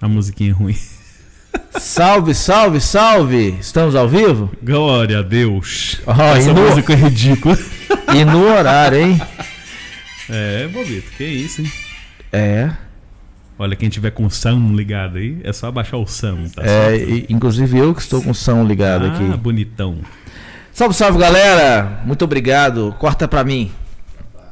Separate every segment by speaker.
Speaker 1: A musiquinha é ruim.
Speaker 2: Salve, salve, salve! Estamos ao vivo?
Speaker 1: Glória a Deus.
Speaker 2: Ó, e,
Speaker 1: Essa
Speaker 2: no,
Speaker 1: música é ridícula.
Speaker 2: e no horário, hein?
Speaker 1: É, Bobito, que isso, hein?
Speaker 2: É.
Speaker 1: Olha, quem tiver com o Sam ligado aí, é só abaixar o Sam, tá
Speaker 2: é
Speaker 1: certo?
Speaker 2: e- inclusive eu que estou com o som ligado
Speaker 1: Ah,
Speaker 2: aqui.
Speaker 1: bonitão.
Speaker 2: Salve, salve, galera! Muito obrigado. Corta pra mim.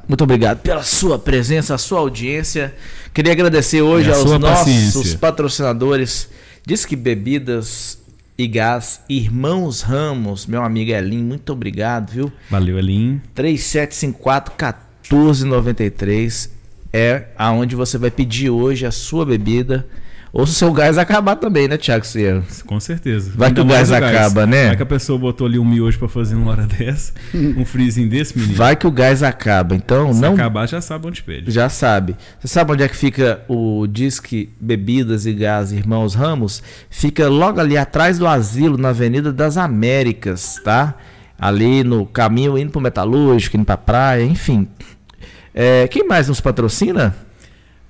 Speaker 2: Muito obrigado pela sua presença, a sua audiência. Queria agradecer hoje
Speaker 1: E a
Speaker 2: aos
Speaker 1: sua
Speaker 2: nossos
Speaker 1: paciência.
Speaker 2: patrocinadores. Disque Bebidas e Gás, Irmãos Ramos, meu amigo Elin, muito obrigado, viu?
Speaker 1: Valeu, Elin.
Speaker 2: 3754-1493 é aonde você vai pedir hoje a sua bebida. Ou se o seu gás acabar também, né, Thiago? Você-
Speaker 1: Com certeza.
Speaker 2: Vai que
Speaker 1: Ainda
Speaker 2: o
Speaker 1: mais
Speaker 2: gás acaba, né?
Speaker 1: Vai que a pessoa botou ali um miojo pra fazer numa hora dessa. um freezing desse, menino.
Speaker 2: Vai que o gás acaba. Então,
Speaker 1: Se
Speaker 2: não
Speaker 1: acabar, já sabe onde pede.
Speaker 2: Já sabe. Você sabe onde é que fica o Disque Bebidas e Gás Irmãos Ramos? Fica logo ali atrás do asilo, na Avenida das Américas, tá? Ali no caminho indo pro Metalúrgico, indo pra praia, enfim. É, quem mais nos patrocina?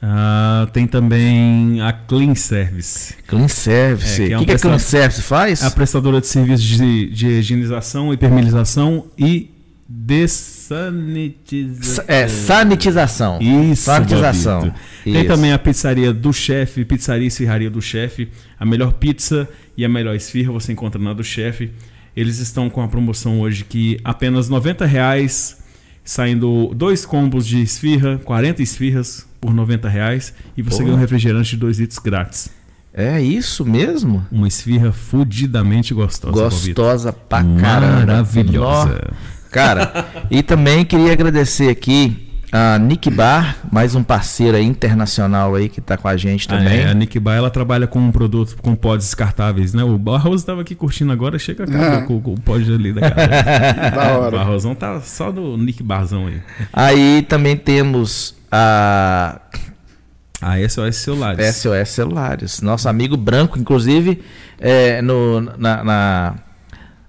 Speaker 1: Ah, tem também a Clean Service.
Speaker 2: Clean Service.
Speaker 1: É,
Speaker 2: O
Speaker 1: que é um É
Speaker 2: que, que a Clean
Speaker 1: prestador-
Speaker 2: Service faz?
Speaker 1: A prestadora de serviços de, de higienização, hipermilização e dessanitização.
Speaker 2: Sa- É, sanitização.
Speaker 1: Isso,
Speaker 2: sanitização.
Speaker 1: Bobito. Tem
Speaker 2: Isso.
Speaker 1: também a pizzaria do chefe, pizzaria e esfirraria do chefe. A melhor pizza e a melhor esfirra você encontra na do chefe. Eles estão com a promoção hoje que apenas R$ 90 reais, saindo dois combos de esfirra, 40 esfirras por R$ 90 reais, e você
Speaker 2: Boa.
Speaker 1: ganha um refrigerante de 2 litros grátis.
Speaker 2: É isso mesmo?
Speaker 1: Uma esfirra fudidamente gostosa, Bobito.
Speaker 2: Gostosa pra caramba. Nó.
Speaker 1: Maravilhosa.
Speaker 2: Cara, e também queria agradecer aqui a Nick Bar, mais um parceiro aí internacional aí que tá com a gente
Speaker 1: Ah, é,
Speaker 2: também.
Speaker 1: a Nick Bar, ela trabalha com um produto com pods descartáveis, né? O Barroso estava aqui curtindo agora, chega acaba com, com o pod ali da cara.
Speaker 3: Da
Speaker 1: o
Speaker 3: hora.
Speaker 1: Barrosão tá só do Nick Barzão aí.
Speaker 2: Aí também temos a
Speaker 1: A SOS Celulares.
Speaker 2: SOS Celulares, nosso amigo branco, inclusive é, no, na, na,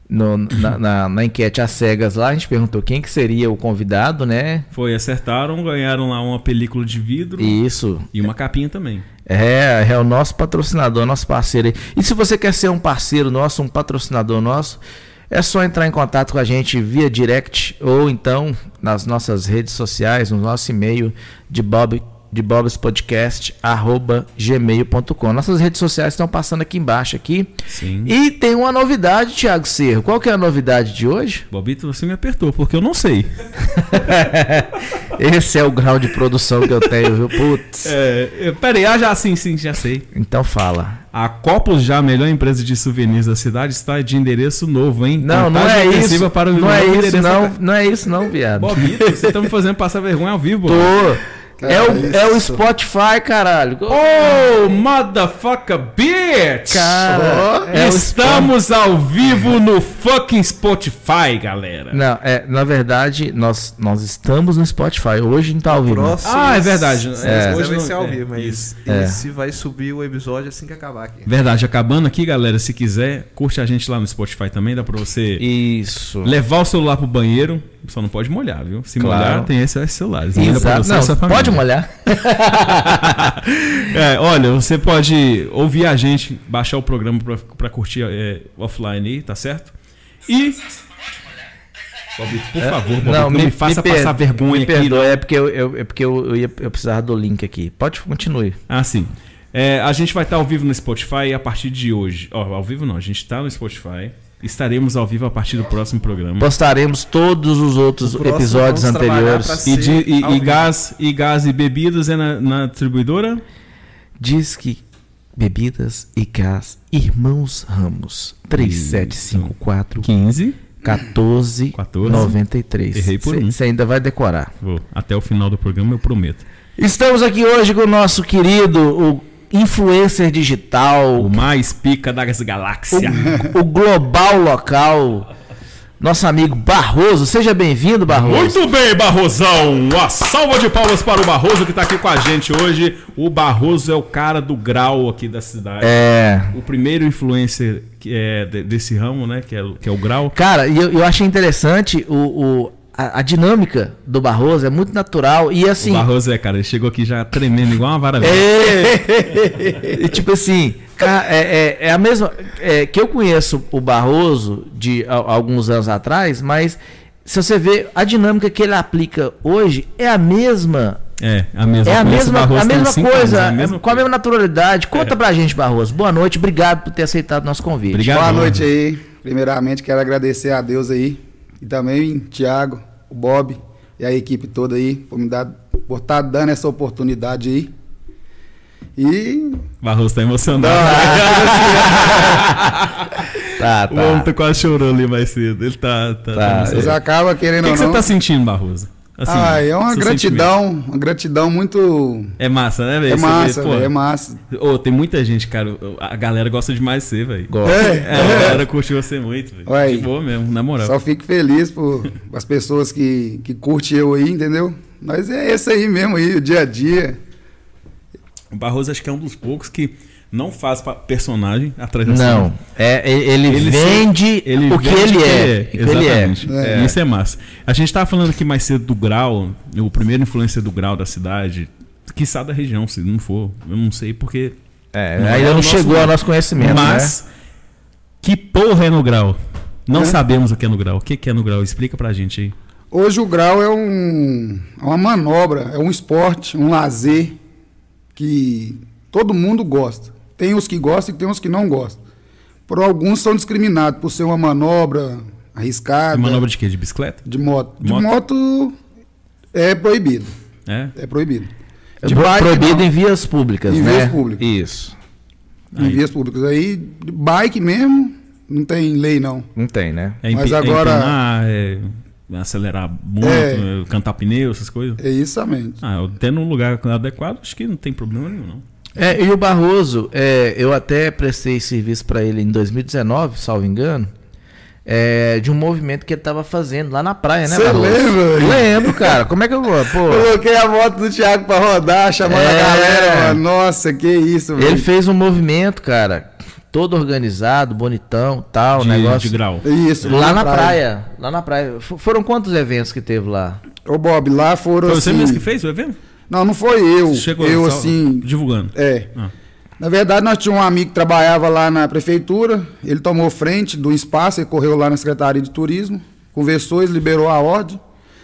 Speaker 2: no- na- na- na enquete às cegas lá, a gente perguntou quem que seria o convidado, né?
Speaker 1: Foi, acertaram, ganharam lá uma película de vidro e,
Speaker 2: E isso,
Speaker 1: uma capinha também.
Speaker 2: É, é o nosso patrocinador, nosso parceiro. aí. E se você quer ser um parceiro nosso, um patrocinador nosso, é só entrar em contato com a gente via direct ou então nas nossas redes sociais, no nosso e-mail de Bob de bobspodcast@gmail.com. Nossas redes sociais estão passando aqui embaixo aqui.
Speaker 1: Sim.
Speaker 2: E tem uma novidade, Thiago Cerro. Qual que é a novidade de hoje?
Speaker 1: Bobito, você me apertou, porque eu não sei.
Speaker 2: Esse é o grau de produção que eu tenho, viu? Putz.
Speaker 1: É, é, peraí, ah, já sim, sim, já sei.
Speaker 2: Então fala.
Speaker 1: A Copos já, a melhor empresa de souvenirs da cidade, está de endereço novo, hein?
Speaker 2: Não, não
Speaker 1: Contagem
Speaker 2: é
Speaker 1: regressiva
Speaker 2: isso.
Speaker 1: Para o
Speaker 2: não
Speaker 1: novo
Speaker 2: é isso,
Speaker 1: endereço da
Speaker 2: não. Não é isso, não, viado.
Speaker 1: Bobito, você tá me fazendo passar vergonha ao vivo,
Speaker 2: Tô.
Speaker 1: Bobito.
Speaker 2: É o, é o
Speaker 3: isso.
Speaker 2: Spotify, caralho.
Speaker 1: Oh, motherfucker bitch!
Speaker 2: Cara, é o
Speaker 1: Estamos ao vivo no fucking Spotify, galera.
Speaker 2: Não, é, na verdade, nós, nós estamos no Spotify. Hoje não tá ao vivo.
Speaker 1: Ah, é verdade. É,
Speaker 3: hoje
Speaker 1: não-
Speaker 3: vai ser ao
Speaker 1: é,
Speaker 3: vivo, mas
Speaker 1: isso.
Speaker 3: esse vai subir o episódio assim que acabar aqui.
Speaker 1: Verdade, acabando aqui, galera, se quiser, curte a gente lá no Spotify também, dá pra você
Speaker 2: Isso.
Speaker 1: levar o celular pro banheiro, só não pode molhar, viu? Se
Speaker 2: Claro.
Speaker 1: molhar, tem esses celulares. Manda pra você
Speaker 2: Exato.
Speaker 1: e sua
Speaker 2: Não,
Speaker 1: família.
Speaker 2: pode molhar.
Speaker 1: É, olha, você pode ouvir a gente, baixar o programa pra, pra curtir é, offline aí, tá certo? E. Bobito, por favor, Bobito, não, me, faça
Speaker 2: per-
Speaker 1: passar vergonha
Speaker 2: me
Speaker 1: aqui.
Speaker 2: perdoa, É porque, eu, eu- é porque eu, eu, ia, eu precisava do link aqui. Pode continue.
Speaker 1: Ah, sim. É, a gente vai estar ao vivo no Spotify a partir de hoje. Ó, ao vivo não, a gente tá no Spotify. Estaremos ao vivo a partir do próximo programa.
Speaker 2: Postaremos todos os outros
Speaker 3: O próximo
Speaker 2: episódios
Speaker 3: vamos trabalhar
Speaker 2: anteriores.
Speaker 3: pra ser-
Speaker 1: E, de- e-
Speaker 3: ao
Speaker 1: e
Speaker 3: vivo.
Speaker 1: gás, e gás e bebidas é na, na distribuidora?
Speaker 2: Diz que bebidas e gás, irmãos Ramos. 3754
Speaker 1: 15.
Speaker 2: 14,
Speaker 1: 14.
Speaker 2: 93.
Speaker 1: Errei por um.
Speaker 2: Você ainda vai decorar.
Speaker 1: Vou, até o final do programa, eu prometo.
Speaker 2: Estamos aqui hoje com o nosso querido, o influencer digital,
Speaker 1: O mais pica das galáxias.
Speaker 2: o, o global local, nosso amigo Barroso. Seja bem-vindo, Barroso.
Speaker 1: Muito bem, Barrosão! Uma salva de palmas para o Barroso que tá aqui com a gente hoje. O Barroso é o cara do grau aqui da cidade.
Speaker 2: É.
Speaker 1: O primeiro influencer que é de- desse ramo, né? Que é, o- que é o grau.
Speaker 2: Cara, e eu, eu achei interessante o, o- a, a dinâmica do Barroso é muito natural e assim.
Speaker 1: O Barroso é, cara, ele chegou aqui já tremendo igual uma vara velha.
Speaker 2: É, e tipo assim, ca- é, é- é a mesma. é, que eu conheço o Barroso de a- alguns anos atrás, mas se você vê a dinâmica que ele aplica hoje é a mesma.
Speaker 1: É, a mesma
Speaker 2: É a
Speaker 1: Conheço o
Speaker 2: mesma,
Speaker 1: Barroso
Speaker 2: a
Speaker 1: tem
Speaker 2: mesma
Speaker 1: cinco
Speaker 2: coisa,
Speaker 1: anos, é a mesma
Speaker 2: com a
Speaker 1: coisa. É.
Speaker 2: mesma naturalidade. Conta pra gente, Barroso. Boa noite, obrigado por ter aceitado nosso convite.
Speaker 1: Obrigado.
Speaker 4: Boa
Speaker 1: mano.
Speaker 4: noite aí. Primeiramente, quero agradecer a Deus aí. E também Tiago, o Bob e a equipe toda aí por me dar, por estar dando essa oportunidade aí. E
Speaker 1: Barroso tá emocionado.
Speaker 2: Ah, Tá,
Speaker 1: O homem
Speaker 2: tá.
Speaker 1: tá quase chorou ali mais cedo. Ele tá. tá,
Speaker 2: Tá,
Speaker 1: tá
Speaker 4: vocês
Speaker 1: emocionado.
Speaker 4: acabam
Speaker 1: o
Speaker 4: querendo
Speaker 1: que, que
Speaker 4: ou
Speaker 1: você
Speaker 4: não.
Speaker 1: tá sentindo, Barroso? Assim,
Speaker 4: ah, é uma
Speaker 1: seu
Speaker 4: gratidão, uma gratidão muito.
Speaker 1: sentimento. É massa, né, velho?
Speaker 4: É
Speaker 1: Você vê,
Speaker 4: massa,
Speaker 1: pô,
Speaker 4: velho, é massa.
Speaker 1: Ô, tem muita gente, cara. A galera gosta demais de você, velho.
Speaker 2: Gosto.
Speaker 1: É, a galera curtiu você muito,
Speaker 4: Ué.
Speaker 1: velho. De boa mesmo, na moral.
Speaker 4: Só fico feliz por as pessoas que, que curtem eu aí, entendeu? Mas é esse aí mesmo aí, o dia a dia.
Speaker 1: O Barroso acho que é um dos poucos que não faz pa- personagem atrás da
Speaker 2: Não,
Speaker 1: cena.
Speaker 2: é, e- ele,
Speaker 1: Ele
Speaker 2: vende
Speaker 1: Ele
Speaker 2: o que
Speaker 1: vende
Speaker 2: ele
Speaker 1: o
Speaker 2: é. o que ele é.
Speaker 1: Exatamente.
Speaker 4: É.
Speaker 1: Isso é massa. A gente tava falando aqui mais cedo do Grau, o primeiro influencer do Grau da cidade. Quiçá da região, se não for. Eu não sei porque.
Speaker 2: É,
Speaker 1: Não
Speaker 2: ainda
Speaker 1: é o
Speaker 2: não
Speaker 1: nosso
Speaker 2: chegou
Speaker 1: mundo.
Speaker 2: ao nosso conhecimento, né?
Speaker 1: Mas. Que porra é no Grau? Não
Speaker 4: É.
Speaker 1: sabemos o que é no Grau. O que que é no Grau? Explica pra gente aí.
Speaker 4: Hoje o grau é um, é uma manobra, é um esporte, um lazer que todo mundo gosta. Tem os que gostam e tem os que não gostam. Por alguns são discriminados por ser uma manobra
Speaker 1: É
Speaker 4: arriscada.
Speaker 1: manobra de quê? De bicicleta?
Speaker 4: de moto. De
Speaker 1: Moto?
Speaker 4: moto é proibido.
Speaker 1: É.
Speaker 4: É proibido.
Speaker 2: É
Speaker 4: De
Speaker 2: pro-
Speaker 4: bike,
Speaker 2: proibido
Speaker 4: não.
Speaker 2: em vias públicas,
Speaker 4: Em
Speaker 2: né?
Speaker 4: vias públicas.
Speaker 2: Isso.
Speaker 4: Em vias públicas. Aí, de bike mesmo, não tem lei, não.
Speaker 2: Não tem, né?
Speaker 1: É empi-
Speaker 4: Mas
Speaker 1: é
Speaker 4: agora-
Speaker 1: empinar, é acelerar muito,
Speaker 4: É.
Speaker 1: é cantar pneu, essas coisas.
Speaker 4: É isso somente.
Speaker 1: Ah, até num lugar adequado, acho que não tem problema nenhum, não.
Speaker 2: É, e o Barroso, é, eu até prestei serviço pra ele em 2019, salvo engano, é, de um movimento que ele tava fazendo lá na praia, né,
Speaker 4: Cê
Speaker 2: Barroso?
Speaker 4: lembra, velho?
Speaker 2: Lembro, cara. Como é que eu vou? Pô,
Speaker 4: Coloquei a moto do Thiago pra rodar, chamando
Speaker 2: É.
Speaker 4: a galera. Mano. Nossa, que isso,
Speaker 2: ele
Speaker 4: velho.
Speaker 2: fez um movimento, cara, todo organizado, bonitão, tal,
Speaker 1: de,
Speaker 2: É um negócio.
Speaker 1: de grau.
Speaker 4: Isso,
Speaker 2: Lá na praia. lá na praia. F- foram quantos eventos que teve lá?
Speaker 4: Ô, Bob, lá foram
Speaker 1: Foi
Speaker 4: assim...
Speaker 1: você mesmo que fez o evento?
Speaker 4: Não, não foi eu. eu,
Speaker 1: só
Speaker 4: assim...
Speaker 1: Divulgando.
Speaker 4: É.
Speaker 1: Ah.
Speaker 4: Na verdade, nós tínhamos um amigo que trabalhava lá na prefeitura. Ele tomou frente do espaço, ele correu lá na Secretaria de Turismo, conversou, eles liberou a ordem.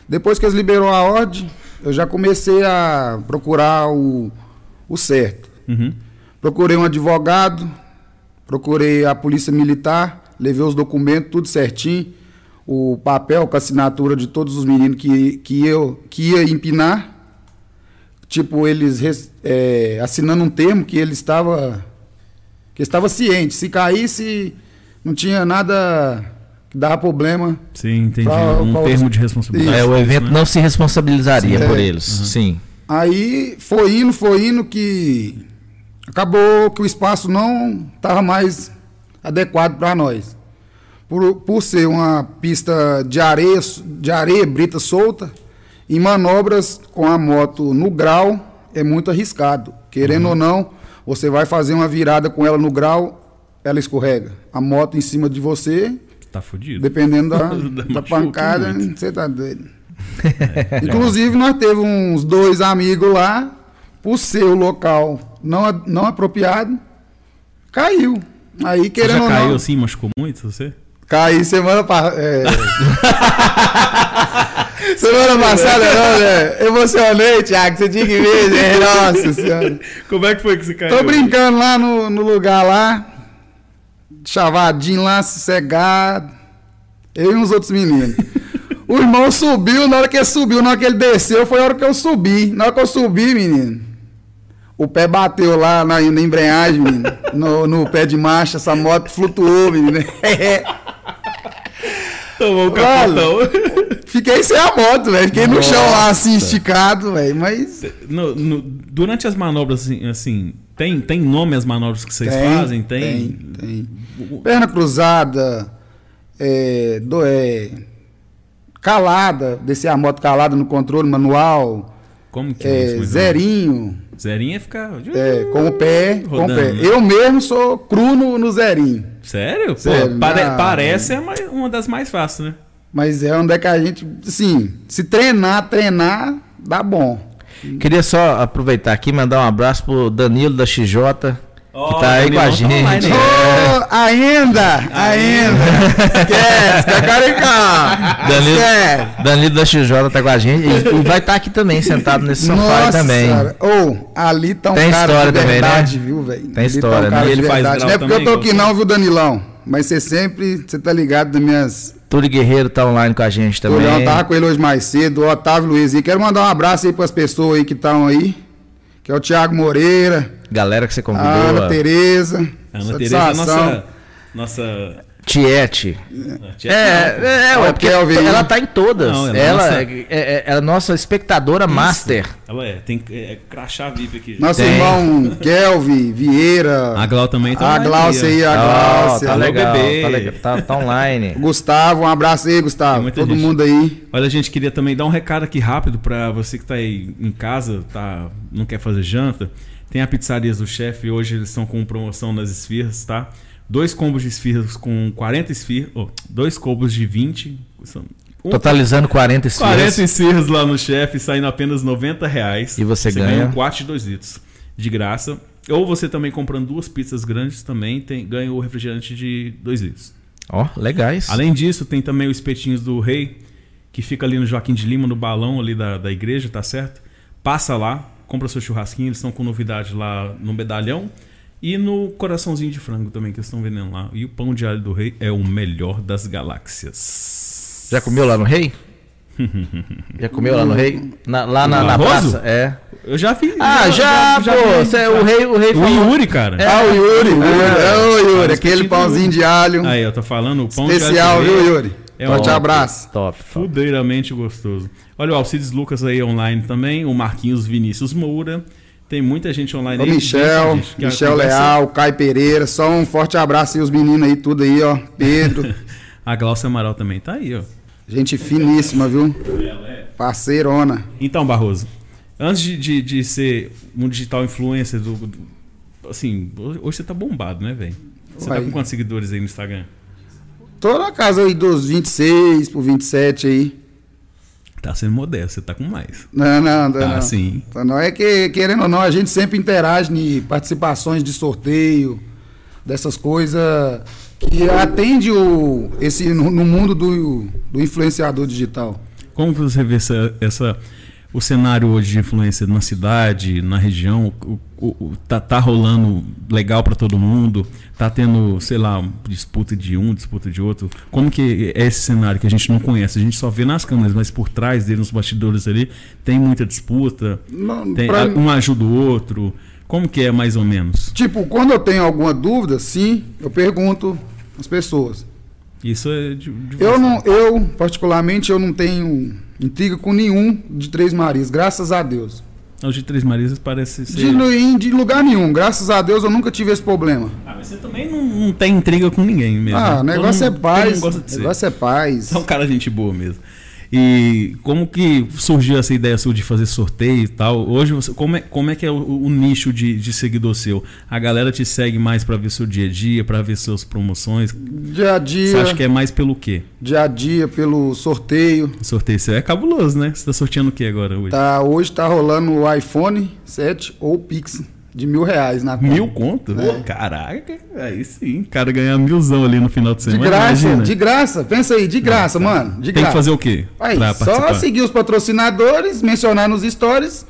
Speaker 4: Depois que eles liberou a ordem, eu já comecei a procurar o, o certo.
Speaker 1: Uhum.
Speaker 4: Procurei um advogado, procurei a polícia militar, levei os documentos, tudo certinho. O papel com a assinatura de todos os meninos que, que, eu, que ia empinar. Tipo, eles res- é, assinando um termo que ele estava. que estava ciente. Se caísse, não tinha nada que dava problema.
Speaker 1: Sim, entendi.
Speaker 4: Pra-
Speaker 1: um
Speaker 4: pra-
Speaker 1: termo de responsabilidade.
Speaker 2: É, o evento não se responsabilizaria
Speaker 4: Sim,
Speaker 2: por
Speaker 4: é.
Speaker 2: eles. Sim.
Speaker 4: Aí foi indo, foi indo que acabou que o espaço não estava mais adequado para nós. Por, por ser uma pista de areia, de areia brita solta, em manobras com a moto no grau é muito arriscado. Querendo ou não, você vai fazer uma virada com ela no grau, ela escorrega. A moto em cima de você,
Speaker 1: Tá fudido.
Speaker 4: Dependendo da,
Speaker 1: Da
Speaker 4: da
Speaker 1: machuca né?
Speaker 4: pancada,
Speaker 1: muito.
Speaker 4: você tá doido. Inclusive, nós teve uns dois amigos lá, por ser o local não, a- não apropriado, caiu. Aí,
Speaker 1: Você
Speaker 4: querendo
Speaker 1: já
Speaker 4: ou
Speaker 1: caiu
Speaker 4: não,
Speaker 1: assim, machucou muito você?
Speaker 4: caiu semana passada. semana passada, não, né? Emocionei, Thiago, você tinha que ver, gente. Nossa senhora.
Speaker 1: Como é que foi que você caiu?
Speaker 4: Tô brincando lá no, no lugar lá. Chavadinho lá, sossegado. Eu e uns outros meninos. O irmão subiu, na hora que ele subiu, na hora que ele desceu, foi a hora que eu subi. Na hora que eu subi, menino, o pé bateu lá na, na embreagem, menino. No, no pé de marcha, essa moto flutuou, menino.
Speaker 1: Tomou um o
Speaker 4: Fiquei sem a moto, velho. Fiquei no chão lá, assim, esticado, velho. Mas
Speaker 1: No- no- durante as manobras, assim, assim, tem, tem nome as manobras que vocês
Speaker 4: Tem,
Speaker 1: fazem? Tem?
Speaker 4: tem, tem. Perna cruzada, é, do- é, calada, descer a moto calada no controle manual,
Speaker 1: Como que
Speaker 4: é,
Speaker 1: isso, mais ou menos?
Speaker 4: zerinho,
Speaker 1: Zerinho é ficar.
Speaker 4: é, com o pé, com o
Speaker 1: Rodando,
Speaker 4: pé.
Speaker 1: né?
Speaker 4: Eu mesmo sou cru no, no zerinho.
Speaker 1: Sério? Pô,
Speaker 4: Sério,
Speaker 1: pare-
Speaker 4: não.
Speaker 1: parece é mais- uma das mais fáceis, né?
Speaker 4: Mas é onde é que a gente, assim, se treinar, treinar, dá bom.
Speaker 2: Queria só aproveitar aqui e mandar um abraço pro Danilo da XJ, que tá aí com a
Speaker 1: Danilão tá online,
Speaker 2: gente.
Speaker 1: hein?
Speaker 4: Ô, ainda, ainda. Esquece,
Speaker 2: é
Speaker 4: Cacarica.
Speaker 2: Danilo,
Speaker 4: Esquece.
Speaker 2: Danilo da XJ tá com a gente e, e vai estar aqui também, sentado nesse sofá aí também.
Speaker 4: senhora. Ô, ali tá um
Speaker 2: Tem
Speaker 4: cara
Speaker 2: história
Speaker 4: de
Speaker 2: também,
Speaker 4: verdade,
Speaker 2: né?
Speaker 4: viu, velho?
Speaker 2: Tem história,
Speaker 4: tá um cara
Speaker 2: né?
Speaker 4: de
Speaker 1: Ele faz
Speaker 4: verdade.
Speaker 1: grau
Speaker 4: Não é porque eu
Speaker 1: também,
Speaker 4: tô aqui
Speaker 1: igual
Speaker 4: não, viu, Danilão? Mas você sempre, você tá ligado das minhas...
Speaker 2: Túlio Guerreiro tá online com a gente
Speaker 4: O
Speaker 2: também.
Speaker 4: Leão tava com ele hoje mais cedo, o Otávio Luiz. E quero mandar um abraço aí pras pessoas aí que estão aí, que é o Thiago Moreira,
Speaker 2: Galera que você convidou.
Speaker 4: a Ana
Speaker 2: ó.
Speaker 4: Tereza.
Speaker 1: A Ana Tereza é a
Speaker 4: satisfação.
Speaker 1: nossa. Nossa.
Speaker 2: Tiete.
Speaker 1: tia-
Speaker 2: É, é,
Speaker 4: Ela
Speaker 2: é, porque
Speaker 4: quer ouvir.
Speaker 2: ela tá em todas.
Speaker 1: Não,
Speaker 2: ela
Speaker 1: ela é nossa-
Speaker 2: é é, é- ela é nossa espectadora master.
Speaker 1: Ela é, tem é, crachá vive aqui. gente.
Speaker 4: Nosso
Speaker 2: Tem.
Speaker 4: irmão Kelvin, Vieira,
Speaker 1: A Glau também tá
Speaker 4: a
Speaker 1: online,
Speaker 4: Glaucia
Speaker 1: ó.
Speaker 4: aí, a
Speaker 2: Ó,
Speaker 4: Glaucia.
Speaker 2: tá
Speaker 1: Alô,
Speaker 2: legal,
Speaker 1: bebê.
Speaker 2: tá legal, tá, tá online.
Speaker 4: Gustavo, um abraço aí, Gustavo.
Speaker 1: Tem muita
Speaker 4: Todo
Speaker 1: gente.
Speaker 4: mundo aí.
Speaker 1: Olha, gente, queria também dar um recado aqui rápido pra você que tá aí em casa, tá, não quer fazer janta. Tem a pizzaria do chefe, hoje eles estão com promoção nas esfirras, tá? Dois combos de esfirras com 40 esfirras, oh, dois combos de 20, são um-
Speaker 2: Totalizando 40 esfirras.
Speaker 1: 40 esfirras lá no chefe, saindo apenas 90 reais.
Speaker 2: E você ganha?
Speaker 1: um 4 de 2 litros de graça. Ou você também comprando duas pizzas grandes também tem, ganha o refrigerante de 2 litros.
Speaker 2: Ó, legais.
Speaker 1: Além disso, tem também os espetinhos do rei, que fica ali no Joaquim de Lima, no balão ali da, da igreja, tá certo? Passa lá, compra seu churrasquinho, eles estão com novidade lá no medalhão. E no coraçãozinho de frango também, que eles estão vendendo lá. E o pão de alho do rei é o melhor das galáxias.
Speaker 2: Já comeu lá no Rei? já comeu lá no Rei? Na- lá na,
Speaker 1: No
Speaker 2: na
Speaker 1: Barroso?
Speaker 2: praça? É.
Speaker 1: Eu já fiz.
Speaker 2: Ah, já, pô.
Speaker 1: vi,
Speaker 2: cê-
Speaker 4: é
Speaker 2: é
Speaker 1: já.
Speaker 2: o Rei, o Rei
Speaker 1: O
Speaker 2: falou.
Speaker 1: Yuri, cara.
Speaker 4: Ah, o Yuri. Yuri.
Speaker 2: é.
Speaker 4: Ô, Yuri,
Speaker 1: Ah,
Speaker 4: aquele
Speaker 1: espetinho
Speaker 4: pãozinho
Speaker 1: do-
Speaker 4: de alho.
Speaker 1: Aí, eu tô falando, o pão
Speaker 4: especial,
Speaker 1: de alho do
Speaker 4: viu,
Speaker 1: rei
Speaker 4: Yuri?
Speaker 1: É
Speaker 4: Forte
Speaker 1: ótimo.
Speaker 4: abraço.
Speaker 2: um Top. top.
Speaker 1: Fudeiramente gostoso. Olha o Alcides Lucas aí online também, o Marquinhos Vinícius Moura. Tem muita gente online
Speaker 4: Ô,
Speaker 1: aí.
Speaker 4: Michel,
Speaker 1: Gente, gente, que a
Speaker 4: Michel
Speaker 1: conversa-
Speaker 4: Leal, Caio Pereira. Só um forte abraço aí, os meninos aí, tudo aí, ó. Pedro,
Speaker 1: A Glaucia Amaral também tá aí, ó.
Speaker 4: gente finíssima, viu?
Speaker 1: é.
Speaker 4: Parceirona.
Speaker 1: Então, Barroso, antes de, de, de ser um digital influencer do. do- assim, hoje você tá bombado, né, velho? Você tá
Speaker 4: Uai.
Speaker 1: com quantos seguidores aí no Instagram?
Speaker 4: Tô na casa aí dos 26 por 27 aí.
Speaker 1: Tá sendo modesto, você tá com mais.
Speaker 4: Não, não, não.
Speaker 1: Tá,
Speaker 4: não.
Speaker 1: sim.
Speaker 4: Então, não é que, querendo ou não, a gente sempre interage em participações de sorteio, dessas coisas que atende o, esse, no, no mundo do, do influenciador digital.
Speaker 1: Como você vê essa, essa- o cenário hoje de influência na cidade, na região? O- o- o- tá, tá rolando legal para todo mundo? Tá tendo, sei lá, disputa de um, disputa de outro? Como que é esse cenário que a gente não conhece? A gente só vê nas câmeras, mas por trás dele, nos bastidores ali, tem muita disputa,
Speaker 4: Não,
Speaker 1: tem-
Speaker 4: pra-
Speaker 1: a- um ajuda o outro. Como que é mais ou menos?
Speaker 4: Tipo, quando eu tenho alguma dúvida, sim, eu pergunto às pessoas.
Speaker 1: Isso é de, de
Speaker 4: Eu
Speaker 1: você.
Speaker 4: não, eu particularmente eu não tenho intriga com nenhum de Três Marias, graças a Deus.
Speaker 1: Os de Três Marias parece ser...
Speaker 4: De, lu- em- de lugar nenhum, graças a Deus eu nunca tive esse problema.
Speaker 1: Ah, mas você também não, não tem intriga com ninguém mesmo.
Speaker 4: Ah, o
Speaker 1: Né? Todo
Speaker 4: negócio é
Speaker 1: mundo- todo mundo
Speaker 4: paz.
Speaker 1: gosta de
Speaker 4: O
Speaker 1: ser.
Speaker 4: negócio é paz.
Speaker 1: Você é um cara gente boa mesmo. E como que surgiu essa ideia sua de fazer sorteio e tal? Hoje, você, como, é, como é que é o, o nicho de, de seguidor seu? A galera te segue mais pra ver seu dia a dia, pra ver suas promoções?
Speaker 4: Dia a
Speaker 1: Você acha
Speaker 4: dia,
Speaker 1: que é mais pelo quê?
Speaker 4: dia a dia, pelo sorteio.
Speaker 1: Sorteio seu é cabuloso, né? Você tá sorteando o quê agora hoje?
Speaker 4: Tá, hoje tá rolando o iPhone 7 ou Pix de mil reais na conta.
Speaker 1: Mil conto?
Speaker 4: É.
Speaker 1: Pô, caraca, aí sim. O cara ganhar milzão ali no final de
Speaker 4: De
Speaker 1: semana.
Speaker 4: graça,
Speaker 1: né? imagina. tá.
Speaker 4: de graça. Pensa aí, de graça, mano. De
Speaker 1: Tem
Speaker 4: graça.
Speaker 1: que fazer o quê?
Speaker 4: Aí,
Speaker 1: pra
Speaker 4: só
Speaker 1: participar?
Speaker 4: seguir os patrocinadores, mencionar nos stories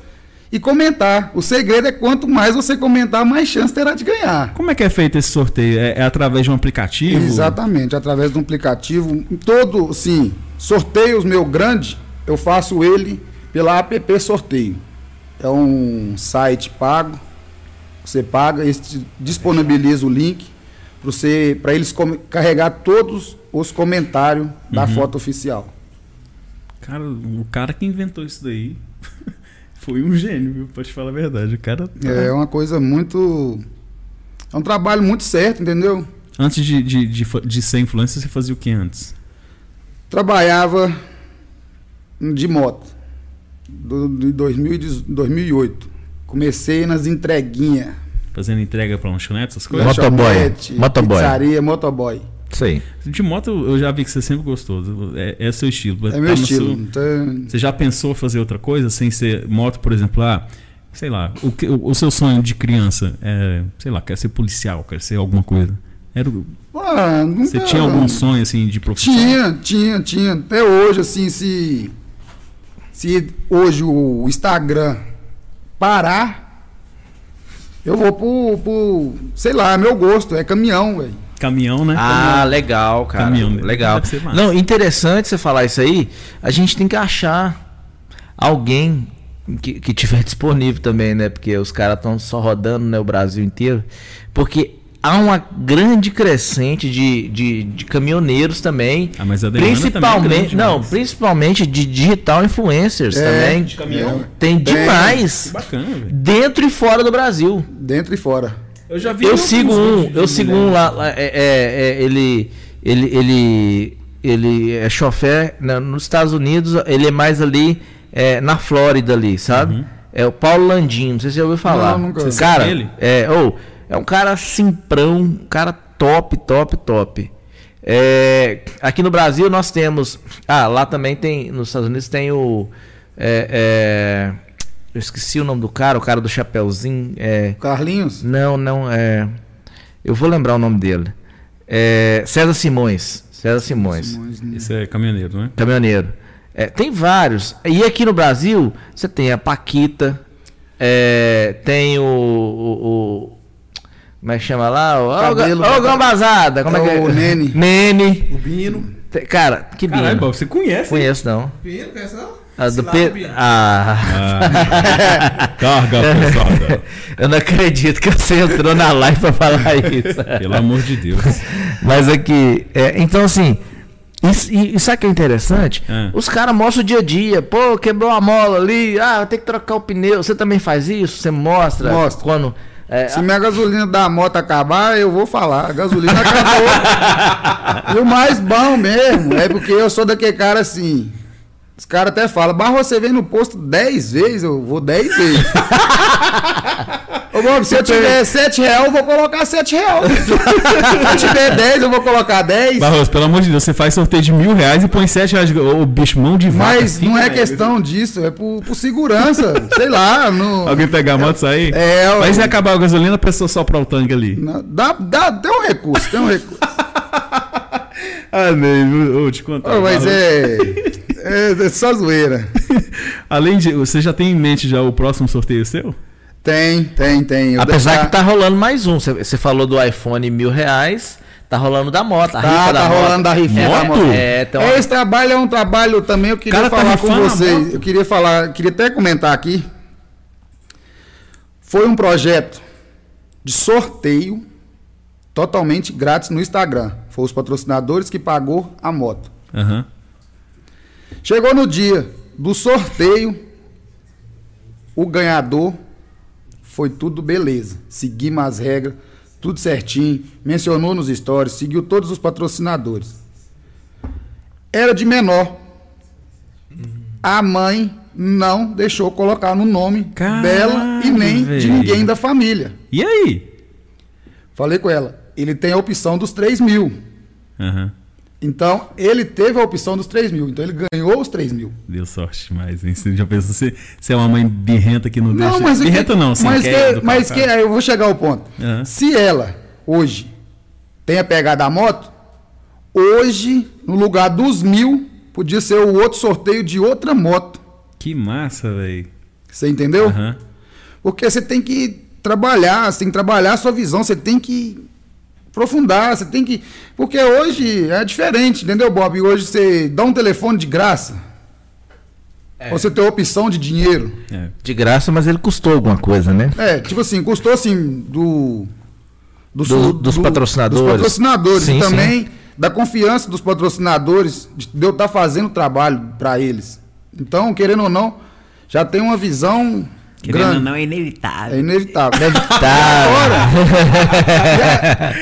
Speaker 4: e comentar. O segredo é quanto mais você comentar, mais chance terá de ganhar.
Speaker 1: Como é que é feito esse sorteio? É, é através de um aplicativo?
Speaker 4: Exatamente, através de um aplicativo. Em Todo, sim, sorteios meu grande, eu faço ele pela app sorteio. É um site pago. Você paga, eles te disponibiliza o link para eles come- carregar todos os comentários da foto oficial.
Speaker 1: Cara, o cara que inventou isso daí foi um gênio, viu? Pra te falar a verdade. O cara. tá-
Speaker 4: É uma coisa muito. É um trabalho muito certo, entendeu?
Speaker 1: Antes de, de, de, fa- de ser influencer, você fazia o que antes?
Speaker 4: Trabalhava hum, de moto, do, de 2010 2008. Comecei nas entreguinhas.
Speaker 1: Fazendo entrega pra lanchonete, essas coisas?
Speaker 2: Motoboy,
Speaker 4: lanchonete,
Speaker 2: motoboy.
Speaker 4: Pizzaria, motoboy.
Speaker 2: Sei.
Speaker 1: De moto eu já vi que você sempre gostou. É, é seu estilo.
Speaker 4: É
Speaker 1: Tá
Speaker 4: meu
Speaker 1: no
Speaker 4: estilo. Então,
Speaker 1: seu-
Speaker 4: não tem-
Speaker 1: Você já pensou fazer outra coisa sem ser moto, por exemplo, ah, sei lá, o, que- o- o seu sonho de criança é, sei lá, quer ser policial, quer ser alguma coisa. Era, o-
Speaker 4: Ah, nunca...
Speaker 1: você tinha algum sonho assim de profissão?
Speaker 4: Tinha, tinha, tinha. Até hoje, assim, se. Se hoje o Instagram parar, eu vou pro. pro sei lá, é meu gosto, é caminhão, velho.
Speaker 1: Caminhão, né?
Speaker 2: Ah, legal, cara.
Speaker 1: Caminhão mesmo.
Speaker 2: legal.
Speaker 1: Deve ser massa.
Speaker 2: Não, interessante você falar isso aí. A gente tem que achar alguém que, que tiver disponível também, né? Porque os caras estão só rodando né, o Brasil inteiro. Porque há uma grande crescente de, de, de caminhoneiros também.
Speaker 1: Ah, mas a demanda
Speaker 2: principalmente,
Speaker 1: também é grande
Speaker 2: não,
Speaker 1: demais.
Speaker 2: principalmente de digital influencers
Speaker 4: É,
Speaker 2: também.
Speaker 4: de caminhão.
Speaker 2: Tem
Speaker 4: Tem.
Speaker 1: Que
Speaker 2: demais.
Speaker 1: bacana, velho.
Speaker 2: Dentro e fora do Brasil.
Speaker 4: Dentro e fora.
Speaker 1: Eu já vi
Speaker 2: Eu
Speaker 1: alguns
Speaker 2: sigo
Speaker 1: vídeos né?
Speaker 2: um,
Speaker 1: de
Speaker 2: eu sigo um
Speaker 1: mulher.
Speaker 2: lá, lá, é, é- é, ele, ele, ele, ele é chofé né, nos Estados Unidos, ele é mais ali é, na Flórida ali, sabe?
Speaker 1: Uhum.
Speaker 2: É o Paulo Landinho, não sei se você já ouviu falar.
Speaker 4: Não, nunca. Você
Speaker 2: Cara,
Speaker 1: sabe ele?
Speaker 2: é, ou é um cara simprão, um cara top, top, top. É, aqui no Brasil nós temos, ah, lá também tem, nos Estados Unidos tem o, é, é, eu esqueci o nome do cara, o cara do chapéuzinho, é,
Speaker 4: Carlinhos?
Speaker 2: não, não, é. Eu vou lembrar o nome dele. É, César Simões. César Simões.
Speaker 4: Simões, né?
Speaker 1: Esse é caminhoneiro, né?
Speaker 2: Caminhoneiro. É, tem vários. E aqui no Brasil, você tem a Paquita, é, tem o, o- o- Como é que chama lá? O, o,
Speaker 4: Cabelo-
Speaker 2: o Gambazada. Como é, que é?
Speaker 4: É o Nene.
Speaker 2: Nene.
Speaker 3: O Bino.
Speaker 2: Te- Cara, que
Speaker 1: Caralho,
Speaker 2: lindo.
Speaker 1: Bob, você conhece?
Speaker 2: Conheço não.
Speaker 3: Bino, conhece não?
Speaker 2: A do
Speaker 3: Cilada
Speaker 2: Pe...
Speaker 3: Bino.
Speaker 2: Ah.
Speaker 1: Ah, carga pesada.
Speaker 2: eu não acredito que você entrou na live pra falar isso.
Speaker 1: Pelo amor de Deus.
Speaker 2: Mas aqui, é, então assim, isso, e, e sabe o que é interessante?
Speaker 1: Ah.
Speaker 2: Os caras mostram o dia a dia. Pô, quebrou a mola ali, ah, tem que trocar o pneu. Você também faz isso? Você mostra?
Speaker 4: Mostra.
Speaker 2: Quando, é,
Speaker 4: Se minha gasolina da moto acabar, eu vou falar. A gasolina acabou. e o mais bom mesmo é porque eu sou daquele cara assim. Os caras até falam, mas você vem no posto 10 vezes, eu vou 10 vezes. Ô, Bob, se eu tiver 7 reais, eu vou colocar 7 reais. se eu tiver 10, eu vou colocar 10.
Speaker 1: Barroso, pelo amor de Deus, você faz sorteio de mil reais e põe sete reais. de- Ô, bicho, mão de vaca. assim?
Speaker 4: Mas não é
Speaker 1: fica-
Speaker 4: questão disso, é por, por segurança. sei lá, no.
Speaker 1: Alguém pegar a moto e sair?
Speaker 4: É, eu-
Speaker 1: Mas se acabar a gasolina, a pessoa soprar o tanque ali.
Speaker 4: na- dá, dá, tem um recurso, tem um recurso.
Speaker 1: Ah, meu, eu te contar.
Speaker 4: Ô, mas
Speaker 1: Barroso.
Speaker 4: é, é. É só zoeira.
Speaker 1: Além de. Você já tem em mente já o próximo sorteio seu?
Speaker 4: Tem, tem, tem. Eu
Speaker 2: apesar
Speaker 4: devo
Speaker 2: que tá rolando mais um. Você- Você falou do iPhone mil reais, tá rolando da moto. a
Speaker 4: Tá,
Speaker 2: rifa
Speaker 4: tá
Speaker 2: da moto.
Speaker 4: rolando da rifa
Speaker 2: é,
Speaker 4: da moto.
Speaker 2: É, então,
Speaker 4: Esse trabalho é um trabalho também, eu queria
Speaker 1: Cara, tá
Speaker 4: falar com
Speaker 1: rifando a
Speaker 4: vocês.
Speaker 1: moto.
Speaker 4: Eu queria falar, queria até comentar aqui. Foi um projeto de sorteio totalmente grátis no Instagram. Foi os patrocinadores que pagou a moto.
Speaker 1: Aham.
Speaker 4: Chegou no dia do sorteio, o ganhador foi tudo beleza. Seguimos as regras, tudo certinho. Mencionou nos stories, seguiu todos os patrocinadores. Era de menor. A mãe não deixou colocar no nome
Speaker 1: Caralho,
Speaker 4: dela e nem de
Speaker 1: velho.
Speaker 4: ninguém da família.
Speaker 1: E aí?
Speaker 4: Falei com ela, ele tem a opção dos 3 mil.
Speaker 1: Aham.
Speaker 4: Então, ele teve a opção dos 3 mil. Então, ele ganhou os 3 mil.
Speaker 1: Deu sorte, mas hein? Você já pensou se você é uma mãe birrenta que não,
Speaker 4: Não,
Speaker 1: deixa.
Speaker 4: mas o
Speaker 1: birrenta
Speaker 4: que, é-
Speaker 1: não, sem
Speaker 4: mas
Speaker 1: quer
Speaker 4: que,
Speaker 1: educar
Speaker 4: mas
Speaker 1: o
Speaker 4: que é-
Speaker 1: cara.
Speaker 4: aí eu vou chegar ao ponto.
Speaker 1: Aham.
Speaker 4: Se ela hoje tem a pegada da moto, hoje no lugar dos mil podia ser o outro sorteio de outra moto.
Speaker 1: Que massa, velho.
Speaker 4: Você entendeu?
Speaker 1: Aham.
Speaker 4: Porque você tem que trabalhar, você tem que trabalhar a sua visão, você tem que aprofundar, você tem que. Porque hoje é diferente, entendeu, Bob? Hoje você dá um telefone de graça. Ou você tem a opção de dinheiro.
Speaker 1: É.
Speaker 2: de graça, mas ele custou alguma coisa, né?
Speaker 4: É, tipo assim, custou assim do, do-
Speaker 2: Do- dos patrocinadores.
Speaker 4: dos patrocinadores
Speaker 2: Sim,
Speaker 4: e também da confiança dos patrocinadores de eu estar fazendo o trabalho para eles. Então, querendo ou não, já tem uma visão
Speaker 5: Querendo ou
Speaker 4: grande.
Speaker 5: não, é inevitável.
Speaker 4: É inevitável.
Speaker 2: Tá.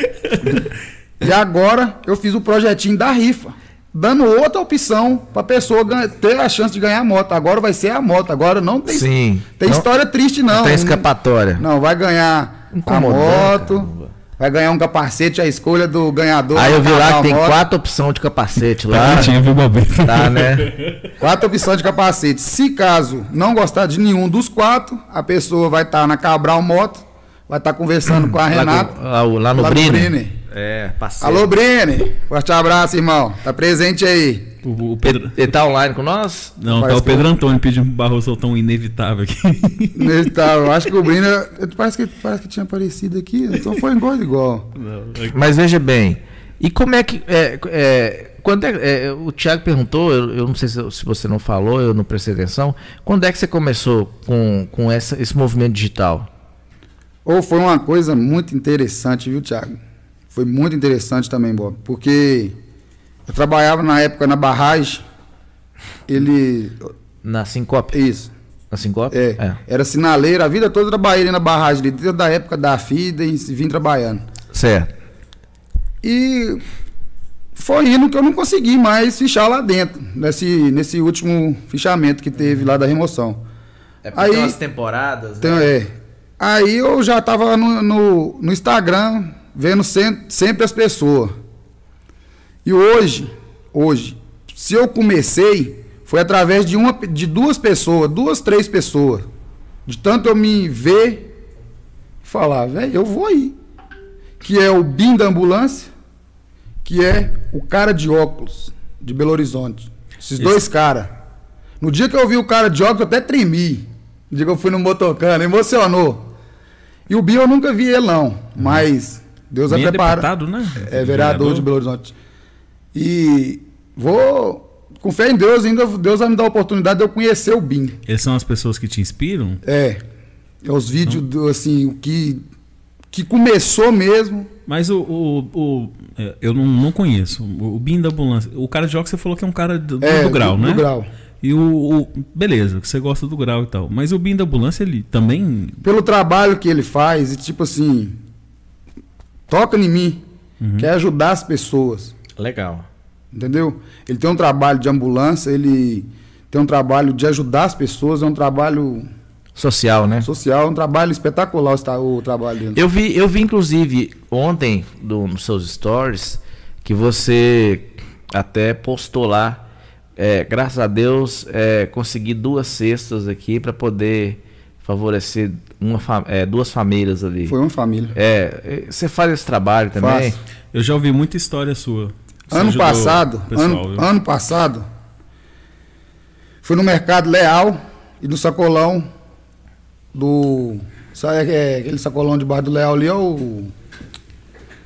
Speaker 4: E agora eu fiz o projetinho da rifa, dando outra opção para pessoa ganha- ter a chance de ganhar a moto. Agora vai ser a moto. Agora não tem
Speaker 2: Sim.
Speaker 4: tem
Speaker 2: Não-
Speaker 4: história triste não.
Speaker 2: Não tem Tá escapatória.
Speaker 4: Não vai ganhar a
Speaker 2: É. Incomodando,
Speaker 4: moto.
Speaker 2: caramba.
Speaker 4: Vai ganhar um capacete, a escolha do ganhador.
Speaker 2: Aí eu vi lá
Speaker 4: cada
Speaker 2: que tem
Speaker 4: moto.
Speaker 2: quatro opções de capacete
Speaker 4: Tá.
Speaker 2: lá.
Speaker 1: Tinha, viu, Bobeto?
Speaker 2: Tá, né?
Speaker 4: Quatro opções de capacete. Se caso não gostar de nenhum dos quatro, a pessoa vai estar na Cabral Moto, vai estar conversando com a
Speaker 2: Lá,
Speaker 4: Renata.
Speaker 2: com- lá, o- lá no
Speaker 4: lá no
Speaker 2: Brine.
Speaker 4: Brine.
Speaker 2: É, parceiro.
Speaker 4: Alô, Brine. Forte abraço, irmão. Tá presente aí.
Speaker 1: O, o
Speaker 2: Ele,
Speaker 1: Pedro...
Speaker 2: ele tá online com nós?
Speaker 1: Não, tá
Speaker 4: Parece
Speaker 1: o
Speaker 4: que
Speaker 1: Pedro Antônio pedindo pro Barroso soltar um inevitável aqui.
Speaker 4: Ele tá- eu acho que o Brine. Parece que, parece que tinha aparecido aqui. Então foi igual igual.
Speaker 2: Mas veja bem, e como é que. é, é, quando é- é, o Thiago perguntou, eu, eu não sei se, se você não falou, eu não prestei atenção. Quando é que você começou com, com essa- esse movimento digital?
Speaker 4: Ou foi uma coisa muito interessante, viu, Thiago? Foi muito interessante também, Bob, porque eu trabalhava na época na barragem. Ele.
Speaker 2: Na Sincope?
Speaker 4: Isso.
Speaker 2: Na Sincope?
Speaker 4: É, Era sinaleiro, a vida toda eu trabalhei ali na barragem, ali, desde a época da FIDA e vim trabalhando.
Speaker 2: Certo.
Speaker 4: E foi indo que eu não consegui mais fichar lá dentro, nesse, nesse último fichamento que teve lá da remoção.
Speaker 2: É
Speaker 4: porque Aí- tem umas
Speaker 2: temporadas.
Speaker 4: Então, é. Aí eu já tava no, no, no Instagram vendo sem- sempre as pessoas. E hoje, hoje, se eu comecei, foi através de, uma, pe- de duas pessoas, duas, três pessoas. De tanto eu me ver e falar, velho, eu vou aí. Que é o BIM da ambulância, que é o cara de óculos de Belo Horizonte. Esses dois caras. No dia que eu vi o cara de óculos, eu até tremi. No dia que eu fui no motocano, emocionou. E o Bi eu nunca vi ele, não. Mas Deus
Speaker 1: Uhum. Bem
Speaker 4: até para.
Speaker 1: deputado, né?
Speaker 4: É vereador de Belo Horizonte. E vou, com fé em Deus, ainda Deus vai me dar a oportunidade de eu conhecer o BIM.
Speaker 1: Eles são as pessoas que te inspiram?
Speaker 4: É. É os vídeos, do, assim, o que, que começou mesmo.
Speaker 1: Mas o. o- o- é, eu não, não conheço. O o Bim da ambulância. O cara de óculos você falou que é um cara do, do
Speaker 4: É,
Speaker 1: grau,
Speaker 4: do-
Speaker 1: né?
Speaker 4: do grau.
Speaker 1: E o, o- Beleza, que você gosta do grau e tal. Mas o Bim da ambulância, ele também.
Speaker 4: Pelo trabalho que ele faz, e tipo assim, toca em mim.
Speaker 1: Uhum.
Speaker 4: Quer ajudar as pessoas.
Speaker 2: Legal.
Speaker 4: Entendeu? Ele tem um trabalho de ambulância, ele tem um trabalho de ajudar as pessoas, é um trabalho
Speaker 2: Social, né?
Speaker 4: social, é um trabalho espetacular o esta- o trabalho dele.
Speaker 2: Eu vi, eu vi inclusive ontem do- nos seus stories que você até postou lá. é, graças a Deus é, consegui duas cestas aqui para poder favorecer uma fa- é, duas famílias ali.
Speaker 4: Foi uma família.
Speaker 2: É, é, você faz esse trabalho também?
Speaker 4: Faço.
Speaker 1: Eu já ouvi muita história sua. Você
Speaker 4: Ano
Speaker 1: ajudou
Speaker 4: passado,
Speaker 1: o pessoal,
Speaker 4: ano,
Speaker 1: viu?
Speaker 4: ano passado, fui no mercado Leal e no sacolão do. Sabe aque- aquele sacolão de bar do Leal ali? É o.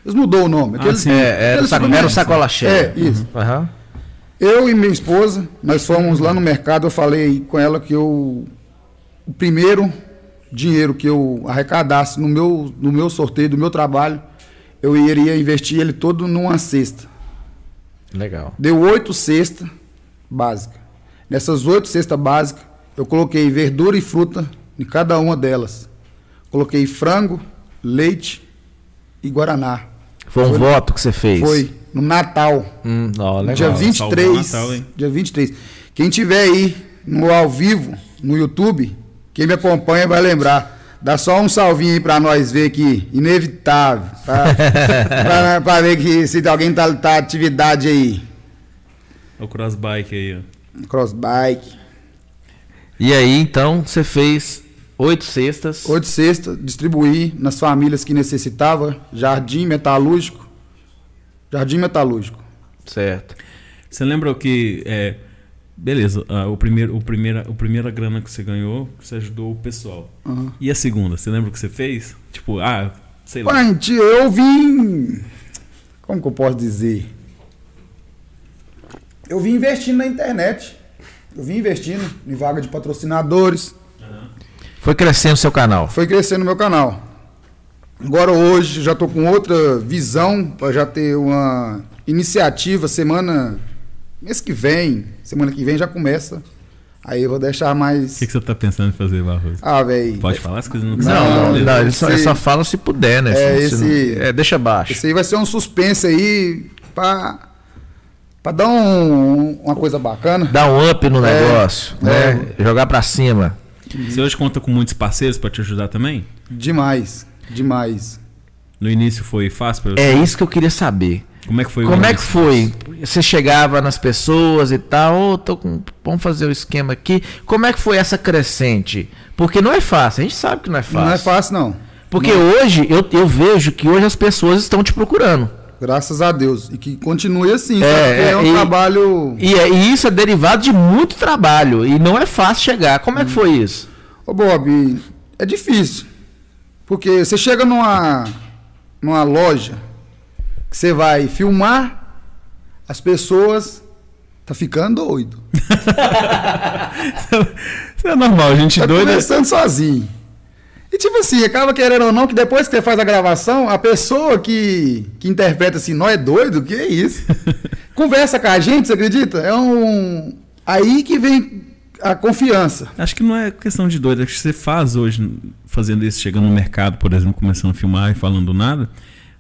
Speaker 4: Eles mudou o nome. Aquele,
Speaker 1: sim.
Speaker 2: É, era, o
Speaker 4: aquele
Speaker 2: saco-
Speaker 4: supermercado.
Speaker 2: era o sacola cheia.
Speaker 4: É, isso.
Speaker 2: Uhum. Aham.
Speaker 4: Eu e minha esposa, nós fomos lá no mercado, eu falei com ela que eu. O primeiro dinheiro que eu arrecadasse no meu, no meu sorteio, do meu trabalho, eu iria investir ele todo numa cesta.
Speaker 2: Legal.
Speaker 4: Deu oito cestas básicas. Nessas oito cestas básicas, eu coloquei verdura e fruta em cada uma delas. Coloquei frango, leite e guaraná.
Speaker 2: Foi um voto que você fez?
Speaker 4: Foi no Natal,
Speaker 2: Hum, ó, legal.
Speaker 4: dia 23.
Speaker 1: salvou o Natal, hein?
Speaker 4: dia 23. Quem tiver aí no ao vivo, no YouTube, quem me acompanha vai lembrar. Dá só um salvinho aí pra nós ver que inevitável. Pra, pra- pra ver que se alguém tá, tá atividade aí.
Speaker 1: O crossbike aí, ó.
Speaker 4: Crossbike.
Speaker 2: E aí, então, você fez oito cestas.
Speaker 4: Oito cestas, distribuir nas famílias que necessitavam, jardim metalúrgico. Jardim metalúrgico.
Speaker 2: Certo.
Speaker 1: Você lembra que. é, beleza, ah, o primeiro, o primeira, o primeira grana que você ganhou, você ajudou o pessoal.
Speaker 4: Aham.
Speaker 1: E a segunda, você lembra o que você fez? Tipo, ah, sei lá.
Speaker 4: Ué, gente, eu vim. Como que eu posso dizer? Eu vim investindo na internet. Eu vim investindo em vaga de patrocinadores.
Speaker 2: Foi crescendo o seu canal.
Speaker 4: Foi crescendo meu canal. Agora hoje já tô com outra visão para já ter uma iniciativa semana mês que vem, semana que vem já começa. Aí eu vou deixar
Speaker 1: O
Speaker 4: mais
Speaker 1: que, que você tá pensando em fazer, Barroso?
Speaker 4: Ah, velho.
Speaker 1: Pode falar as coisas não
Speaker 4: Não,
Speaker 2: Não, não,
Speaker 1: beleza.
Speaker 2: não, ele só,
Speaker 4: esse-
Speaker 2: ele só fala se puder, né?
Speaker 4: É,
Speaker 2: Se- se
Speaker 4: esse-
Speaker 2: não- é, deixa baixo.
Speaker 4: Isso aí vai ser um suspense aí pra, pra dar um- uma coisa bacana.
Speaker 2: Dá um up no
Speaker 4: É,
Speaker 2: negócio, né? Jogar pra cima.
Speaker 1: Você hoje conta com muitos parceiros pra te ajudar também?
Speaker 4: Demais, demais.
Speaker 1: No início foi fácil pra você?
Speaker 2: É isso que eu queria saber.
Speaker 1: Como é que foi o
Speaker 2: Como é que
Speaker 1: início?
Speaker 2: foi? Você chegava nas pessoas e tal, ô, tô com- vamos fazer o esquema aqui. Como é que foi essa crescente? Porque não é fácil, a gente sabe que não é fácil.
Speaker 4: Não é fácil, não.
Speaker 2: Porque hoje, eu, eu vejo que hoje as pessoas estão te procurando.
Speaker 4: Graças a Deus. E que continue assim,
Speaker 2: É,
Speaker 4: sabe? Porque é,
Speaker 2: é,
Speaker 4: um
Speaker 2: e-
Speaker 4: trabalho.
Speaker 2: E, é- e isso é derivado de muito trabalho. E não é fácil chegar. Como é que foi isso?
Speaker 4: Ô Bob, é difícil. Porque você chega numa, numa loja que você vai filmar, as pessoas tá ficando doido.
Speaker 1: Isso é normal, gente
Speaker 4: Tá
Speaker 1: doida.
Speaker 4: conversando sozinho. E tipo assim, acaba querendo ou não, que depois que você faz a gravação, a pessoa que, que interpreta assim, não é doido, que é isso? Conversa com a gente, você acredita? É um. Aí que vem a confiança.
Speaker 1: Acho que não é questão de doido. Acho que você faz hoje, fazendo isso, chegando no mercado, por exemplo, começando a filmar e falando nada.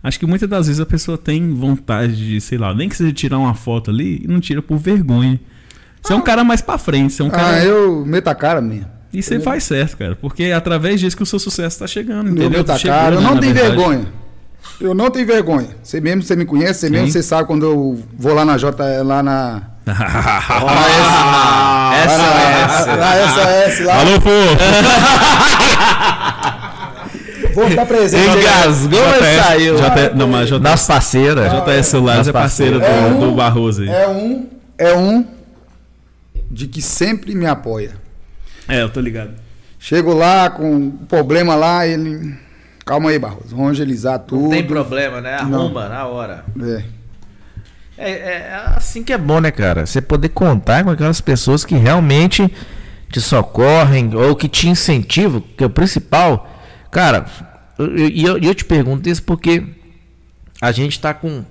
Speaker 1: Acho que muitas das vezes a pessoa tem vontade de, sei lá, nem que seja tirar uma foto ali e não tira por vergonha. Você é um cara mais pra frente, você é um cara.
Speaker 4: Ah, eu meto a cara mesmo.
Speaker 1: E você faz certo, cara. Porque é através disso que o seu sucesso tá chegando,
Speaker 4: Eu
Speaker 1: entendeu?
Speaker 4: meto a
Speaker 1: Chegou,
Speaker 4: cara, eu
Speaker 1: né,
Speaker 4: não
Speaker 1: na
Speaker 4: tenho
Speaker 1: verdade.
Speaker 4: vergonha. Eu não tenho vergonha. Você mesmo, você me conhece, você mesmo,
Speaker 1: Sim.
Speaker 4: você sabe quando eu vou lá na J, lá na. Ah!
Speaker 2: essa,
Speaker 4: Lá na SOS, lá.
Speaker 1: Alô, pô!
Speaker 4: Vou estar presente. aí.
Speaker 2: Engasgou, mas é saiu.
Speaker 1: JS, não, mas JS,
Speaker 2: Nas parceiras.
Speaker 1: JS Celulares é parceira do,
Speaker 4: É um-
Speaker 1: do Barroso aí.
Speaker 4: É um, é um de que sempre me apoia.
Speaker 1: É, eu tô ligado.
Speaker 4: Chego lá com um problema lá, ele. Calma aí, Barroso, vamos angelizar tudo.
Speaker 2: tem
Speaker 3: problema, né?
Speaker 4: Arruma
Speaker 3: na hora.
Speaker 4: É.
Speaker 2: É, é assim que é bom, né, cara? Você poder contar com aquelas pessoas que realmente te socorrem ou que te incentivam, que é o principal. Cara, eu- eu- e eu, e eu te pergunto isso porque a gente tá com,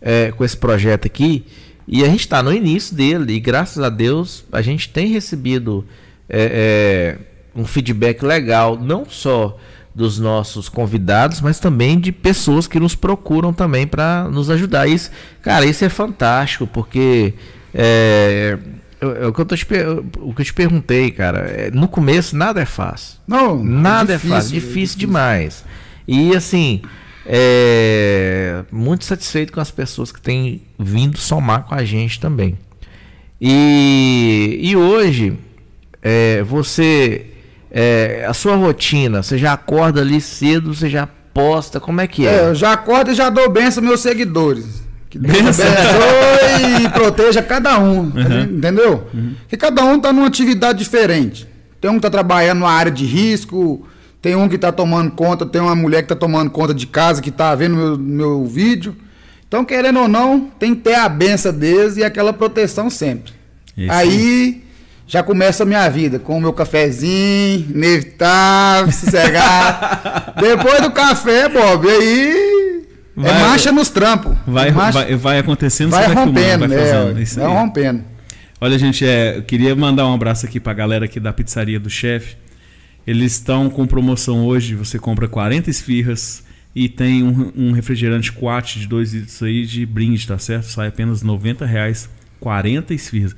Speaker 2: é, com esse projeto aqui e a gente tá no início dele e graças a Deus a gente tem recebido é, é, um feedback legal, não só dos nossos convidados, mas também de pessoas que nos procuram também para nos ajudar. Isso, cara, isso é fantástico porque é, eu- eu- o que eu tô te per- o que eu te perguntei, cara, é, no começo nada é fácil.
Speaker 4: Não,
Speaker 2: Nada é fácil,
Speaker 4: velho,
Speaker 2: difícil, demais. E assim, é, muito satisfeito com as pessoas que têm vindo somar com a gente também. E, e hoje, é, você, é, a sua rotina, você já acorda ali cedo, você já posta, como é que é?
Speaker 4: É, eu já acordo e já dou benção aos meus seguidores. Que Deus
Speaker 1: Benção.
Speaker 4: abençoe e É, proteja cada um.
Speaker 1: Uhum.
Speaker 4: Entendeu? Porque cada um tá numa atividade diferente. Tem um que tá trabalhando numa área de risco, tem um que tá tomando conta, tem uma mulher que tá tomando conta de casa, que tá vendo meu, meu vídeo. Então, querendo ou não, tem que ter a benção deles e aquela proteção sempre.
Speaker 1: Isso
Speaker 4: Aí já começa a minha vida, com o meu cafezinho, inevitável, sossegado. Depois do café, Bob, aí
Speaker 1: Vai-
Speaker 4: é marcha nos trampos.
Speaker 1: Vai,
Speaker 4: marcha,
Speaker 1: vai, vai acontecendo,
Speaker 4: vai,
Speaker 1: você vai
Speaker 4: rompendo,
Speaker 1: filmando, vai fazendo. é
Speaker 4: né?
Speaker 1: Isso
Speaker 4: Vai
Speaker 1: aí.
Speaker 4: rompendo.
Speaker 1: Olha, gente, é, eu queria mandar um abraço aqui pra galera aqui da Pizzaria do Chefe. Eles estão com promoção hoje, você compra 40 esfirras e tem um, um refrigerante quat de 2 litros aí de brinde, tá certo? Sai apenas R$ 90 reais, 40 esfirras.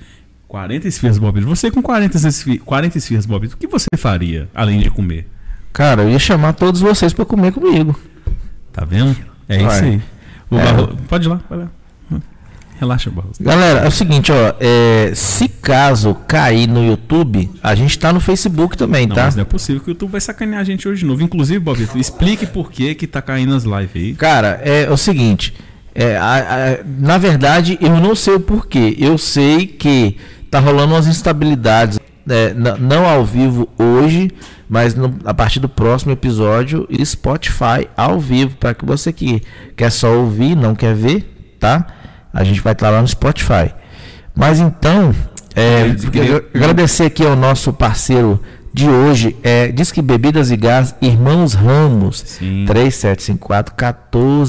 Speaker 1: 40 esfirras, Bob. Você com 40 esfirras, 40 esfirras, Bob, o que você faria além de comer?
Speaker 2: Cara, eu ia chamar todos vocês para comer comigo.
Speaker 1: Tá vendo? É
Speaker 2: Vai.
Speaker 1: isso aí. O
Speaker 2: É.
Speaker 1: Barro- Pode ir lá, vai lá. Relaxa, Barros.
Speaker 2: Galera, é o seguinte, ó, é, se caso cair no YouTube, a gente tá no Facebook também,
Speaker 1: Não,
Speaker 2: tá?
Speaker 1: mas não é possível que o YouTube vai sacanear a gente hoje de novo. Inclusive, Bobito, explique por que que tá caindo as lives aí.
Speaker 2: Cara, é o seguinte. é, a- a- na verdade, eu não sei o porquê. Eu sei que tá rolando umas instabilidades. né, n- não ao vivo hoje, mas no- a partir do próximo episódio, Spotify ao vivo. Para que você que quer só ouvir, não quer ver, tá? A gente vai estar lá no Spotify. Mas então, é,
Speaker 1: Eu queria-
Speaker 2: eu- Agradecer aqui ao nosso parceiro de hoje, é Disque Bebidas e Gás Irmãos Ramos,
Speaker 1: Sim.
Speaker 2: 3754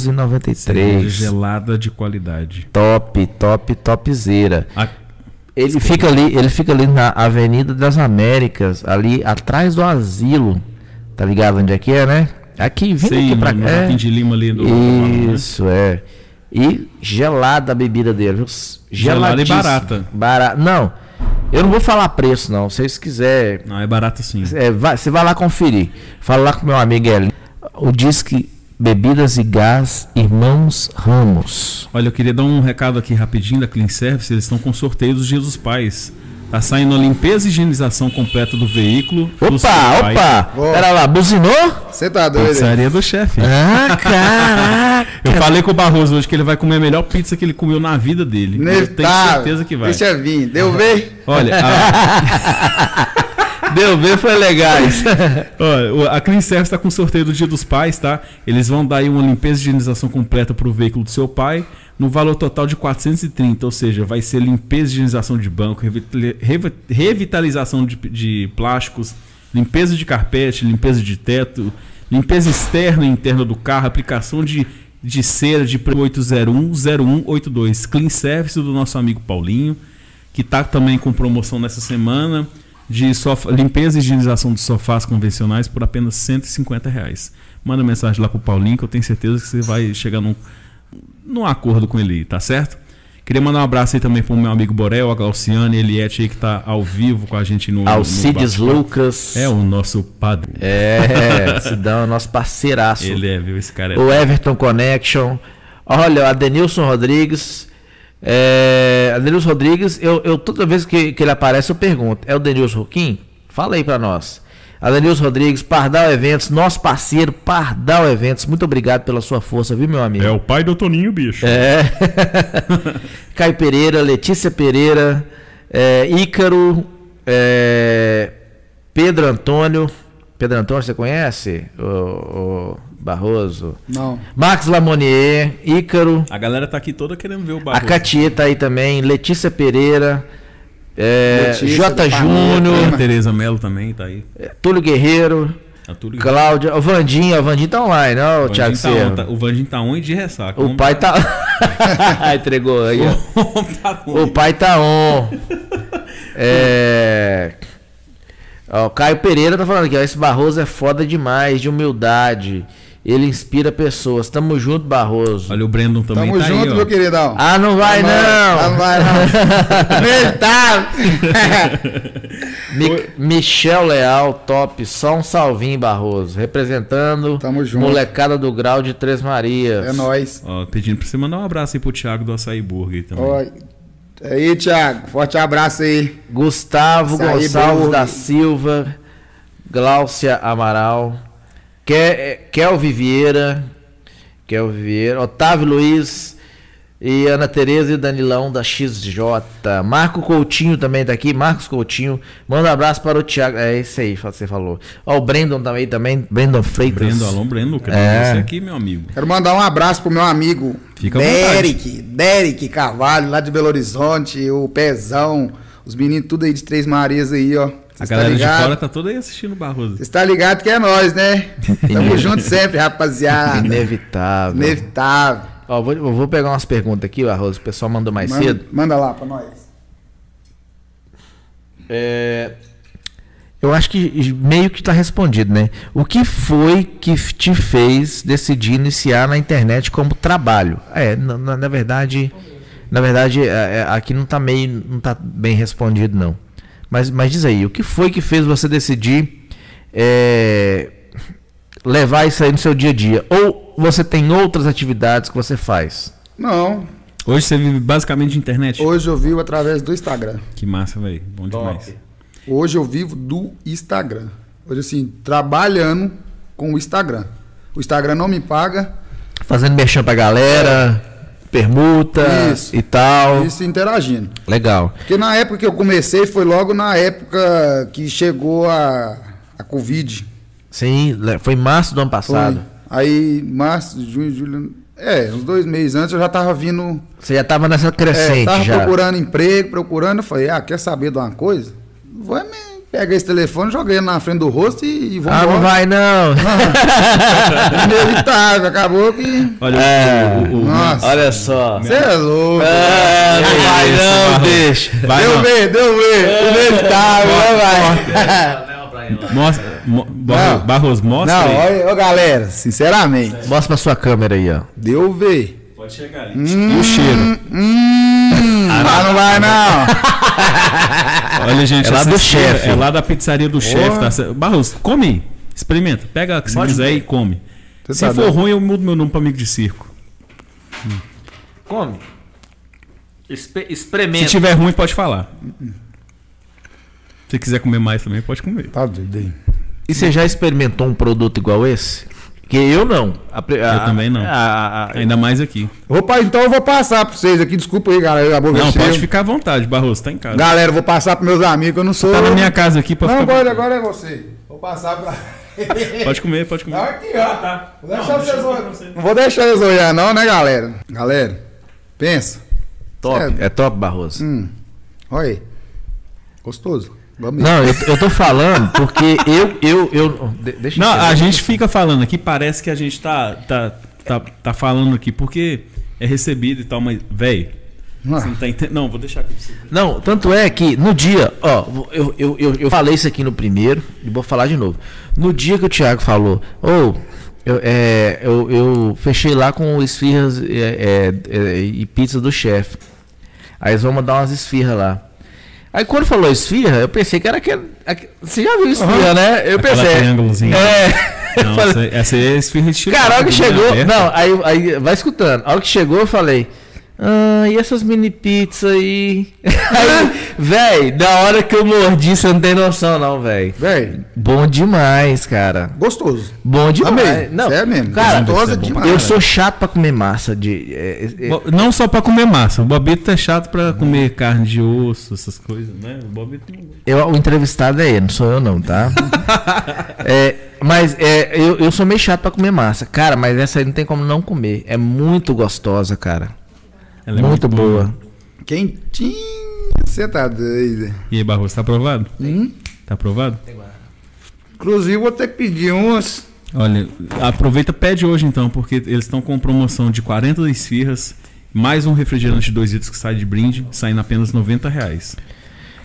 Speaker 1: Cerveja
Speaker 2: 1493.
Speaker 1: Gelada de qualidade. Ah,
Speaker 2: Top, top, topzera.
Speaker 1: A-
Speaker 2: Ele fica ali, ele fica ali na Avenida das Américas, ali atrás do asilo. Tá ligado onde é que é, né? Aqui, vindo
Speaker 1: Sim,
Speaker 2: aqui
Speaker 1: no,
Speaker 2: pra
Speaker 1: no
Speaker 2: cá. É.
Speaker 1: Joaquim de Lima ali do...
Speaker 2: Isso, é. E gelada a bebida dele. viu?
Speaker 1: Gelada e
Speaker 2: Geladíssima.
Speaker 1: barata.
Speaker 2: Bara- Não, eu não vou falar preço, não. Se vocês quiserem,
Speaker 1: Não, é barato sim.
Speaker 2: é, vai- você vai lá conferir. Fala lá com meu amigo Eli. O Disque Bebidas e Gás Irmãos Ramos.
Speaker 1: Olha, eu queria dar um recado aqui rapidinho da Clean Service. Eles estão com sorteio dos Dias dos Pais. Tá saindo a limpeza e higienização completa do veículo. do seu
Speaker 2: Opa,
Speaker 1: pai.
Speaker 2: opa!
Speaker 4: Ó.
Speaker 2: Pera lá, buzinou?
Speaker 4: Você tá doido?
Speaker 1: Pizzaria do chefe.
Speaker 2: Ah, caraca!
Speaker 1: Eu falei com o Barroso hoje que ele vai comer a melhor pizza que ele comeu na vida dele. Eu tenho certeza que
Speaker 2: é-
Speaker 1: vai.
Speaker 4: Deixa vir. Deu ver?
Speaker 1: Olha, a,
Speaker 2: Deu ver, foi legais.
Speaker 1: Ó, o- a Clean Service está com sorteio do Dia dos Pais, tá? Eles vão dar aí uma limpeza e higienização completa pro veículo do seu pai, no valor total de 430, ou seja, vai ser limpeza e higienização de banco, revitali- revi- revitalização de, de plásticos, limpeza de carpete, limpeza de teto, limpeza externa e interna do carro, aplicação de, de cera de 801-0182. Clean Service do nosso amigo Paulinho que tá também com promoção nessa semana de sofa- limpeza e higienização dos sofás convencionais por apenas 150 reais. Manda mensagem lá pro Paulinho que eu tenho certeza que você vai chegar num, num acordo com ele, tá certo? Queria mandar um abraço aí também pro meu amigo Borel, a Glauciane, a Eliette aí que tá ao vivo com a gente no no
Speaker 2: Alcides
Speaker 1: bate-papo.
Speaker 2: Lucas.
Speaker 1: É o nosso padre.
Speaker 2: É, Sidão é nosso parceiraço.
Speaker 1: Ele é, viu? Esse cara é.
Speaker 2: O Everton Connection. Olha, o Adenilson Rodrigues. É, Adenilson Rodrigues, eu, eu- toda vez que, que ele aparece eu pergunto: é o Denilson Roquim? Fala aí pra nós. Adenilson Rodrigues, Pardal Eventos, nosso parceiro, Pardal Eventos. Muito obrigado pela sua força, viu, meu amigo?
Speaker 1: É o pai do Toninho, bicho.
Speaker 2: É. Caio Pereira, Letícia Pereira, é, Ícaro, é, Pedro Antônio. Pedro Antônio, você conhece? O, Barroso.
Speaker 4: Não.
Speaker 2: Max Lamonier, Ícaro,
Speaker 1: A galera tá aqui toda querendo ver o
Speaker 2: a
Speaker 1: barulho.
Speaker 2: Catia tá aí também, Letícia Pereira, é,
Speaker 4: Letícia,
Speaker 2: J.
Speaker 4: da família,
Speaker 1: A
Speaker 2: Júnior,
Speaker 1: Tereza Melo também tá aí.
Speaker 2: é, Túlio Guerreiro,
Speaker 1: Tá tudo
Speaker 2: Cláudia, o Vandinho, ó, o Vandinho tá online, ó, o
Speaker 1: Vandinho
Speaker 2: Thiago
Speaker 1: tá on, tá-
Speaker 2: Serra.
Speaker 1: O Vandinho tá on e de ressaca.
Speaker 2: O pai tá. Entregou aí, ó.
Speaker 1: tá on.
Speaker 2: O pai tá on. É. Ó, o Caio Pereira tá falando aqui, ó. Esse Barroso é foda demais, de humildade. Ele inspira pessoas. Tamo junto, Barroso.
Speaker 1: Olha, o Brandon também
Speaker 4: Tamo
Speaker 1: tá
Speaker 4: junto,
Speaker 1: aí, ó.
Speaker 4: meu queridão.
Speaker 2: Ah, não vai não!
Speaker 4: Não vai, não. Nem tá.
Speaker 2: Mi- Michel Leal, top. Só um salvinho, Barroso. Representando
Speaker 4: Tamo junto.
Speaker 2: molecada do grau de Três Marias.
Speaker 4: É nóis.
Speaker 1: Ó, pedindo pra você mandar um abraço aí pro Thiago do Açaí Burger também.
Speaker 4: Ó, é Aí, Thiago. Forte abraço aí.
Speaker 2: Gustavo
Speaker 4: Isso aí,
Speaker 2: Gonçalves
Speaker 4: Bruno.
Speaker 2: da Silva, Gláucia Amaral, Ke- eh, Kelvin Vieira, Kelvin Vieira, Otávio Luiz e Ana Tereza e Danilão da XJ. Marco Coutinho também tá aqui, Marcos Coutinho. Manda um abraço para o Thiago. É isso aí, fa- você falou. Ó, o Brandon também, também Brandon Freitas.
Speaker 1: Brendo, Alon Brendo, quero
Speaker 2: É.
Speaker 1: é. você aqui, meu amigo.
Speaker 4: Quero mandar um abraço pro meu amigo
Speaker 1: Fica à
Speaker 4: Derek, Derek Carvalho, lá de Belo Horizonte, o Pezão, os meninos tudo aí de Três Marias aí, ó.
Speaker 1: A
Speaker 4: Vocês tá
Speaker 1: galera de fora
Speaker 4: ligado?
Speaker 1: tá toda aí assistindo o Barroso.
Speaker 4: Vocês tá ligado que é nós, né? Tamo junto sempre, rapaziada.
Speaker 2: Inevitável.
Speaker 4: Inevitável.
Speaker 2: Ó, vou, eu vou pegar umas perguntas aqui, Barroso. O pessoal mandou mais cedo.
Speaker 4: Manda, manda lá pra nós.
Speaker 2: É, Eu acho que meio que está respondido, né? O que foi que f- te fez decidir iniciar na internet como trabalho? É, na, na- na verdade, na verdade, é, é, aqui não está meio, não tá bem respondido não. Mas, mas diz aí, o que foi que fez você decidir é, levar isso aí no seu dia a dia? Ou você tem outras atividades que você faz?
Speaker 4: Não,
Speaker 1: Hoje você vive basicamente de internet?
Speaker 4: hoje eu vivo através do Instagram.
Speaker 1: Que massa, velho. Bom demais.
Speaker 4: Hoje eu vivo do Instagram. Hoje, assim, trabalhando com o Instagram. O Instagram não me paga,
Speaker 2: Fazendo merchan pra galera, permuta
Speaker 4: Isso.
Speaker 2: e tal.
Speaker 4: isso interagindo.
Speaker 2: Legal.
Speaker 4: Porque na época que eu comecei, foi logo na época que chegou a, a Covid.
Speaker 2: Sim, le- foi em março do ano
Speaker 4: Foi.
Speaker 2: passado.
Speaker 4: Aí, março, junho, julho. É, uns dois meses antes eu já tava vindo.
Speaker 2: Você já tava nessa
Speaker 4: É,
Speaker 2: crescente
Speaker 4: tava
Speaker 2: já.
Speaker 4: procurando emprego, procurando. Eu falei, ah, quer saber de uma coisa? Vou é mesmo. Pega esse telefone, joguei ele na frente do rosto e, e vou
Speaker 2: Ah, não vai não.
Speaker 4: Inevitável, acabou que.
Speaker 1: Olha, o-
Speaker 2: É.
Speaker 1: o, o- o-
Speaker 4: Nossa.
Speaker 2: Olha só.
Speaker 4: Você é louco.
Speaker 2: Ah, não vai
Speaker 1: Isso,
Speaker 2: não,
Speaker 1: Barroso.
Speaker 2: bicho. É.
Speaker 1: Vai,
Speaker 4: deu
Speaker 1: não.
Speaker 4: ver, deu né, ver.
Speaker 2: Inevitável, vai.
Speaker 1: Mostra, mo- Barro-
Speaker 4: Não.
Speaker 1: Barroso, mostra
Speaker 4: Não,
Speaker 1: aí.
Speaker 4: olha, ô, galera, sinceramente,
Speaker 2: Mostra pra sua câmera aí, ó.
Speaker 4: deu ver.
Speaker 1: Pode chegar ali. Ah, E o cheiro.
Speaker 4: Hum, mas não vai não.
Speaker 1: Olha, gente,
Speaker 2: É lá
Speaker 1: essa
Speaker 2: do
Speaker 1: cera
Speaker 2: chefe.
Speaker 1: É lá da pizzaria do chefe, tá? Barroso, come. Experimenta. Pega o que você quiser e come.
Speaker 4: Você
Speaker 1: Se
Speaker 4: sabe,
Speaker 1: for
Speaker 4: né?
Speaker 1: ruim, eu mudo meu nome pra amigo de circo.
Speaker 2: Come. Espe
Speaker 1: Se
Speaker 2: experimenta.
Speaker 1: tiver ruim, pode falar. Se quiser comer mais também, pode comer.
Speaker 4: Tá doido aí.
Speaker 2: E você já experimentou um produto igual esse? Que eu não. A pri- a-
Speaker 1: também não.
Speaker 2: a- é a-
Speaker 1: Ainda mais aqui.
Speaker 4: Vou pa- então eu vou passar pra vocês aqui. Desculpa aí, galera. Acabou
Speaker 1: Não,
Speaker 4: mexendo.
Speaker 1: pode ficar à vontade, Barroso, tá em casa.
Speaker 4: Galera, eu vou passar pros meus amigos. Eu não sou.
Speaker 1: Tá na minha casa aqui pra
Speaker 4: Não,
Speaker 1: ficar.
Speaker 4: pode, agora é você. Vou passar pra.
Speaker 1: Pode comer, pode comer.
Speaker 4: Aqui, ó.
Speaker 1: tá.
Speaker 4: Vou deixar
Speaker 1: Não,
Speaker 4: vocês
Speaker 1: deixa eu
Speaker 4: olhar.
Speaker 1: pra você.
Speaker 4: Não vou deixar eles olhar, não, né, galera? Galera, pensa.
Speaker 2: Top. É top, Barroso.
Speaker 4: Hum. Olha aí. Gostoso. Vamos
Speaker 2: Não, eu, eu tô falando porque eu. eu, eu de- deixa eu
Speaker 1: Não,
Speaker 2: entender.
Speaker 1: a gente fica falando aqui, parece que a gente tá, tá, tá, tá falando aqui porque é recebido e tal, mas, velho, você não tá entendendo. Não, vou deixar aqui pra você.
Speaker 2: Não, tanto é que no dia, ó, eu, eu, eu, eu falei isso aqui no primeiro e vou falar de novo. No dia que o Thiago falou, ou eu, é, eu, eu fechei lá com esfirras é, é, é, e pizza do chefe. Aí eles vão mandar umas esfirras lá. Aí quando falou esfirra, eu pensei que era aquele. aque- você já viu esfirra, né? Eu
Speaker 1: Aquela
Speaker 2: pensei.
Speaker 1: triângulozinha.
Speaker 2: É.
Speaker 1: Não,
Speaker 2: Eu falei,
Speaker 1: essa, essa aí é esfirra de
Speaker 2: Cara, a hora que
Speaker 1: tudo bem
Speaker 2: chegou.
Speaker 1: aberta.
Speaker 2: Não, aí, aí vai escutando. A hora que chegou, eu falei. Ah, e essas mini pizzas aí? aí véi, da hora que eu mordi, você não tem noção, não, véi.
Speaker 4: Véi,
Speaker 2: Bom demais, cara.
Speaker 4: gostoso.
Speaker 2: Bom demais.
Speaker 4: Amei.
Speaker 2: Não,
Speaker 4: Sério mesmo.
Speaker 2: Cara,
Speaker 4: gostosa
Speaker 1: é bom.
Speaker 4: demais.
Speaker 2: eu sou chato pra comer massa de. é, é, é,
Speaker 1: Bo- Não só pra comer massa. O Bobito é chato pra comer carne de osso, essas coisas, né? O Bobito não.
Speaker 2: Eu, o entrevistado é ele, não sou eu não, tá? É, mas é, eu, eu sou meio chato pra comer massa. Cara, mas essa aí não tem como não comer. É muito gostosa, cara.
Speaker 1: Ela é
Speaker 2: muito, boa.
Speaker 4: Quentinho. Você tá doido. Hum?
Speaker 1: E aí, Barroso, tá aprovado? Tá aprovado?
Speaker 4: Inclusive, vou ter que pedir umas.
Speaker 1: Olha, aproveita, pede hoje então, porque eles estão com promoção de 40 esfirras, mais um refrigerante de 2 litros que sai de brinde, saindo apenas 90 reais.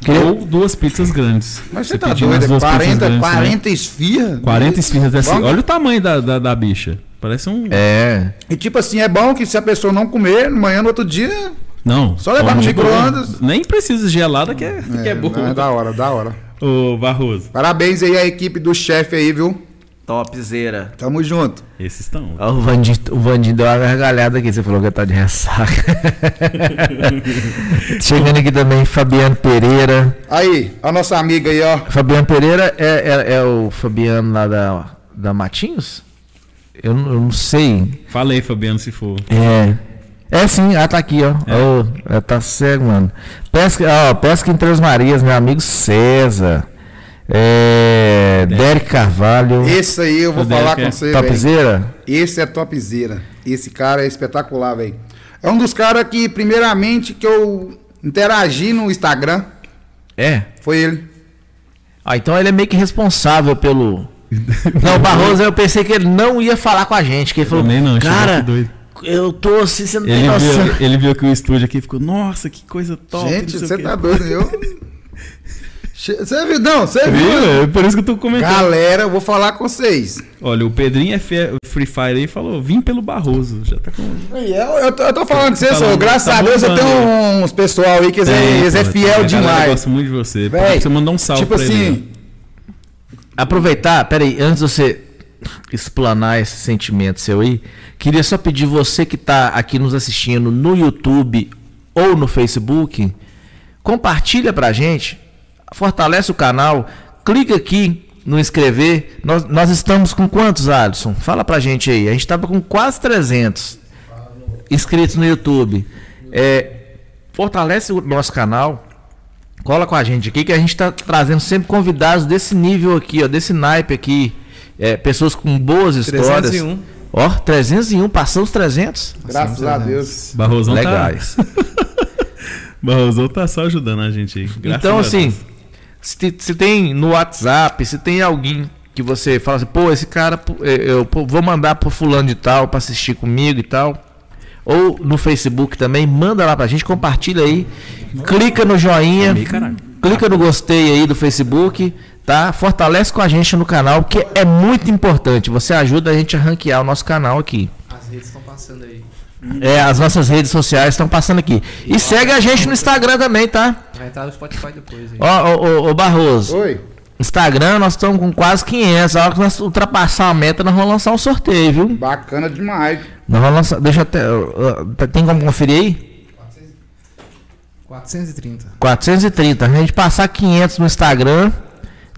Speaker 1: Ou duas pizzas grandes.
Speaker 4: Mas você tá
Speaker 1: pedir umas
Speaker 4: doido?
Speaker 1: duas pizzas né?
Speaker 4: 40,
Speaker 1: grandes também.
Speaker 4: 40 esfirra?
Speaker 1: 40 esfirras dessa.
Speaker 4: Vamos-
Speaker 1: Olha o tamanho da, da, da bicha. Parece um.
Speaker 2: É.
Speaker 4: E tipo assim, é bom que se a pessoa não comer, amanhã no outro dia.
Speaker 1: Não.
Speaker 4: Só levar
Speaker 1: como
Speaker 4: no
Speaker 1: de boa.
Speaker 4: micro-ondas.
Speaker 1: Nem precisa gelada que é, que é boa.
Speaker 4: não, é da hora, da hora.
Speaker 1: Ô, Barroso,
Speaker 4: Parabéns aí à equipe do chefe aí, viu?
Speaker 2: Topzera.
Speaker 4: Tamo junto.
Speaker 1: esses estão.
Speaker 2: Ó, O Vandinho, o Vandinho deu uma gargalhada aqui, você falou que tá de ressaca. Chegando aqui também, Fabiano Pereira.
Speaker 4: Aí, a nossa amiga aí, ó.
Speaker 2: Fabiano Pereira é, é- é o Fabiano lá da, da Matinhos? Eu, não- eu não sei.
Speaker 1: Falei, Fabiano, se for.
Speaker 2: É. É sim, ah, tá aqui, ó. Ô, ela tá cego, mano. Pesca, ó, pesca em Três Marias, meu amigo César. É, Derek Carvalho.
Speaker 4: Esse aí eu vou
Speaker 1: Cadê?
Speaker 4: falar
Speaker 1: Quem é?
Speaker 4: com você, velho.
Speaker 2: Topzera?
Speaker 4: Esse é topzera. Esse cara é espetacular, velho. É um dos caras que, primeiramente, que eu interagi no Instagram.
Speaker 2: É.
Speaker 4: Foi ele.
Speaker 2: Ah, então ele é meio que responsável pelo. Não, o Barroso, eu pensei que ele não ia falar com a gente. Que ele falou,
Speaker 1: também não, achei
Speaker 2: cara,
Speaker 1: muito doido."
Speaker 2: eu tô assim, você não tem
Speaker 1: Ele
Speaker 2: noção.
Speaker 1: viu, ele viu que o estúdio aqui ficou, nossa, que coisa top.
Speaker 4: Gente,
Speaker 1: não sei o
Speaker 4: você
Speaker 1: quê.
Speaker 4: tá doido, eu. Che- Você viu, não, você viu?
Speaker 1: Viu? É por isso que eu tô comentando.
Speaker 4: Galera, eu vou falar com vocês.
Speaker 1: Olha, o Pedrinho é fe- Free Fire aí falou, vim pelo Barroso. Já tá com.
Speaker 4: E Eu, eu, tô, eu tô falando com vocês,
Speaker 1: Falando,
Speaker 4: senhor. graças
Speaker 1: tá
Speaker 4: a Deus eu
Speaker 1: bombando,
Speaker 4: tenho uns pessoal aí que eles, é, eles é
Speaker 1: pô,
Speaker 4: fiel
Speaker 1: a galera
Speaker 4: demais.
Speaker 1: gosta muito de você.
Speaker 4: Véi,
Speaker 1: você mandou um salve
Speaker 4: Tipo
Speaker 1: pra ele.
Speaker 4: assim,
Speaker 2: Aproveitar, peraí, antes de você explanar esse sentimento seu aí, queria só pedir você que tá aqui nos assistindo no YouTube ou no Facebook, compartilha pra gente, fortalece o canal, clica aqui no inscrever. Nós, nós estamos com quantos, Alisson? Fala pra gente aí. A gente tava com quase 300 inscritos no YouTube. É, fortalece o nosso canal. Cola com a gente aqui que a gente tá trazendo sempre convidados desse nível aqui, ó, desse naipe aqui. É, pessoas com boas histórias.
Speaker 3: 301.
Speaker 2: Ó, 301, passamos 300.
Speaker 4: graças a Deus.
Speaker 1: Barrosão tá.
Speaker 2: Legais.
Speaker 1: Barrosão tá só ajudando a gente aí. graças
Speaker 2: Então,
Speaker 1: a Deus.
Speaker 2: assim, se, te- se tem no WhatsApp, se tem alguém que você fala assim, pô, esse cara, pô, eh, eu pô, vou mandar pro fulano de tal pra assistir comigo e tal. Ou no Facebook também, manda lá pra gente, compartilha aí. Clica no joinha. clica no gostei aí do Facebook, tá? Fortalece com a gente no canal, que é muito importante. Você ajuda a gente a ranquear o nosso canal aqui.
Speaker 3: As redes estão passando aí.
Speaker 2: É, as nossas redes sociais estão passando aqui. E segue a gente no Instagram também, tá?
Speaker 3: Vai entrar no Spotify depois aí.
Speaker 2: Ó, ô, ô, ô Barroso.
Speaker 4: Oi.
Speaker 2: Instagram, nós estamos com quase 500. A hora que nós ultrapassar a meta, nós vamos lançar um sorteio, viu?
Speaker 4: Bacana demais.
Speaker 2: Nós vamos lançar. Deixa eu até. uh, uh, Tem como conferir aí?
Speaker 3: 430.
Speaker 2: 430. A gente passar 500 no Instagram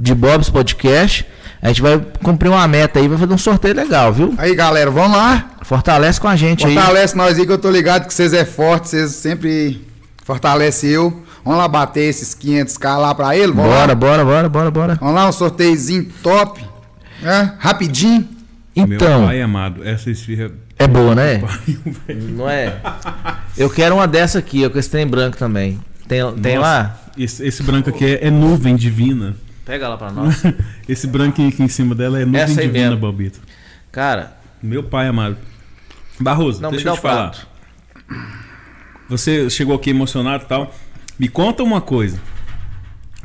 Speaker 2: de Bob's Podcast. A gente vai cumprir uma meta aí, vai fazer um sorteio legal, viu?
Speaker 4: Aí, galera, vamos lá.
Speaker 2: Fortalece com a gente aí.
Speaker 4: Fortalece nós aí que eu tô ligado que vocês é forte, vocês sempre fortalece eu. Vamos lá bater esses 500k lá pra ele, vamos lá.
Speaker 2: Bora, bora, bora, bora, bora.
Speaker 4: Vamos lá, um sorteiozinho top. né? Rapidinho.
Speaker 1: Meu
Speaker 2: Então,
Speaker 1: pai amado, essa esfirra.
Speaker 2: é boa, né?
Speaker 1: velho.
Speaker 2: Não é? Eu quero uma dessa aqui, ó, com esse trem branco também. Tem, tem
Speaker 1: Nossa,
Speaker 2: lá?
Speaker 1: Esse, esse branco aqui é, é nuvem divina.
Speaker 2: Pega lá pra nós.
Speaker 1: Esse branco aqui em cima dela é nuvem
Speaker 2: Essa aí
Speaker 1: divina,
Speaker 2: mesmo.
Speaker 1: Balbito.
Speaker 2: Cara,
Speaker 1: Meu pai amado. Barroso,
Speaker 2: não,
Speaker 1: deixa
Speaker 2: me dá
Speaker 1: eu
Speaker 2: o
Speaker 1: te falar.
Speaker 2: prato.
Speaker 1: Você chegou aqui emocionado e tal. Me conta uma coisa.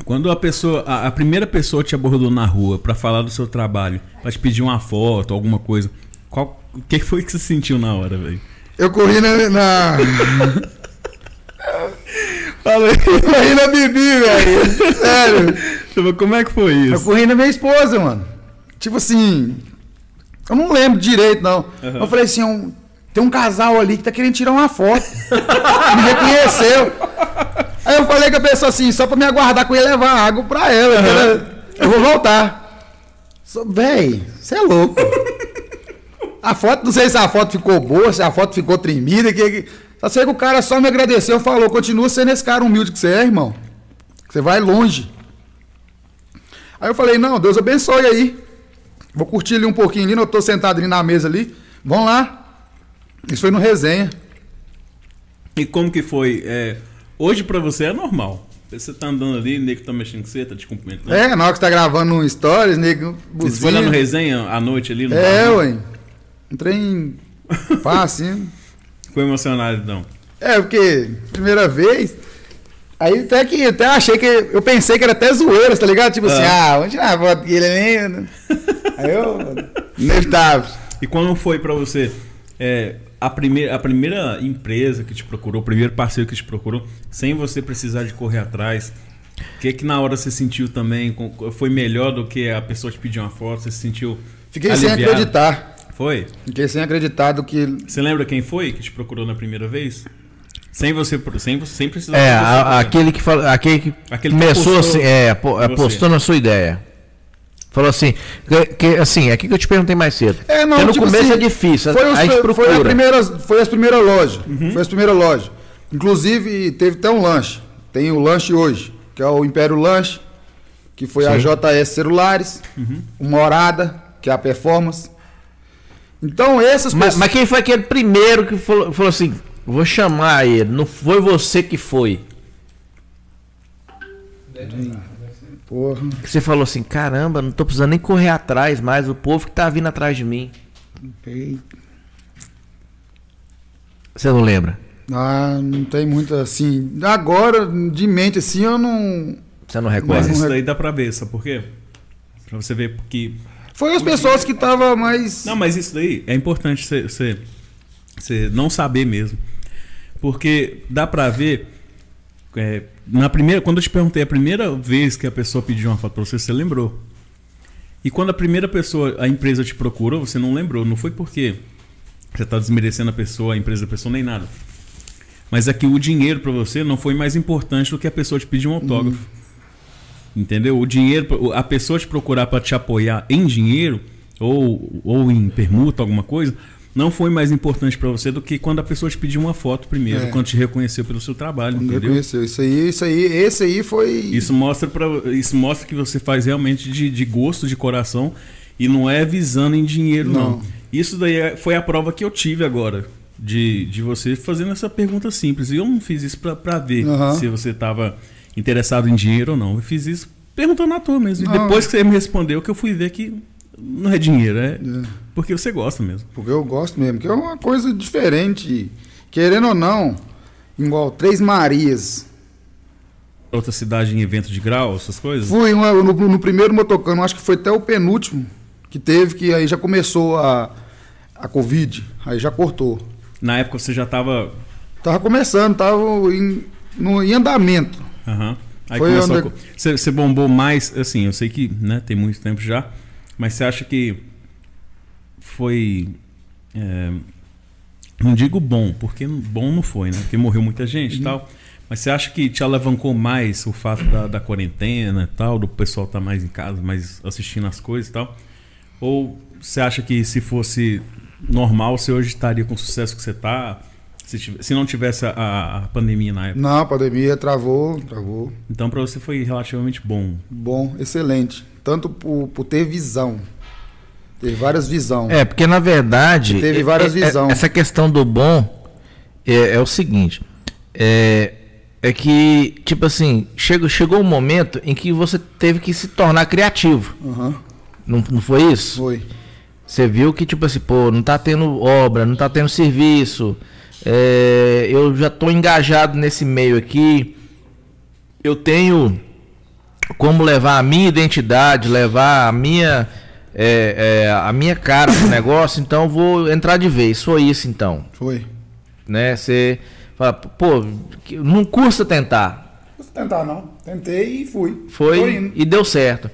Speaker 1: Quando a pessoa, a, a primeira pessoa te abordou na rua pra falar do seu trabalho, pra te pedir uma foto, alguma coisa, qual, o que foi que você sentiu na hora, velho?
Speaker 4: Eu corri na. na... Eu corri na Bibi, velho. Sério.
Speaker 1: Tipo, Como é que foi
Speaker 4: Eu
Speaker 1: isso?
Speaker 4: corri na minha esposa, mano. Tipo assim. Eu não lembro direito, não. Eu falei assim: um- tem um casal ali que tá querendo tirar uma foto. me reconheceu. Aí eu falei com a pessoa assim: só pra me aguardar que eu ia levar água pra ela. que ela- Eu vou voltar. Só- Véi, você é louco. A foto, não sei se a foto ficou boa, se a foto ficou tremida. Que, que- Só sei que o cara só me agradeceu e falou: continua sendo esse cara humilde que você é, irmão. Você vai longe. Aí eu falei, não, Deus abençoe aí. Vou curtir ali um pouquinho ali, eu tô sentado ali na mesa ali. Vamos lá. Isso foi no resenha.
Speaker 1: E como que foi? É, hoje pra você é normal. Você tá andando ali, o nego tá mexendo com você, tá te cumprimentando.
Speaker 4: É, na hora que você tá gravando um stories, nego,
Speaker 1: Você foi lá
Speaker 4: buzina.
Speaker 1: no resenha à noite ali no
Speaker 4: É,
Speaker 1: bar, né?
Speaker 4: ué. Um trem fácil.
Speaker 1: Ficou emocionado então.
Speaker 4: é, porque primeira vez. Aí até que até achei que. Eu pensei que era até zoeira, tá ligado? Tipo assim, ah, vamos tirar a foto que ele nem. Aí eu. Inevitável.
Speaker 1: E quando foi pra você é, a, primeira, a primeira empresa que te procurou, o primeiro parceiro que te procurou, sem você precisar de correr atrás? O que que na hora você sentiu também? Com- Foi melhor do que a pessoa te pedir uma foto? Você se sentiu
Speaker 4: Fiquei sem
Speaker 1: aliviado?
Speaker 4: acreditar.
Speaker 1: Foi?
Speaker 4: Fiquei sem acreditar do que
Speaker 1: Você lembra quem foi que te procurou na primeira vez? Sem você, pro- sem, você- sem precisar. de
Speaker 2: É,
Speaker 1: você
Speaker 2: a-
Speaker 1: fazer.
Speaker 2: aquele que falou, aquele que
Speaker 1: Aquele que
Speaker 2: começou
Speaker 1: apostou
Speaker 2: assim, é, apo-
Speaker 1: em você.
Speaker 2: apostou na sua ideia. Falou assim, que, que- assim, é aqui que eu te perguntei mais cedo.
Speaker 4: É, não,
Speaker 2: Porque no
Speaker 4: tipo
Speaker 2: começo
Speaker 4: assim,
Speaker 2: é difícil,
Speaker 4: Foi, os,
Speaker 2: a gente
Speaker 4: pri-
Speaker 2: procura.
Speaker 4: Foi, a primeira, foi as primeiras lojas.
Speaker 1: Uhum.
Speaker 4: Foi as primeiras lojas. Inclusive, teve até um lanche. Tem o lanche hoje, que é o Império Lanche, que foi a JS Celulares,
Speaker 1: Uhum.
Speaker 4: o Morada, que é a Performance. Então, essas
Speaker 2: mas, mas quem foi aquele primeiro que falou, falou assim, vou chamar ele, não foi você que foi.
Speaker 4: Porra.
Speaker 2: Que você falou assim, caramba, não tô precisando nem correr atrás mais, o povo que tá vindo atrás de mim. Você não lembra?
Speaker 4: Ah, não tem muito assim. Agora, de mente assim, eu não. é-
Speaker 2: Você não
Speaker 1: Mas
Speaker 2: recorda?
Speaker 1: isso daí dá pra ver, sabe por quê? Pra você ver é que
Speaker 4: Foi as pessoas que estavam mais.
Speaker 1: Não, mas isso daí é importante você- você você não saber mesmo. Porque dá pra ver. é, na primeira, quando eu te perguntei a primeira vez que a pessoa pediu uma foto pra você, você lembrou. E quando a primeira pessoa, a empresa te procurou, você não lembrou. Não foi porque você tá desmerecendo a pessoa, a empresa da pessoa, nem nada. Mas é que o dinheiro pra você não foi mais importante do que a pessoa te pedir um autógrafo. Entendeu? O dinheiro, a pessoa te procurar para te apoiar em dinheiro ou, ou em permuta, alguma coisa, não foi mais importante para você do que quando a pessoa te pediu uma foto primeiro,
Speaker 4: É.
Speaker 1: quando te reconheceu pelo seu trabalho,
Speaker 4: Não
Speaker 1: entendeu?
Speaker 4: reconheceu. Isso aí, isso aí, esse aí foi.
Speaker 1: Isso mostra, pra, isso mostra que você faz realmente de, de gosto, de coração, e não é visando em dinheiro, não.
Speaker 4: Não.
Speaker 1: Isso daí é- foi a prova que eu tive agora, de, de você fazendo essa pergunta simples. E eu não fiz isso pra- pra ver
Speaker 4: Aham.
Speaker 1: se você tava interessado em dinheiro ou não. Eu fiz isso perguntando à toa mesmo. E
Speaker 4: Não.
Speaker 1: depois que você me respondeu, que eu fui ver que não é dinheiro, é
Speaker 4: É.
Speaker 1: porque você gosta mesmo.
Speaker 4: Porque eu gosto mesmo, que é uma coisa diferente. Querendo ou não, igual Três Marias.
Speaker 1: Outra cidade em evento de grau, essas coisas?
Speaker 4: Fui uma- no, no primeiro motocano, acho que foi até o penúltimo que teve, que aí já começou a, a Covid, aí já cortou.
Speaker 1: Na época você já tava.
Speaker 4: Tava começando, tava em, no, em andamento.
Speaker 1: Aham. Aí
Speaker 4: Foi
Speaker 1: começou
Speaker 4: onde-
Speaker 1: a co- você, você bombou mais, assim, eu sei que né, tem muito tempo já, mas você acha que foi. é, não digo bom, porque bom não foi, né? Porque morreu muita gente e tal. Mas você acha que te alavancou mais o fato da, da quarentena e tal, do pessoal estar mais em casa, mais assistindo as coisas e tal? Ou você acha que se fosse normal, você hoje estaria com o sucesso que você está? Se, tive- se não tivesse a- a pandemia na época?
Speaker 4: Não, a pandemia travou, travou.
Speaker 1: Então pra você foi relativamente bom.
Speaker 4: Bom, excelente. Tanto por, por ter visão. Ter várias visões.
Speaker 2: É, porque na verdade.
Speaker 4: Teve
Speaker 2: é-
Speaker 4: várias
Speaker 2: é-
Speaker 4: visão.
Speaker 2: Essa questão do bom é, é o seguinte. É, é que, tipo assim, chegou, chegou um momento em que você teve que se tornar criativo.
Speaker 4: Aham,
Speaker 2: Não, não foi isso?
Speaker 4: foi.
Speaker 2: Você viu que, tipo assim, pô, não tá tendo obra, não tá tendo serviço. é, eu já tô engajado nesse meio aqui. Eu tenho como levar a minha identidade, levar a minha é, é, a minha cara pro negócio, então eu vou entrar de vez. Foi isso então,
Speaker 4: Foi.
Speaker 2: né? Você fala, pô, que- não custa tentar.
Speaker 4: Não tentar, não. Tentei e fui. Tô
Speaker 2: Foi
Speaker 4: indo.
Speaker 2: e deu certo.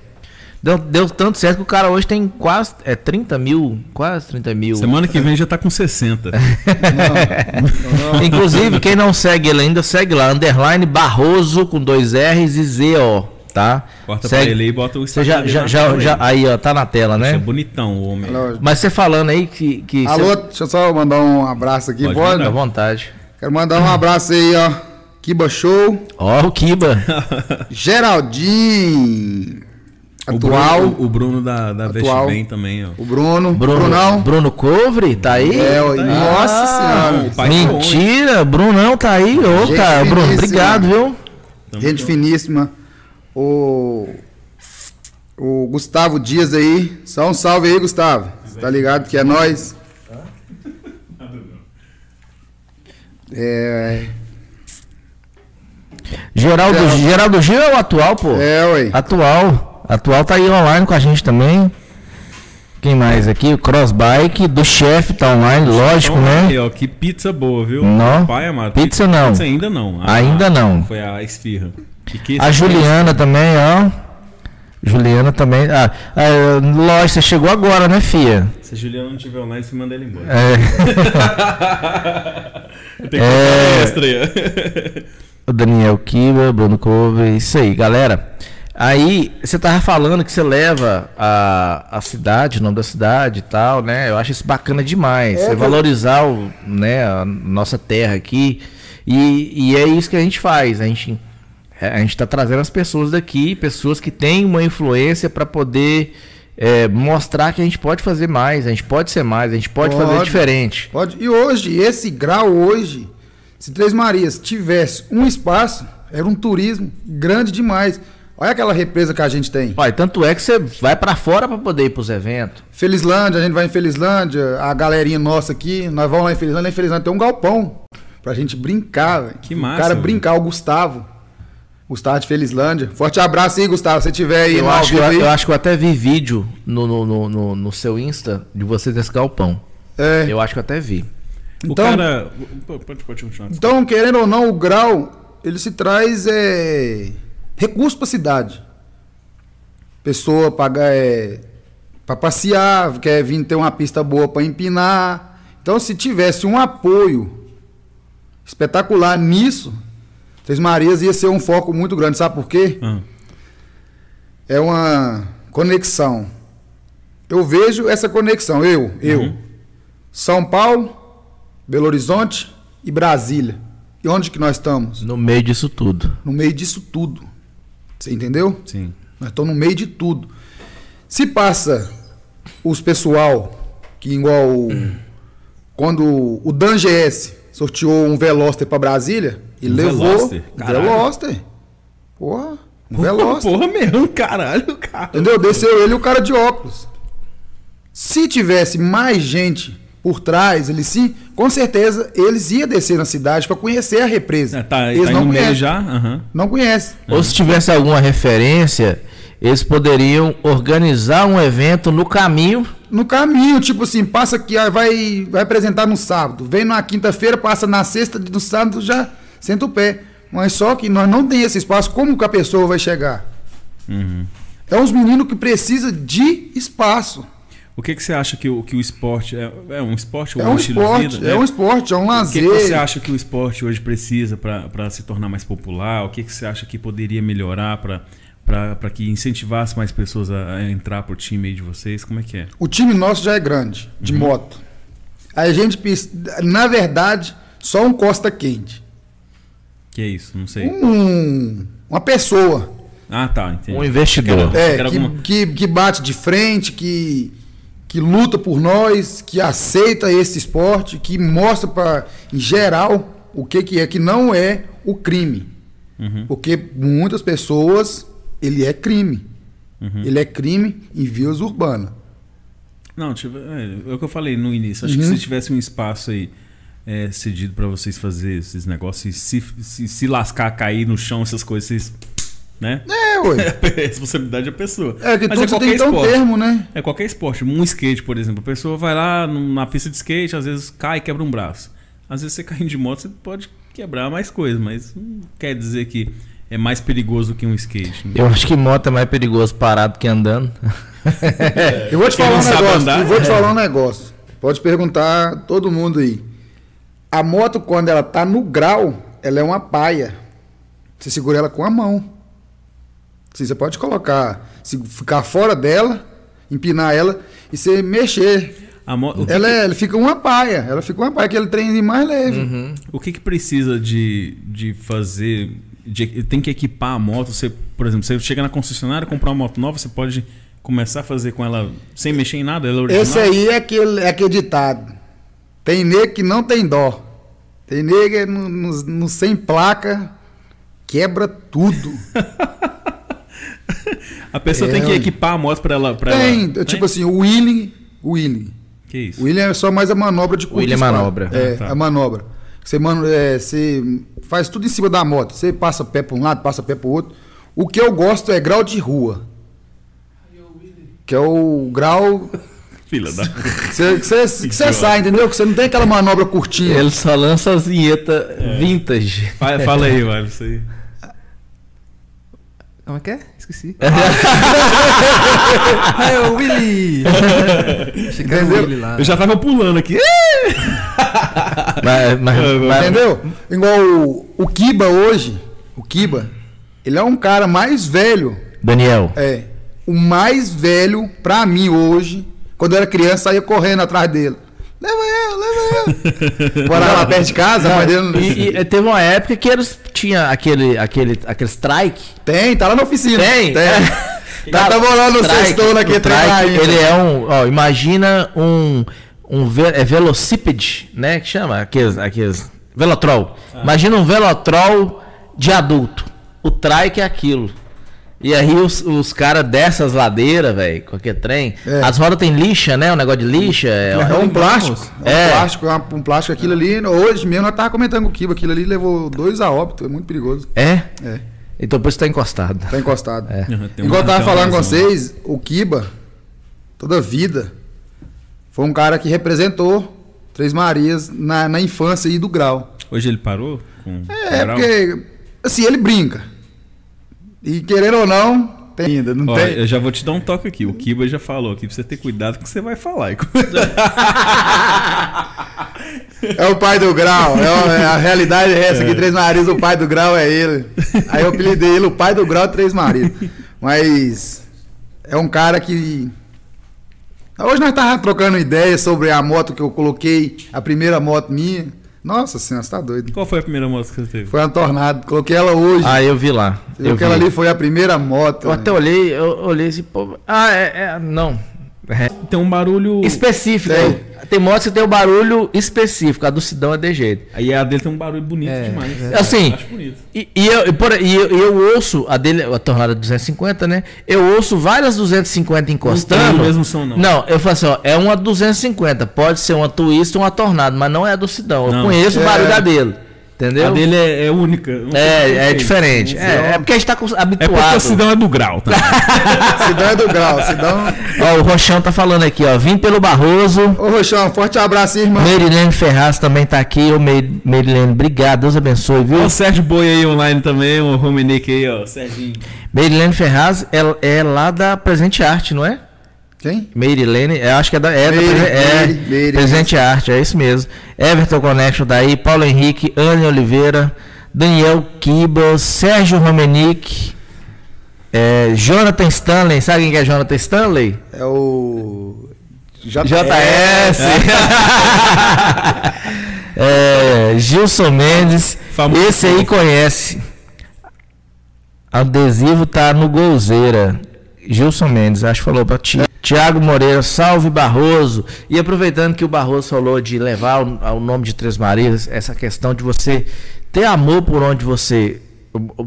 Speaker 2: Deu, deu tanto certo que o cara hoje tem quase é 30 mil, quase 30 mil.
Speaker 1: Semana que vem já tá com 60.
Speaker 2: É. Inclusive, quem não segue ele ainda, segue lá, underline Barroso com dois R's e Z, ó, tá?
Speaker 1: Corta
Speaker 2: Segue-
Speaker 1: pra ele aí e bota o
Speaker 2: Você já,
Speaker 1: dele é
Speaker 2: já,
Speaker 1: na
Speaker 2: já,
Speaker 1: tela
Speaker 2: já-
Speaker 1: aí.
Speaker 2: aí, ó, tá na tela,
Speaker 1: Você é
Speaker 2: né?
Speaker 1: bonitão, o homem.
Speaker 4: Lógico.
Speaker 2: Mas você falando aí que. que
Speaker 4: Alô,
Speaker 2: você...
Speaker 4: deixa eu só mandar um abraço aqui,
Speaker 1: Pode
Speaker 4: pode?
Speaker 2: Fica à vontade.
Speaker 4: Quero mandar um abraço aí, ó. Kiba Show,
Speaker 2: Ó, o Kiba.
Speaker 4: Geraldinho,
Speaker 1: O
Speaker 4: atual,
Speaker 1: Bruno, o Bruno da, da Veste
Speaker 4: Atual.
Speaker 1: Bem também, ó.
Speaker 2: Tipo,
Speaker 4: o Bruno,
Speaker 2: Bruno,
Speaker 4: Brunão.
Speaker 2: Bruno Covre, tá aí?
Speaker 4: É, ó,
Speaker 1: Tá aí.
Speaker 4: nossa senhora.
Speaker 1: o pai do homem.
Speaker 2: Mentira, Brunão tá aí, ô,
Speaker 4: Gente
Speaker 2: cara. Bruno,
Speaker 4: finíssima.
Speaker 2: obrigado, viu?
Speaker 1: Tamo
Speaker 4: Gente
Speaker 1: junto.
Speaker 4: finíssima. O, o Gustavo Dias aí. Só um salve aí, Gustavo. Cê Tá ligado que é nós. É,
Speaker 2: Geraldo,
Speaker 4: Geraldo.
Speaker 2: Geraldo Gil é o atual, pô.
Speaker 4: Então- é, ué.
Speaker 2: Atual. Atual tá aí online com a gente também. Quem mais aqui? O Crossbike do chefe tá online, lógico,
Speaker 1: Então,
Speaker 2: né?
Speaker 1: aí, ó, que pizza boa, viu?
Speaker 2: Nó.
Speaker 1: Pai amado.
Speaker 2: Pizza não.
Speaker 1: Pizza ainda não. A-
Speaker 2: Ainda não.
Speaker 1: Foi a esfirra. E que
Speaker 2: A Juliana também, ó. Juliana também. Ah, ah, lógico, você chegou agora, né, Fia?
Speaker 1: Se a Juliana não tiver online, você manda ele embora.
Speaker 2: É,
Speaker 1: Eu tenho que
Speaker 2: É.
Speaker 1: fazer uma estreia.
Speaker 2: o Daniel Kiba, Bruno Cove, isso aí, galera. Aí, você tava falando que você leva a, a cidade, o nome da cidade e tal, né? Eu acho isso bacana
Speaker 5: É,
Speaker 2: demais.
Speaker 3: É.
Speaker 2: você valorizar o, né, a nossa terra aqui. E, e é isso que a gente faz. A gente, a gente tá trazendo as pessoas daqui, pessoas que têm uma influência para poder é, mostrar que a gente pode fazer mais, a gente pode ser mais, a gente pode. fazer
Speaker 4: Pode.
Speaker 2: diferente.
Speaker 4: Pode. E hoje, esse grau hoje, se Três Marias tivesse um espaço, era um turismo grande demais. Olha aquela represa que a gente tem.
Speaker 2: Olha, tanto é que você vai pra fora pra poder ir pros eventos.
Speaker 4: Felizlândia, a gente vai em Felizlândia, a galerinha nossa aqui, nós vamos lá em Felizlândia, lá em Felizlândia tem um galpão pra gente brincar, velho.
Speaker 1: Que
Speaker 4: O
Speaker 1: massa,
Speaker 4: cara
Speaker 1: velho.
Speaker 4: brincar, o Gustavo. Gustavo de Felizlândia. Forte abraço aí, Gustavo, se tiver aí
Speaker 2: Eu
Speaker 4: no ao
Speaker 2: acho, que eu,
Speaker 4: vivo aí.
Speaker 2: eu acho que eu até vi vídeo no, no, no, no- no seu Insta de você nesse galpão.
Speaker 4: É.
Speaker 2: Eu acho que eu até vi.
Speaker 1: O
Speaker 4: Então-
Speaker 1: cara. Pode, pode continuar.
Speaker 4: Então, querendo ou não, o grau, ele se traz é, recurso para a cidade. Pessoa pagar é, para passear, quer vir ter uma pista boa para empinar. Então, se tivesse um apoio espetacular nisso, Três Marias ia ser um foco muito grande. Sabe por quê?
Speaker 1: Ah,
Speaker 4: É uma conexão. Eu vejo essa conexão. Eu, eu.
Speaker 1: Uhum.
Speaker 4: São Paulo, Belo Horizonte e Brasília. E onde que nós estamos?
Speaker 2: No meio disso tudo.
Speaker 4: No meio disso tudo. Você entendeu?
Speaker 1: sim.
Speaker 4: Nós estamos no meio de tudo. Se passa os pessoal, que igual o- quando o Dan GS sorteou um Veloster para Brasília, e
Speaker 1: Um
Speaker 4: levou.
Speaker 1: Veloster?
Speaker 4: um
Speaker 1: Caralho.
Speaker 4: Veloster. Porra, um Veloster.
Speaker 1: Porra mesmo, caralho, cara.
Speaker 4: Entendeu? Desceu ele e o cara de óculos. Se tivesse mais gente por trás, ele sim, com certeza eles iam descer na cidade para conhecer a represa.
Speaker 1: Ah, tá,
Speaker 4: eles
Speaker 1: tá aí
Speaker 4: não
Speaker 1: no meio
Speaker 4: conhecem.
Speaker 1: já? Aham.
Speaker 4: Não conhece.
Speaker 2: Ou se tivesse alguma referência, eles poderiam organizar um evento no caminho.
Speaker 4: No caminho, tipo assim, passa aqui, ah, vai, vai apresentar no sábado, vem na quinta-feira, passa na sexta, no sábado já senta o pé. Mas só que nós não tem esse espaço, como que a pessoa vai chegar?
Speaker 1: Uhum.
Speaker 4: É uns meninos que precisam de espaço.
Speaker 1: O que, que você acha que o, que o esporte é, é um esporte ou
Speaker 4: É um
Speaker 1: estilo de
Speaker 4: esporte,
Speaker 1: vida?
Speaker 4: é
Speaker 1: né?
Speaker 4: um esporte, é um
Speaker 1: O que,
Speaker 4: lazer.
Speaker 1: que você acha que o esporte hoje precisa para se tornar mais popular? O que, que você acha que poderia melhorar para que incentivasse mais pessoas a, a entrar pro time aí de vocês? Como é que é?
Speaker 4: O time nosso já é grande, de
Speaker 1: Uhum.
Speaker 4: moto. A gente, pis- na verdade, só um Costa Quente.
Speaker 1: Que é isso? Não sei.
Speaker 4: Um, uma pessoa
Speaker 1: Ah, tá, entendi.
Speaker 2: Um investidor.
Speaker 1: Aquela-
Speaker 4: é,
Speaker 1: era
Speaker 4: que,
Speaker 1: alguma-
Speaker 4: que, que bate de frente, que, que luta por nós, que aceita esse esporte, que mostra para em geral o que, que é, que não é o crime.
Speaker 1: Uhum.
Speaker 4: Porque muitas pessoas, ele é crime.
Speaker 1: Uhum.
Speaker 4: Ele é crime em vias urbanas.
Speaker 1: Não, tipo, é, é o que eu falei no início. Acho que
Speaker 4: Uhum.
Speaker 1: se tivesse um espaço aí é, cedido para vocês fazer esses negócios, e se, se, se lascar, cair no chão, essas coisas, vocês, né?
Speaker 4: É, ué.
Speaker 1: É responsabilidade da pessoa.
Speaker 4: É que
Speaker 1: Mas
Speaker 4: tudo tem que ter um
Speaker 1: esporte.
Speaker 4: termo, né?
Speaker 1: É qualquer esporte. Um skate, por exemplo. A pessoa vai lá na pista de skate, às vezes cai e quebra um braço. Às vezes você caindo de moto, você pode quebrar mais coisas, mas não quer dizer que é mais perigoso que um skate. né?
Speaker 2: Eu acho que moto é mais perigoso parado que andando.
Speaker 4: Eu vou te
Speaker 1: Quem
Speaker 4: falar um
Speaker 1: não sabe
Speaker 4: negócio.
Speaker 1: andar,
Speaker 4: eu vou te
Speaker 1: é.
Speaker 4: falar um negócio. Pode perguntar todo mundo aí. A moto, quando ela tá no grau, ela é uma paia. Você segura ela com a mão. Assim, Você pode colocar, se ficar fora dela, empinar ela e você mexer.
Speaker 1: A mo- o, que,
Speaker 4: Ela, é- ela fica uma paia. Ela fica uma paia, aquele trem mais leve.
Speaker 1: o que que precisa de, de fazer? de- tem que equipar a moto. Você, por exemplo, você chega na concessionária, comprar uma moto nova, você pode começar a fazer com ela sem mexer em nada. Ela é original.
Speaker 4: Esse aí é aquele, é aquele ditado. Tem nego que não tem dó. Tem nego é no, no- no sem placa, quebra tudo.
Speaker 1: A pessoa
Speaker 4: É,
Speaker 1: tem que
Speaker 4: ué.
Speaker 1: equipar a moto pra ela. Pra
Speaker 4: tem,
Speaker 1: ela, né?
Speaker 4: tipo assim, o wheeling, o wheeling.
Speaker 1: Que isso?
Speaker 4: O wheeling é só mais a manobra de curta
Speaker 2: wheeling é
Speaker 4: espada.
Speaker 2: manobra.
Speaker 4: É,
Speaker 1: Ah, tá.
Speaker 4: a manobra. Você, mano, é, você faz tudo em cima da moto. Você passa pé para um lado, passa pé para o outro. O que eu gosto é grau de rua. Que é o grau
Speaker 1: Filha da.
Speaker 4: que você- que você que você sai, entendeu? Que você não tem aquela manobra curtinha.
Speaker 2: Ele só lança as vinhetas vintage.
Speaker 1: Fala, fala aí, velho. Isso aí.
Speaker 3: Como é que é? Esqueci. Ah, é o Willy! Achei que era o
Speaker 4: Entendeu?
Speaker 3: Willy lá.
Speaker 1: Eu já tava pulando aqui.
Speaker 2: Mas- mas-
Speaker 1: É,
Speaker 2: mas-
Speaker 4: Entendeu? Igual o, o Kiba hoje, o Kiba, ele é um cara mais velho.
Speaker 2: Daniel,
Speaker 4: É. O mais velho, pra mim, hoje, quando eu era criança, saía correndo atrás dele. Leva eu, leva eu. Morava lá perto de casa, mas ele não.
Speaker 2: e, e teve uma época que eles tinha aquele, aquele, aquele strike.
Speaker 4: Tem, tá lá na oficina.
Speaker 2: Tem?
Speaker 4: Tem. tá, tá morando no
Speaker 2: Trike,
Speaker 4: sextão naquele
Speaker 2: o
Speaker 4: trem
Speaker 2: trike,
Speaker 4: lá ainda.
Speaker 2: Ele é um, ó, imagina um, um ve é velocípede, né, que chama, aqueles, aqueles, velotrol.
Speaker 4: Ah.
Speaker 2: Imagina um velotrol de adulto. O trike é aquilo. E aí os, os caras dessas ladeiras, velho, qualquer trem,
Speaker 4: É.
Speaker 2: as rodas tem lixa, né, um negócio de lixa. É,
Speaker 4: É um plástico. É,
Speaker 2: É.
Speaker 4: um plástico, é um plástico. Aquilo ali, hoje mesmo, nós tava comentando com o Kiba, aquilo ali levou dois a óbito, é muito perigoso.
Speaker 2: é?
Speaker 4: É.
Speaker 2: Então por isso tá encostado.
Speaker 4: Tá encostado.
Speaker 2: É.
Speaker 1: Tem um
Speaker 4: Igual eu
Speaker 1: uma-
Speaker 4: tava
Speaker 1: tem uma
Speaker 4: falando com
Speaker 1: razão.
Speaker 4: vocês, o Kiba, toda a vida, foi um cara que representou Três Marias na, na infância e do grau.
Speaker 1: Hoje ele parou? Com
Speaker 4: É,
Speaker 1: grau?
Speaker 4: porque, assim, ele brinca. E querendo ou não, tem ainda, não
Speaker 1: Ó,
Speaker 4: tem.
Speaker 1: eu já vou te dar um toque aqui. O Kiba já falou aqui pra você ter cuidado com o que você vai falar.
Speaker 4: É o pai do grau, é o- é a realidade é essa, que Três Marias, o pai do grau é ele. Aí eu apelidei ele, o pai do grau Três Marias. Mas é um cara que... Hoje nós tava trocando ideias sobre a moto que eu coloquei, a primeira moto minha. Nossa senhora, você tá doido.
Speaker 1: Qual foi a primeira moto que você teve?
Speaker 4: Foi uma Tornado, coloquei ela hoje.
Speaker 2: Ah, eu vi lá.
Speaker 4: Viu
Speaker 2: eu
Speaker 4: que ela
Speaker 2: vi.
Speaker 4: ali foi a primeira moto.
Speaker 2: Eu
Speaker 4: né?
Speaker 2: até olhei, eu olhei esse povo. Ah, é, é não. É.
Speaker 1: Tem um barulho.
Speaker 2: Específico. né?
Speaker 4: Tem.
Speaker 2: Tem, motos que tem o barulho específico. A do Sidão é de jeito.
Speaker 1: Aí a dele tem um barulho bonito demais. né?
Speaker 4: É.
Speaker 2: verdade. Assim,
Speaker 1: Acho bonito.
Speaker 2: E, e eu, e por- e eu, e eu ouço a dele, a tornada 250, né? Eu ouço várias 250 encostando.
Speaker 1: tem o mesmo som, não.
Speaker 2: Não, eu falo assim, ó, é uma 250. Pode ser uma twist ou uma tornada, mas não é a do Sidão. Eu
Speaker 1: Não.
Speaker 2: conheço o
Speaker 4: É.
Speaker 2: barulho da dele. Entendeu?
Speaker 1: A dele é, é única. não sei como
Speaker 2: É, é
Speaker 1: fez.
Speaker 2: diferente. É, é porque a gente tá com-
Speaker 1: É porque a
Speaker 2: habituado.
Speaker 1: cidade é do grau, tá?
Speaker 4: Cidão é do grau, Cidão.
Speaker 2: Ó, o Rochão tá falando aqui, ó. Vim pelo Barroso.
Speaker 4: Ô, Rochão, forte abraço, irmão.
Speaker 2: Meirilene Ferraz também tá aqui. Ô, Meir- Meirilene, obrigado. Deus abençoe, viu?
Speaker 1: Ó o Sérgio Boi aí online também, o Romenick aí, ó. Serginho.
Speaker 2: Meirilene Ferraz é, é lá da Presente Arte, não é?
Speaker 4: Quem?
Speaker 2: Meirilene, eu acho que é da, é da
Speaker 4: Meire,
Speaker 2: Presen- é,
Speaker 4: Meire, Meire,
Speaker 2: Presente Arte, é isso mesmo. Everton Connection daí, Paulo Henrique, Anne Oliveira, Daniel Kibas, Sérgio Romenick, é, Jonathan Stanley, sabe quem que é Jonathan Stanley?
Speaker 4: É o. J-
Speaker 2: JS! É, Gilson Mendes,
Speaker 1: Famoso.
Speaker 2: esse aí conhece. Adesivo tá no Golzeira. Gilson Mendes, acho que falou pra ti. Tiago Moreira, salve Barroso. E aproveitando que o Barroso falou de levar o, ao nome de Três Marias, essa questão de você ter amor por onde você.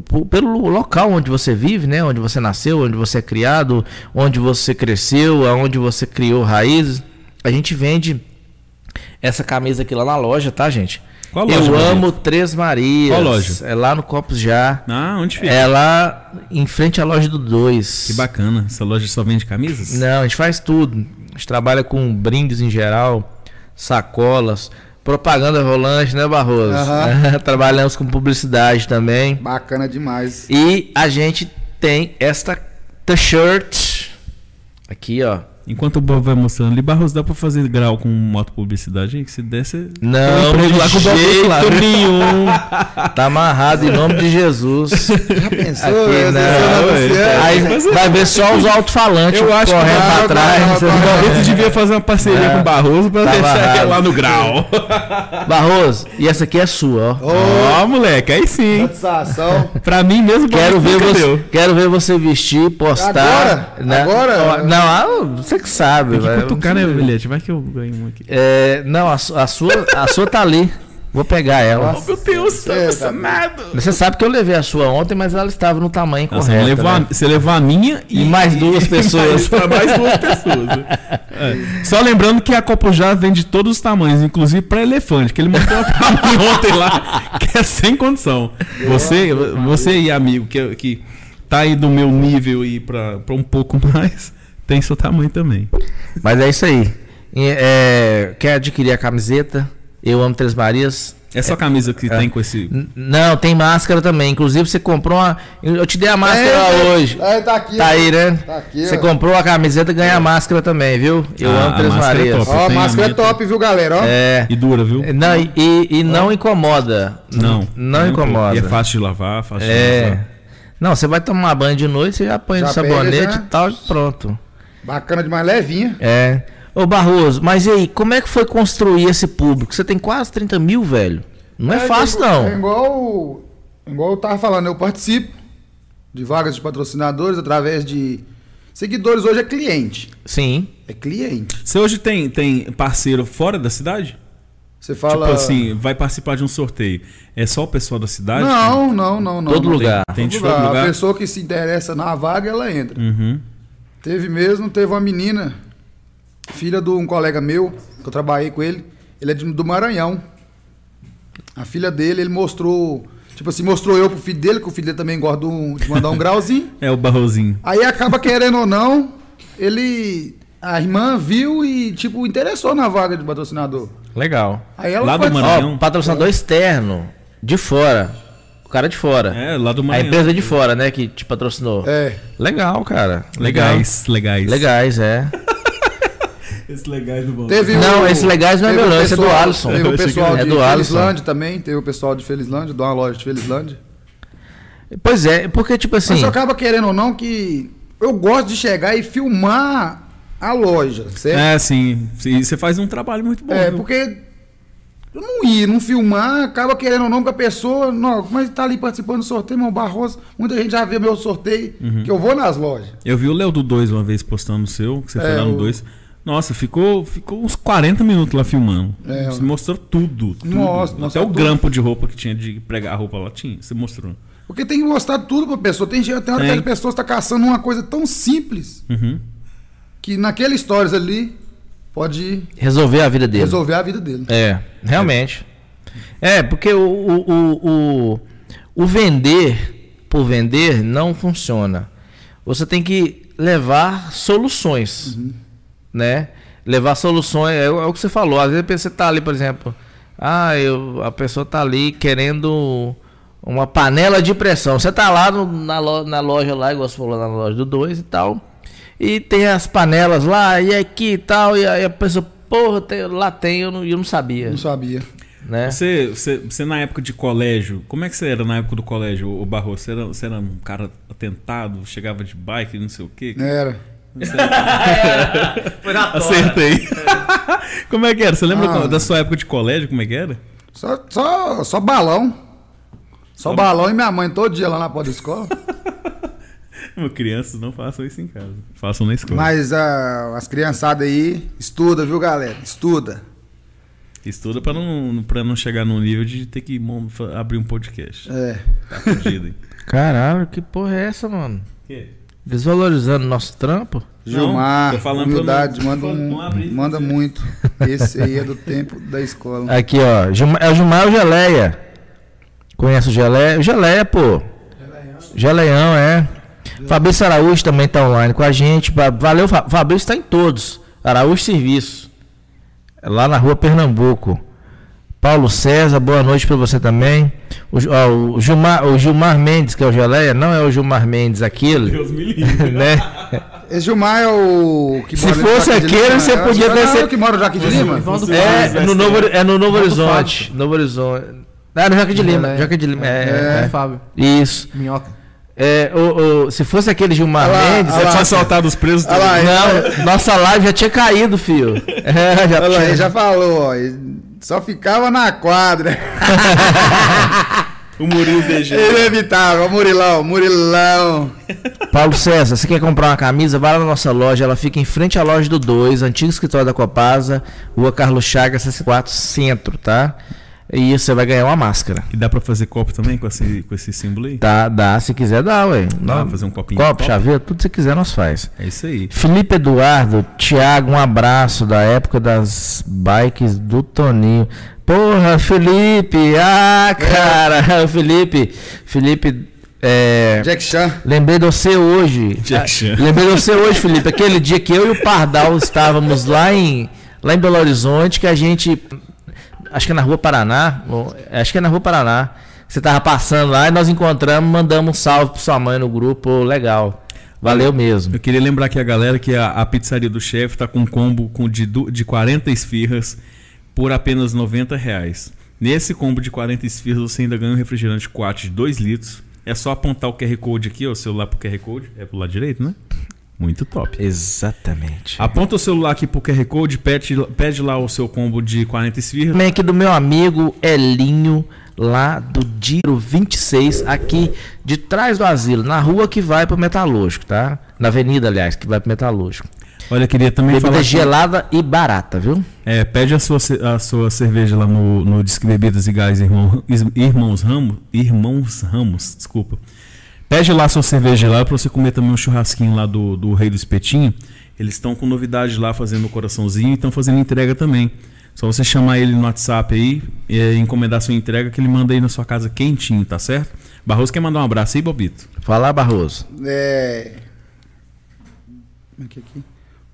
Speaker 2: por- pelo local onde você vive, né? Onde você nasceu, onde você é criado, onde você cresceu, aonde você criou raízes. A gente vende essa camisa aqui lá na loja, tá, gente?
Speaker 1: Qual
Speaker 2: Eu
Speaker 1: loja,
Speaker 2: amo Três Marias.
Speaker 1: Qual loja?
Speaker 2: É lá no Copos Já.
Speaker 1: Ah, onde fica?
Speaker 2: É lá em frente à loja do 2.
Speaker 1: Que bacana. Essa loja só vende camisas?
Speaker 2: Não, a gente faz tudo. A gente trabalha com brindes em geral, sacolas, propaganda rolante, né, Barroso?
Speaker 4: Aham.
Speaker 2: Trabalhamos com publicidade também.
Speaker 4: Bacana demais.
Speaker 2: E a gente tem esta t-shirt aqui, ó.
Speaker 1: Enquanto o Bob vai mostrando ali, Barros, dá pra fazer grau com moto publicidade aí? Que se der, você.
Speaker 2: Não,
Speaker 1: Tem um emprego
Speaker 2: de
Speaker 1: lá com o Bob
Speaker 2: jeito
Speaker 1: Claro.
Speaker 2: nenhum. Tá amarrado em nome de Jesus.
Speaker 4: Já pensou?
Speaker 2: Aqui,
Speaker 3: É,
Speaker 2: não,
Speaker 4: meu Deus,
Speaker 2: tá
Speaker 4: eu não
Speaker 1: ué,
Speaker 4: sei.
Speaker 2: Aí vai ver só os alto-falantes
Speaker 1: é Eu acho que
Speaker 2: correndo
Speaker 4: não,
Speaker 2: pra
Speaker 4: não,
Speaker 2: trás.
Speaker 4: não, não, não.
Speaker 1: Talvez você devia fazer uma parceria
Speaker 2: Ah,
Speaker 1: com o Barroso pra
Speaker 2: tava
Speaker 1: deixar ele
Speaker 2: errado.
Speaker 1: lá no grau.
Speaker 2: Barroso, e essa aqui é sua, ó.
Speaker 1: Ó, moleque, aí sim.
Speaker 4: Satisfação.
Speaker 1: Pra mim mesmo, Barroso
Speaker 2: Quero ver,
Speaker 1: nunca
Speaker 2: você,
Speaker 1: deu.
Speaker 2: quero ver você vestir, postar. né?
Speaker 4: Agora?
Speaker 2: Ó,
Speaker 4: Agora?
Speaker 2: Não, ah, você que sabe.
Speaker 1: Tem que
Speaker 2: velho.
Speaker 1: cutucar, né, bilhete? Vai que eu ganho um aqui.
Speaker 2: É, não, a, su- a sua, a sua tá ali. Vou pegar ela.
Speaker 1: Meu Deus, tá
Speaker 4: é,
Speaker 1: emocionado.
Speaker 2: Você sabe que eu levei a sua ontem, mas ela estava no tamanho
Speaker 1: Nossa,
Speaker 2: correto.
Speaker 1: levou a-
Speaker 2: né?
Speaker 1: você levou a minha e,
Speaker 2: E mais duas pessoas.
Speaker 1: mais, mais duas pessoas. né? É. Só lembrando que a Copo Já vem de todos os tamanhos, inclusive pra elefante, que ele montou uma cama ontem lá, que é sem condição. Você, você e amigo que, que tá aí do meu nível e pra, pra um pouco mais, tem seu tamanho também.
Speaker 2: Mas é isso aí. E, é, quer adquirir a camiseta? Eu amo Três Marias.
Speaker 1: É só a camisa que tem com esse.
Speaker 2: N- Não, tem máscara também. Inclusive, você comprou uma. Eu te dei a máscara
Speaker 4: É,
Speaker 2: hoje.
Speaker 4: é, tá aqui,
Speaker 2: Tá
Speaker 4: ó.
Speaker 2: aí, né?
Speaker 4: Tá aqui,
Speaker 2: você
Speaker 4: ó.
Speaker 2: comprou a camiseta ganha a máscara também, viu? Eu
Speaker 1: Ah,
Speaker 2: amo
Speaker 1: a
Speaker 2: Três
Speaker 1: máscara é
Speaker 2: Marias.
Speaker 1: top.
Speaker 4: Ó, a
Speaker 1: Tem a
Speaker 4: máscara é
Speaker 1: meta.
Speaker 4: top, viu, galera? Ó.
Speaker 2: É.
Speaker 1: E dura, viu?
Speaker 2: Não, e- e, e não incomoda.
Speaker 1: É. Não.
Speaker 2: Não
Speaker 1: E é
Speaker 2: incomoda.
Speaker 1: fácil de lavar, fácil de
Speaker 2: É.
Speaker 1: usar.
Speaker 2: Não, você vai tomar banho de noite, você já põe
Speaker 4: Já
Speaker 2: no
Speaker 4: pega, né?
Speaker 2: sabonete
Speaker 4: já.
Speaker 2: e tal, e pronto.
Speaker 4: Bacana demais, levinha.
Speaker 2: É. Ô Barroso, mas e aí, como é que foi construir esse público? Você tem quase 30 mil, velho. Não é, fácil,
Speaker 4: igual- É
Speaker 2: não.
Speaker 4: igual, igual eu tava falando, eu participo de vagas de patrocinadores através de. Seguidores hoje é cliente.
Speaker 2: Sim.
Speaker 4: É cliente.
Speaker 1: Você hoje tem, tem parceiro fora da cidade?
Speaker 4: Você fala.
Speaker 1: Tipo assim, vai participar de um sorteio. É só o pessoal da cidade?
Speaker 4: Não, não, não, não.
Speaker 2: Todo
Speaker 4: não
Speaker 2: lugar.
Speaker 1: Tem de
Speaker 4: Todo
Speaker 1: todo
Speaker 4: lugar. A
Speaker 1: lugar.
Speaker 4: pessoa que se interessa na vaga, ela entra.
Speaker 1: Uhum.
Speaker 4: Teve mesmo, teve uma menina, filha de um colega meu, que eu trabalhei com ele. Ele é de- do Maranhão. A filha dele, ele mostrou. Tipo assim, mostrou eu pro filho dele, que o filho dele também gosta de um- de mandar um grauzinho.
Speaker 1: É o Barrozinho.
Speaker 4: Aí acaba querendo ou não, ele. A irmã viu e, tipo, interessou na vaga de patrocinador.
Speaker 2: Legal.
Speaker 4: Aí ela
Speaker 1: Lá do
Speaker 4: participou.
Speaker 1: Maranhão?
Speaker 2: Ó, É um patrocinador externo, de fora. O cara de fora.
Speaker 1: É, lá do
Speaker 2: a
Speaker 1: Maranhão.
Speaker 2: empresa de fora, né, que te patrocinou.
Speaker 4: É.
Speaker 2: Legal, cara.
Speaker 1: Legais, legais.
Speaker 2: Legais, é.
Speaker 1: Esse legais do bom.
Speaker 4: Teve um
Speaker 2: Não, esse legais não é
Speaker 4: teve o
Speaker 2: meu, não, esse é do
Speaker 4: pessoal-
Speaker 2: Alisson.
Speaker 4: Teve
Speaker 1: Eu
Speaker 4: o
Speaker 1: achei
Speaker 4: pessoal
Speaker 2: que
Speaker 4: de
Speaker 2: era. É do Alisson.
Speaker 4: Felizlândia também, teve o pessoal de Felizlândia, de uma loja de Felizlândia.
Speaker 2: Pois é, porque tipo assim.
Speaker 4: Mas acaba querendo ou não que eu gosto de chegar e filmar a loja, certo?
Speaker 1: É, sim. Sim, Você faz um trabalho muito bom.
Speaker 4: É,
Speaker 1: viu?
Speaker 4: porque eu não ir, não filmar, acaba querendo ou não que a pessoa, não, mas tá ali participando do sorteio, meu Barroso, muita gente já vê meu sorteio, que eu vou nas lojas.
Speaker 1: Eu vi o Léo do 2 uma vez postando o seu, que você foi
Speaker 4: É,
Speaker 1: lá no
Speaker 4: o-
Speaker 1: 2. Nossa, ficou, ficou uns 40 minutos lá filmando.
Speaker 4: É,
Speaker 1: você
Speaker 4: eu-
Speaker 1: mostrou tudo. tudo.
Speaker 4: Nossa,
Speaker 1: Até
Speaker 4: mostrou
Speaker 1: o
Speaker 4: tudo.
Speaker 1: grampo de roupa que tinha de pregar a roupa lá tinha. Você mostrou.
Speaker 4: Porque tem que mostrar tudo pra pessoa. Tem, gente- tem hora
Speaker 1: Tem.
Speaker 4: que a pessoa está caçando uma coisa tão simples
Speaker 1: Uhum.
Speaker 4: que naquele stories ali pode
Speaker 2: Resolver a vida dele.
Speaker 4: resolver a vida dele.
Speaker 2: É, realmente. É, porque o, o, o, o, o vender por vender não funciona. Você tem que levar soluções, né? Levar soluções, é, o é o que você falou. Às vezes você tá ali, por exemplo, ah, eu, a pessoa tá ali querendo uma panela de pressão. Você tá lá no- na, lo- na loja lá, igual você falou, na loja do 2 e tal. E tem as panelas lá, e aqui e tal, e aí a pessoa, porra, tem- lá tem, eu não, eu não sabia.
Speaker 4: Não sabia.
Speaker 2: Né?
Speaker 1: Você, você, você na época de colégio, como é que você era na época do colégio, o Barroso? Você era, você era um cara atentado, chegava de bike, não sei o quê?
Speaker 4: Era.
Speaker 2: Foi na
Speaker 1: Acertei. como é que era? Você lembra
Speaker 4: Ah.
Speaker 1: da sua época de colégio, como é que era?
Speaker 4: Só, só, só balão. Só balão e minha mãe todo dia lá na porta da escola.
Speaker 1: Crianças não façam isso em casa. Façam na escola.
Speaker 4: Mas ah, as criançadas aí, estuda, viu, galera? Estuda.
Speaker 1: Estuda pra não, pra não chegar num nível de ter que mon- fa- abrir um podcast.
Speaker 4: É.
Speaker 1: Tá fudido, hein?
Speaker 2: Caralho, que porra é essa, mano?
Speaker 1: Que?
Speaker 2: Desvalorizando nosso trampo?
Speaker 4: Gilmar,
Speaker 1: tô falando pra
Speaker 4: humildade,
Speaker 1: não-
Speaker 4: manda,
Speaker 1: pra
Speaker 4: um-
Speaker 1: não abrir isso
Speaker 4: manda
Speaker 1: pra você.
Speaker 4: muito. Esse aí é do tempo da escola.
Speaker 2: Aqui, ó. Gilma- É o Gilmar ou Geleia? Conhece o Geleia? O Geleia, pô. Geleião, é. Fabrício Araújo também tá online com a gente. Ba- Valeu, Fa- Fabrício tá em todos. Araújo Serviço. É Lá na rua Pernambuco. Paulo César, boa noite pra você também. O, Ju- ó, o Gilmar, o Gilmar Mendes, que é o Geleia, não é o Gilmar Mendes aquele,
Speaker 1: Deus me livre.
Speaker 2: né?
Speaker 4: Esse Gilmar é o que
Speaker 2: Se
Speaker 4: mora no
Speaker 2: fosse
Speaker 4: Joaquim de
Speaker 2: aquele,
Speaker 4: Lima,
Speaker 2: você
Speaker 4: eu acho
Speaker 2: podia
Speaker 4: que-
Speaker 2: ter
Speaker 4: não,
Speaker 2: sido-
Speaker 4: eu que mora no Joaquim de Lima.
Speaker 1: Vocês
Speaker 2: É, no
Speaker 1: vestem-
Speaker 2: Novo, é no Novo
Speaker 5: Fábio.
Speaker 2: Horizonte. Novo Horizonte. Ah, no Joca de Lima. Joca de Lima. É,
Speaker 5: É,
Speaker 2: é.
Speaker 5: Fábio.
Speaker 2: Isso.
Speaker 5: Minhoca.
Speaker 2: É, o, o- se fosse aquele Gilmar
Speaker 4: Olha lá,
Speaker 2: Mendes.
Speaker 4: olha
Speaker 1: Já
Speaker 4: lá.
Speaker 1: tinha assaltado os presos?
Speaker 4: Olha lá,
Speaker 2: Não, nossa live já tinha caído, filho. É, já
Speaker 4: Olha lá,
Speaker 2: tinha.
Speaker 4: ele já falou, ó, ele só ficava na quadra.
Speaker 1: O Murilo DG.
Speaker 4: Ele evitava, ó, Murilão, Murilão.
Speaker 2: Paulo César, você quer comprar uma camisa? Vai lá na nossa loja. Ela fica em frente à loja do 2, antigo escritório da Copasa, Rua Carlos Chagas, 64 Centro, tá? E você vai ganhar uma máscara.
Speaker 1: E dá pra fazer copo também com esse, com esse símbolo aí?
Speaker 2: Tá, dá, se quiser, dá, ué.
Speaker 1: Dá pra
Speaker 2: Não-
Speaker 1: fazer um copinho? de
Speaker 2: Copo, chaveiro, tudo que você quiser, nós faz.
Speaker 1: É isso aí.
Speaker 4: Tá.
Speaker 2: Felipe Eduardo, Thiago, um abraço da época das bikes do Toninho. Porra, Felipe! Ah, cara! Felipe! Felipe, é,
Speaker 4: Jack Chan.
Speaker 2: lembrei de você hoje.
Speaker 1: Jack Chan.
Speaker 2: Lembrei de você hoje, Felipe. Aquele dia que eu e o Pardal estávamos lá em, lá em Belo Horizonte, que a gente. Acho que é na Rua Paraná. ou- Acho que é na Rua Paraná. Você estava passando lá e nós encontramos, mandamos um salve pra sua mãe no grupo. Ô, Legal. Valeu mesmo.
Speaker 1: Eu queria lembrar aqui a galera que a, a pizzaria do chefe tá com um combo com de, du- de 40 esfirras por apenas 90 reais. Nesse combo de 40 esfirras você ainda ganha um refrigerante quat de 2 litros. É só apontar o QR Code aqui, ó, o celular pro QR Code. É pro lado direito, né? Muito top.
Speaker 2: Exatamente.
Speaker 1: Aponta o celular aqui pro QR Code, pede, pede lá o seu combo de 40 esfirras.
Speaker 2: Também aqui do meu amigo Elinho, lá do Diro 26, aqui de trás do asilo, na rua que vai pro Metalúrgico, tá? Na avenida, aliás, que vai pro Metalúrgico.
Speaker 1: Olha, eu queria também
Speaker 2: Bebida
Speaker 1: falar...
Speaker 2: gelada e barata, viu?
Speaker 1: É, pede a sua, ce- a sua cerveja lá no, no Disque Bebidas e Gás irmão- is- Irmãos Ramos. Irmãos Ramos, desculpa. Pede lá a sua cerveja lá pra você comer também um churrasquinho lá do, do Rei do Espetinho. Eles estão com novidade lá fazendo o coraçãozinho e estão fazendo entrega também. Só você chamar ele no WhatsApp aí e eh, encomendar sua entrega que ele manda aí na sua casa quentinho, tá certo? Barroso quer mandar um abraço aí, Bobito?
Speaker 2: Fala, Barroso.
Speaker 4: É. Como é que é aqui?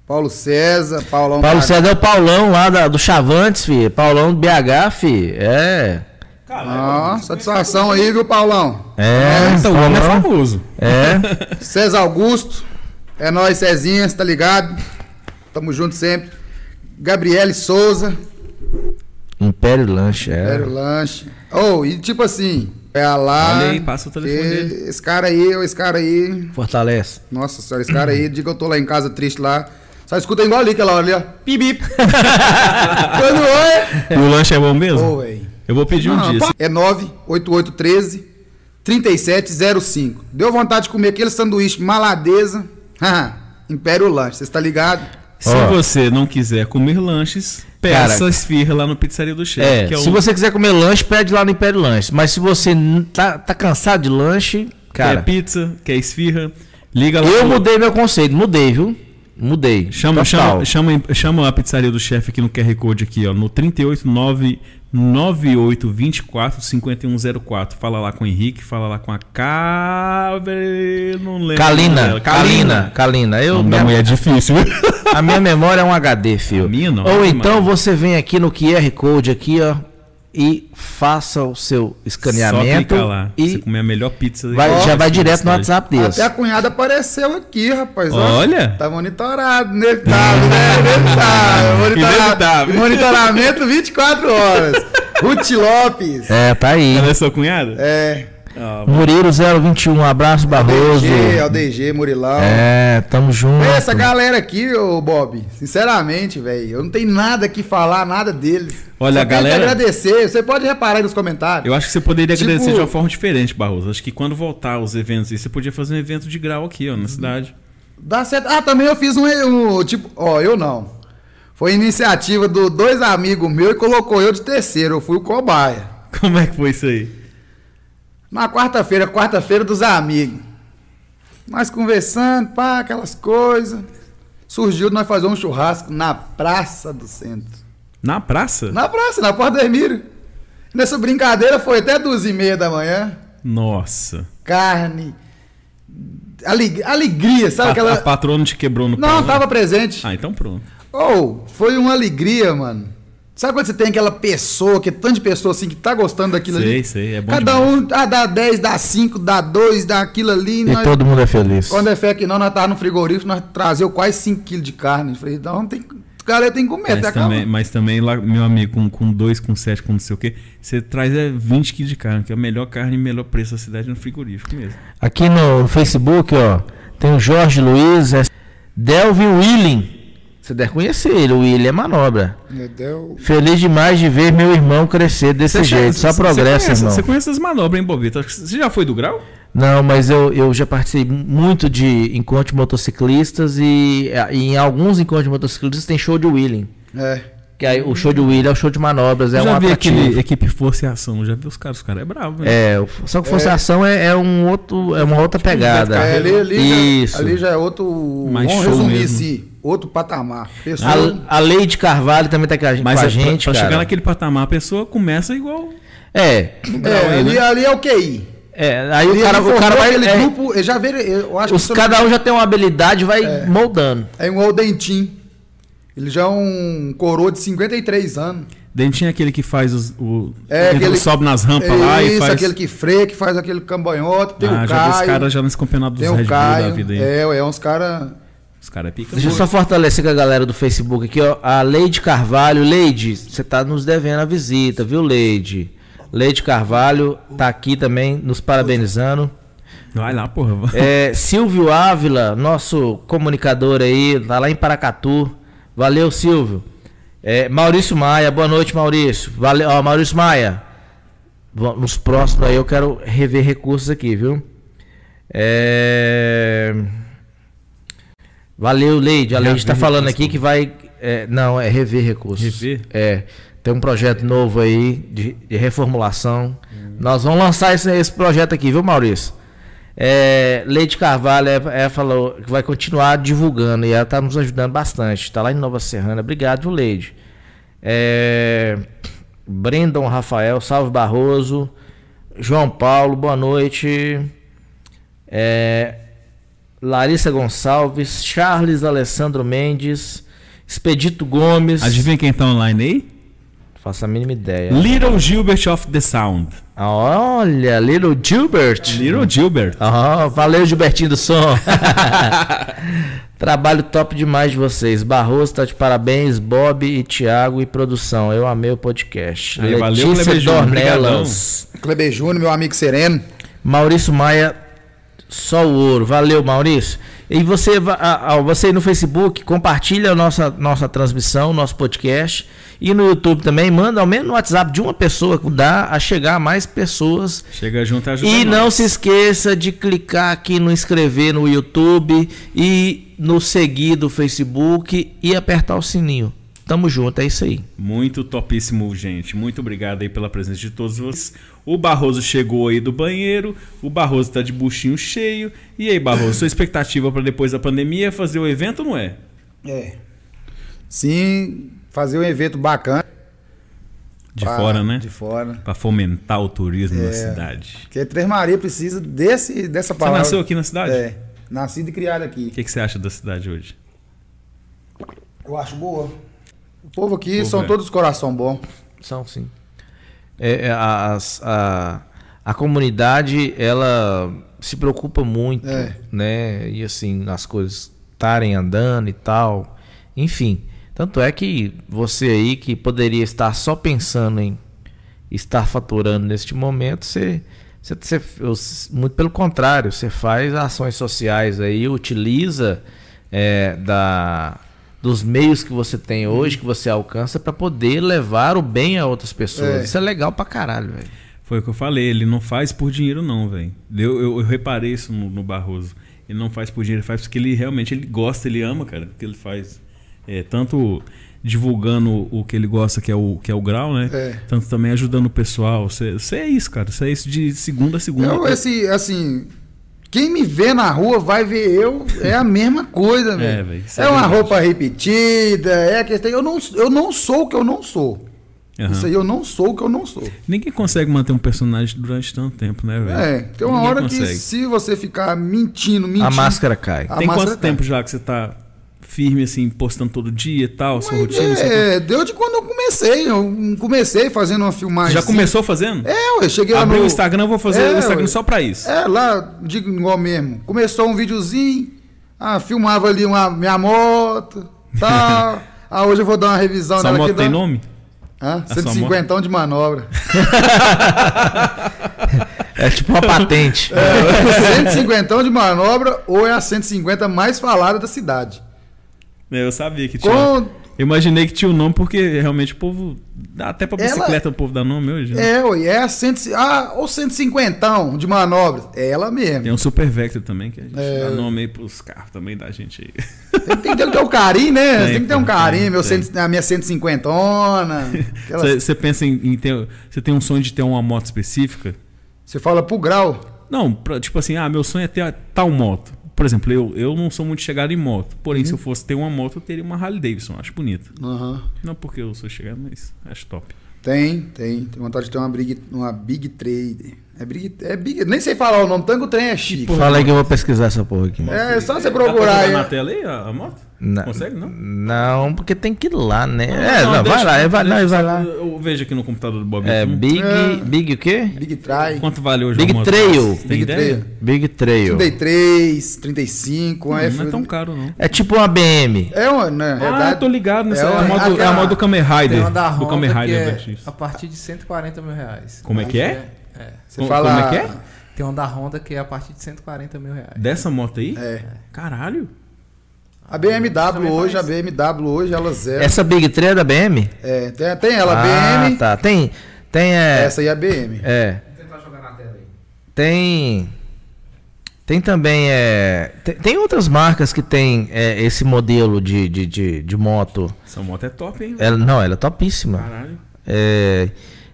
Speaker 4: Paulo César, Paulão.
Speaker 2: Paulo
Speaker 4: Cag-
Speaker 2: César é o Paulão lá da- do Chavantes, fi. Paulão do BH, fi. É.
Speaker 4: Ó, Ah, satisfação aí, viu, Paulão?
Speaker 2: É,
Speaker 1: então, o homem é
Speaker 2: Paulão.
Speaker 1: famoso.
Speaker 2: É.
Speaker 4: César Augusto. É nóis, Cezinha, cê tá ligado? Tamo junto sempre. Gabriele Souza,
Speaker 2: Império Lanche,
Speaker 4: Império
Speaker 2: é.
Speaker 4: Lanche. Oh, e tipo assim, é a lá.
Speaker 1: Olha aí, passa o telefone
Speaker 4: que
Speaker 1: dele.
Speaker 4: Esse cara aí, esse cara aí.
Speaker 2: Fortalece.
Speaker 4: Nossa senhora, esse cara aí, diga que eu tô lá em casa triste lá. Só escuta igual ali, aquela hora ali, ó. Pip, bip. Quando oi.
Speaker 1: E o lanche é bom mesmo?
Speaker 4: Ô, velho.
Speaker 1: Eu vou pedir um dia. se-
Speaker 4: É 98813 3705. Deu vontade de comer aquele sanduíche maladeza. Haha, Império Lanche, você tá ligado?
Speaker 1: Se
Speaker 2: Ó.
Speaker 1: você não quiser comer lanches, peça
Speaker 2: Cara,
Speaker 1: esfirra lá no Pizzaria do Chefe.
Speaker 2: É,
Speaker 1: que é
Speaker 2: se
Speaker 1: um-
Speaker 2: você quiser comer lanche, pede lá no Império Lanche. Mas se você n- tá, tá cansado de lanche,
Speaker 1: quer
Speaker 2: cara,
Speaker 1: pizza, quer é esfirra, liga lá.
Speaker 2: eu
Speaker 1: pro-
Speaker 2: mudei meu conceito, mudei, viu? Mudei.
Speaker 1: Chama,
Speaker 2: Total.
Speaker 1: chama, chama, chama a pizzaria do chefe aqui no QR Code aqui, ó, no 38998245104. Fala lá com o Henrique, fala lá com a Ca... não lembro. o nome
Speaker 2: Kalina,
Speaker 1: dela.
Speaker 2: Kalina, Kalina. Eu,
Speaker 1: Nome da
Speaker 2: minha-
Speaker 1: mulher é difícil.
Speaker 2: a minha memória é um HD, filho.
Speaker 1: A minha não,
Speaker 2: Ou
Speaker 1: né,
Speaker 2: então
Speaker 1: mano?
Speaker 2: você vem aqui no QR Code aqui, ó, e faça o seu
Speaker 1: Só
Speaker 2: escaneamento
Speaker 1: clicar lá. Você
Speaker 2: e
Speaker 1: comer a melhor pizza.
Speaker 2: vai-
Speaker 1: Ó,
Speaker 2: já vai
Speaker 1: essa
Speaker 2: direto no
Speaker 1: cidade.
Speaker 2: WhatsApp deles.
Speaker 4: Até a cunhada apareceu aqui, rapaz. ó.
Speaker 1: Olha.
Speaker 4: Tá monitorado, inevitável, né? Inevitável. Monitora-
Speaker 1: Inevitável.
Speaker 4: Monitoramento 24 horas. Ruth Lopes.
Speaker 2: É, tá aí.
Speaker 1: Ela é sua cunhada?
Speaker 4: É.
Speaker 1: Ah,
Speaker 2: Murilo 021, abraço Barroso.
Speaker 4: DG, LDG, Murilão.
Speaker 2: É, tamo junto.
Speaker 4: Vê Essa galera aqui, ô Bob, sinceramente, velho, eu não tenho nada que falar, nada deles.
Speaker 1: Olha,
Speaker 4: Só
Speaker 1: a
Speaker 4: tenho que
Speaker 1: galera-
Speaker 4: agradecer, você pode reparar aí nos comentários.
Speaker 1: Eu acho que você poderia
Speaker 4: Tipo-
Speaker 1: agradecer de uma forma diferente, Barroso. Acho que quando voltar aos eventos aí, você podia fazer um evento de grau aqui, ó,
Speaker 4: Uhum.
Speaker 1: na cidade.
Speaker 4: Dá certo. Ah, também eu fiz um, um, tipo, ó, eu não. Foi iniciativa do dois amigos meus e colocou eu de terceiro, eu fui o cobaia.
Speaker 1: Como é que foi isso aí?
Speaker 4: Na quarta-feira, quarta-feira dos amigos. Nós conversando, pá, aquelas coisas. Surgiu de nós fazer um churrasco na praça do centro.
Speaker 1: Na praça?
Speaker 4: Na praça, na Porta do Hermílio. Nessa brincadeira foi até duas e meia da manhã.
Speaker 1: Nossa.
Speaker 4: Carne. aleg- alegria, sabe
Speaker 1: A, a
Speaker 4: aquela.
Speaker 1: patrona te quebrou no pau,
Speaker 4: Não,
Speaker 1: né?
Speaker 4: tava presente.
Speaker 1: Ah, então pronto.
Speaker 4: Ou, foi uma alegria, mano. Sabe quando você tem aquela pessoa, que é tanto de pessoa assim que tá gostando daquilo
Speaker 1: Sei,
Speaker 4: ali?
Speaker 1: sei, é bom
Speaker 4: Cada
Speaker 1: demais.
Speaker 4: um ah, dá 10, dá 5, dá 2, dá aquilo ali.
Speaker 2: E
Speaker 4: nós-
Speaker 2: todo mundo é feliz.
Speaker 4: Quando é fé que não, nós tava no frigorífico, nós trazia quase 5 quilos de carne. Eu falei, então tem, o cara tem que comer, tá até
Speaker 1: Mas também,
Speaker 4: acabar.
Speaker 1: mas também lá, meu amigo, com, com dois, com sete, com não sei o quê, você traz é 20 quilos de carne, que é a melhor carne e melhor preço da cidade no frigorífico mesmo.
Speaker 2: Aqui no Facebook, ó, tem o Jorge Luiz, é Delvin Willing. Você deve conhecer ele, o Willing é manobra.
Speaker 4: Meu Deus.
Speaker 2: Feliz demais de ver meu irmão crescer desse jeito, só progresso,
Speaker 1: você conhece,
Speaker 2: irmão.
Speaker 1: Você conhece as manobras, hein, Bobita? Você já foi do grau?
Speaker 2: Não, mas eu, eu já participei muito de encontros de motociclistas e, é, e em alguns encontros de motociclistas tem show de Willing.
Speaker 4: É.
Speaker 2: Que aí, o show de Willing é o show de manobras, é
Speaker 1: Eu
Speaker 2: um
Speaker 1: já vi
Speaker 2: atrativo.
Speaker 1: aquele Equipe Força e Ação, já vi os caras, os caras é bravo, né?
Speaker 2: É, o- só que força ação é, é um outro, é uma outra pegada.
Speaker 4: É, ali, ali,
Speaker 2: Isso.
Speaker 4: já, ali já é outro.
Speaker 1: Mais
Speaker 4: vamos
Speaker 1: show
Speaker 4: resumir
Speaker 1: mesmo.
Speaker 4: assim, outro patamar. Pessoa,
Speaker 2: A, a Lady Carvalho também tá com a, gente-
Speaker 1: Mas
Speaker 2: com a
Speaker 1: é pra-
Speaker 2: gente,
Speaker 1: pra,
Speaker 2: cara.
Speaker 1: chegar naquele patamar, a pessoa começa igual.
Speaker 2: É,
Speaker 4: é, ali, ali é o QI.
Speaker 2: é, aí
Speaker 4: Ele
Speaker 2: o cara, o
Speaker 4: formou
Speaker 2: cara vai...
Speaker 4: aquele
Speaker 2: é,
Speaker 4: grupo, ele já vê, eu acho
Speaker 2: os,
Speaker 4: que
Speaker 2: cada um já tem uma habilidade vai moldando.
Speaker 4: é um Oldentim. Ele já é um coroa de 53 anos.
Speaker 1: Dentinho é aquele que faz os, o.
Speaker 4: É,
Speaker 1: entra-
Speaker 4: aquele-
Speaker 1: sobe nas rampas
Speaker 4: é
Speaker 1: lá e
Speaker 4: isso,
Speaker 1: faz.
Speaker 4: aquele que freia, que faz aquele cambanhoto, tem
Speaker 1: ah,
Speaker 4: o
Speaker 1: já vi os
Speaker 4: Caio,
Speaker 1: caras já nesse campeonato dos
Speaker 4: tem
Speaker 1: Red Bull
Speaker 4: o Caio.
Speaker 1: da vida aí.
Speaker 4: é, é uns caras
Speaker 1: Os caras é pica.
Speaker 2: Deixa eu só fortalecer com a galera do Facebook aqui, ó. A Leide Carvalho, Leide, você tá nos devendo a visita, viu, Leide? Leide Carvalho tá aqui também nos parabenizando.
Speaker 1: Vai lá, porra.
Speaker 2: É, Silvio Ávila, nosso comunicador aí, tá lá em Paracatu. Valeu, Silvio. É, Maurício Maia, boa noite, Maurício. Valeu, ó, Maurício Maia. va- Nos próximos aí eu quero rever recursos aqui, viu? É... Valeu, Leide. A Leide
Speaker 1: Rever
Speaker 2: tá falando
Speaker 1: recurso,
Speaker 2: aqui que vai. é, não, é rever recursos.
Speaker 1: Rever?
Speaker 2: É. Tem um projeto novo aí de, de reformulação. Nós vamos lançar esse, esse projeto aqui, viu, Maurício? É, Leite Carvalho é, é, falou que vai continuar divulgando e ela está nos ajudando bastante. Está lá em Nova Serrana. Obrigado, viu, Leide. É, Brendan Rafael, salve Barroso. João Paulo, boa noite. É, Larissa Gonçalves, Charles Alessandro Mendes, Expedito Gomes.
Speaker 1: Adivinha quem tá online aí?
Speaker 2: Faço a mínima
Speaker 4: É.
Speaker 2: ideia.
Speaker 1: Little Gilbert of the Sound.
Speaker 2: Ah, Olha, Little Gilbert.
Speaker 1: Little Gilbert.
Speaker 2: Ah, valeu, Gilbertinho do Som. Trabalho top demais de vocês. Barroso tá de parabéns, Bob e Thiago e produção. Eu amei o podcast.
Speaker 1: Aí, valeu, Kleber Júnior,
Speaker 2: Dornelas.
Speaker 4: Kleber Júnior, meu amigo sereno.
Speaker 2: Maurício Maia, só o ouro. Valeu, Maurício. E você, va- ah, ah, você aí no Facebook, compartilha a nossa, nossa transmissão, nosso podcast. E no YouTube também, manda ao menos no WhatsApp de uma pessoa que dá a chegar a mais pessoas
Speaker 1: Chega junto e ajuda.
Speaker 2: e
Speaker 1: nós.
Speaker 2: não se esqueça de clicar aqui no inscrever no YouTube e no seguir do Facebook e apertar o sininho. Tamo junto, é isso aí.
Speaker 1: Muito topíssimo, gente. Muito obrigado aí pela presença de todos vocês. O Barroso chegou aí do banheiro, o Barroso tá de buchinho cheio. E aí, Barroso, sua expectativa para depois da pandemia é fazer o evento ou não é?
Speaker 4: É. Sim, fazer um evento bacana.
Speaker 1: De
Speaker 4: pra-
Speaker 1: fora, né?
Speaker 4: De fora.
Speaker 1: Pra fomentar o turismo na
Speaker 4: É.
Speaker 1: cidade.
Speaker 4: Porque Três Maria precisa desse, dessa
Speaker 1: Você
Speaker 4: palavra.
Speaker 1: nasceu aqui na cidade?
Speaker 4: É. Nascido e criado aqui.
Speaker 1: O que, que você acha da cidade hoje?
Speaker 4: Eu acho boa. O povo aqui
Speaker 1: Povo
Speaker 4: são
Speaker 1: é.
Speaker 4: todos coração bom.
Speaker 2: São, sim. É, é, as- a, a comunidade, ela se preocupa muito,
Speaker 4: É.
Speaker 2: né? E assim, as coisas estarem andando e tal. Enfim, tanto é que você aí que poderia estar só pensando em estar faturando neste momento, você... você- você- eu- muito pelo contrário, você faz ações sociais aí, utiliza é, da, dos meios que você tem hoje, que você alcança, para poder levar o bem a outras pessoas.
Speaker 4: É.
Speaker 2: Isso é legal pra caralho, velho.
Speaker 1: Foi o que eu falei, ele não faz por dinheiro não, velho. Eu, eu, eu reparei isso no, no Barroso. Ele não faz por dinheiro, ele faz porque ele realmente ele gosta, ele ama, cara, o que ele faz. É, tanto divulgando o que ele gosta, que é o, que é o grau, né?
Speaker 4: É.
Speaker 1: Tanto também ajudando o pessoal. Você você é isso, cara. Você é isso de segunda a segunda.
Speaker 4: Eu, esse, assim, quem me vê na rua vai ver eu, é a mesma coisa, velho.
Speaker 1: velho, isso
Speaker 4: É,
Speaker 1: é
Speaker 4: uma
Speaker 1: verdade.
Speaker 4: roupa repetida, é a questão. Eu não, eu não sou o que eu não sou.
Speaker 1: Aham. É
Speaker 4: Isso aí eu não sou o que eu não sou.
Speaker 1: Ninguém consegue manter um personagem durante tanto tempo, né, velho?
Speaker 4: É, tem uma
Speaker 1: Ninguém
Speaker 4: hora que
Speaker 1: consegue.
Speaker 4: se você ficar mentindo, mentindo.
Speaker 2: A máscara cai.
Speaker 4: A
Speaker 1: Tem
Speaker 4: massa
Speaker 1: quanto
Speaker 4: tá.
Speaker 1: tempo já que você tá firme, assim, postando todo dia e tal, sua rotina? sua-
Speaker 4: É, deu de quando eu comecei. Eu comecei fazendo uma filmagem.
Speaker 1: Já começou fazendo?
Speaker 4: É, eu cheguei lá
Speaker 1: Abriu
Speaker 4: no-
Speaker 1: o Instagram, eu vou fazer
Speaker 4: É,
Speaker 1: o Instagram
Speaker 4: ué.
Speaker 1: só pra isso.
Speaker 4: É, lá, digo igual mesmo. Começou um videozinho, ah, filmava ali uma minha moto, tal. ah, hoje eu vou dar uma revisão
Speaker 1: Sua moto
Speaker 4: aqui,
Speaker 1: tem
Speaker 4: dá-
Speaker 1: nome?
Speaker 4: Hã?
Speaker 1: sua moto?
Speaker 4: 150 de manobra.
Speaker 2: É tipo uma patente.
Speaker 4: É. 150 de manobra ou é a 150 mais falada da cidade.
Speaker 1: É, Eu sabia que tinha.
Speaker 4: Com...
Speaker 1: Eu Imaginei que tinha o nome porque realmente o povo. dá Até pra
Speaker 4: Ela-
Speaker 1: bicicleta o povo dá nome hoje. Né?
Speaker 4: É, oi, é a 100, ah, ou 150 de manobra. É ela mesmo.
Speaker 1: Tem um Super Vector também que a gente
Speaker 4: É.
Speaker 1: dá nome aí pros carros também da gente aí.
Speaker 4: Tem, tem que ter um carinho, né?
Speaker 1: Tem,
Speaker 4: Tem, que ter um
Speaker 1: tem,
Speaker 4: carinho. Meu
Speaker 1: tem.
Speaker 4: cento- a minha 150. Aquela...
Speaker 1: Você pensa em, em ter. Você tem um sonho de ter uma moto específica?
Speaker 4: Você fala pro grau.
Speaker 1: Não, pra- tipo assim, ah, meu sonho é ter a- tal moto. Por exemplo, eu, eu não sou muito chegado em moto. Porém, se eu fosse ter uma moto, eu teria uma Harley Davidson. Acho bonita.
Speaker 4: Aham.
Speaker 1: Não porque eu sou chegado, mas acho top.
Speaker 4: Tem, tem. Tem vontade de ter uma Big, uma big Trader. É Big, é big Nem sei falar o nome, tanto que o trem é chique.
Speaker 2: Fala aí que eu vou pesquisar essa porra aqui.
Speaker 4: É só você
Speaker 1: Dá pra
Speaker 4: procurar
Speaker 1: jogar na
Speaker 4: aí.
Speaker 1: tela aí a, a moto?
Speaker 2: Na-
Speaker 1: Consegue, não?
Speaker 2: Não, porque tem que ir lá, né? é, não,
Speaker 1: deixa-
Speaker 2: vai lá, é, vai lá,
Speaker 1: deixa
Speaker 2: é, vai
Speaker 1: só-
Speaker 2: lá.
Speaker 1: Eu vejo aqui no computador do Bob.
Speaker 2: É,
Speaker 1: aqui. um,
Speaker 2: Big.
Speaker 4: É.
Speaker 2: Big o quê?
Speaker 4: Big Try.
Speaker 1: Quanto vale hoje
Speaker 2: Big
Speaker 1: uma moto?
Speaker 2: Trail.
Speaker 1: Tem
Speaker 4: Big
Speaker 1: ideia?
Speaker 4: Trail.
Speaker 2: Big Trail.
Speaker 4: 33, 35, uma
Speaker 1: Não,
Speaker 4: F.
Speaker 1: é tão caro, não.
Speaker 2: É tipo uma BM.
Speaker 4: É uma, né?
Speaker 1: Ah, eu tô ligado. Nessa,
Speaker 4: É
Speaker 1: é, a
Speaker 4: uma-
Speaker 1: moda, do- é a moda do Kamen
Speaker 3: Tem
Speaker 1: Rider.
Speaker 3: uma da
Speaker 1: Do Kamen
Speaker 3: Honda que
Speaker 1: Rider,
Speaker 3: é
Speaker 1: Batista.
Speaker 3: a partir de 140 mil reais.
Speaker 1: Como é que é?
Speaker 3: É.
Speaker 4: Você
Speaker 1: Como-
Speaker 4: fala.
Speaker 1: como é que
Speaker 3: Tem
Speaker 5: um
Speaker 3: uma da Honda que é a partir de 140 mil reais.
Speaker 1: Dessa moto aí?
Speaker 4: É.
Speaker 1: Caralho.
Speaker 4: A BMW
Speaker 3: Também
Speaker 4: hoje, a
Speaker 3: faz.
Speaker 4: BMW hoje, ela zero.
Speaker 2: Essa Big Trail é da BM?
Speaker 4: É, tem, tem ela,
Speaker 2: ah,
Speaker 4: BM.
Speaker 2: tá. Tem. Tem. É,
Speaker 4: Essa aí é a BM.
Speaker 2: É.
Speaker 3: Vou tentar jogar na tela aí.
Speaker 2: Tem. Tem também. É, tem, tem outras marcas que tem é, esse modelo de, de, de, de moto.
Speaker 1: Essa moto é top, hein?
Speaker 2: Ela, não, ela é topíssima.
Speaker 1: Caralho.
Speaker 2: É,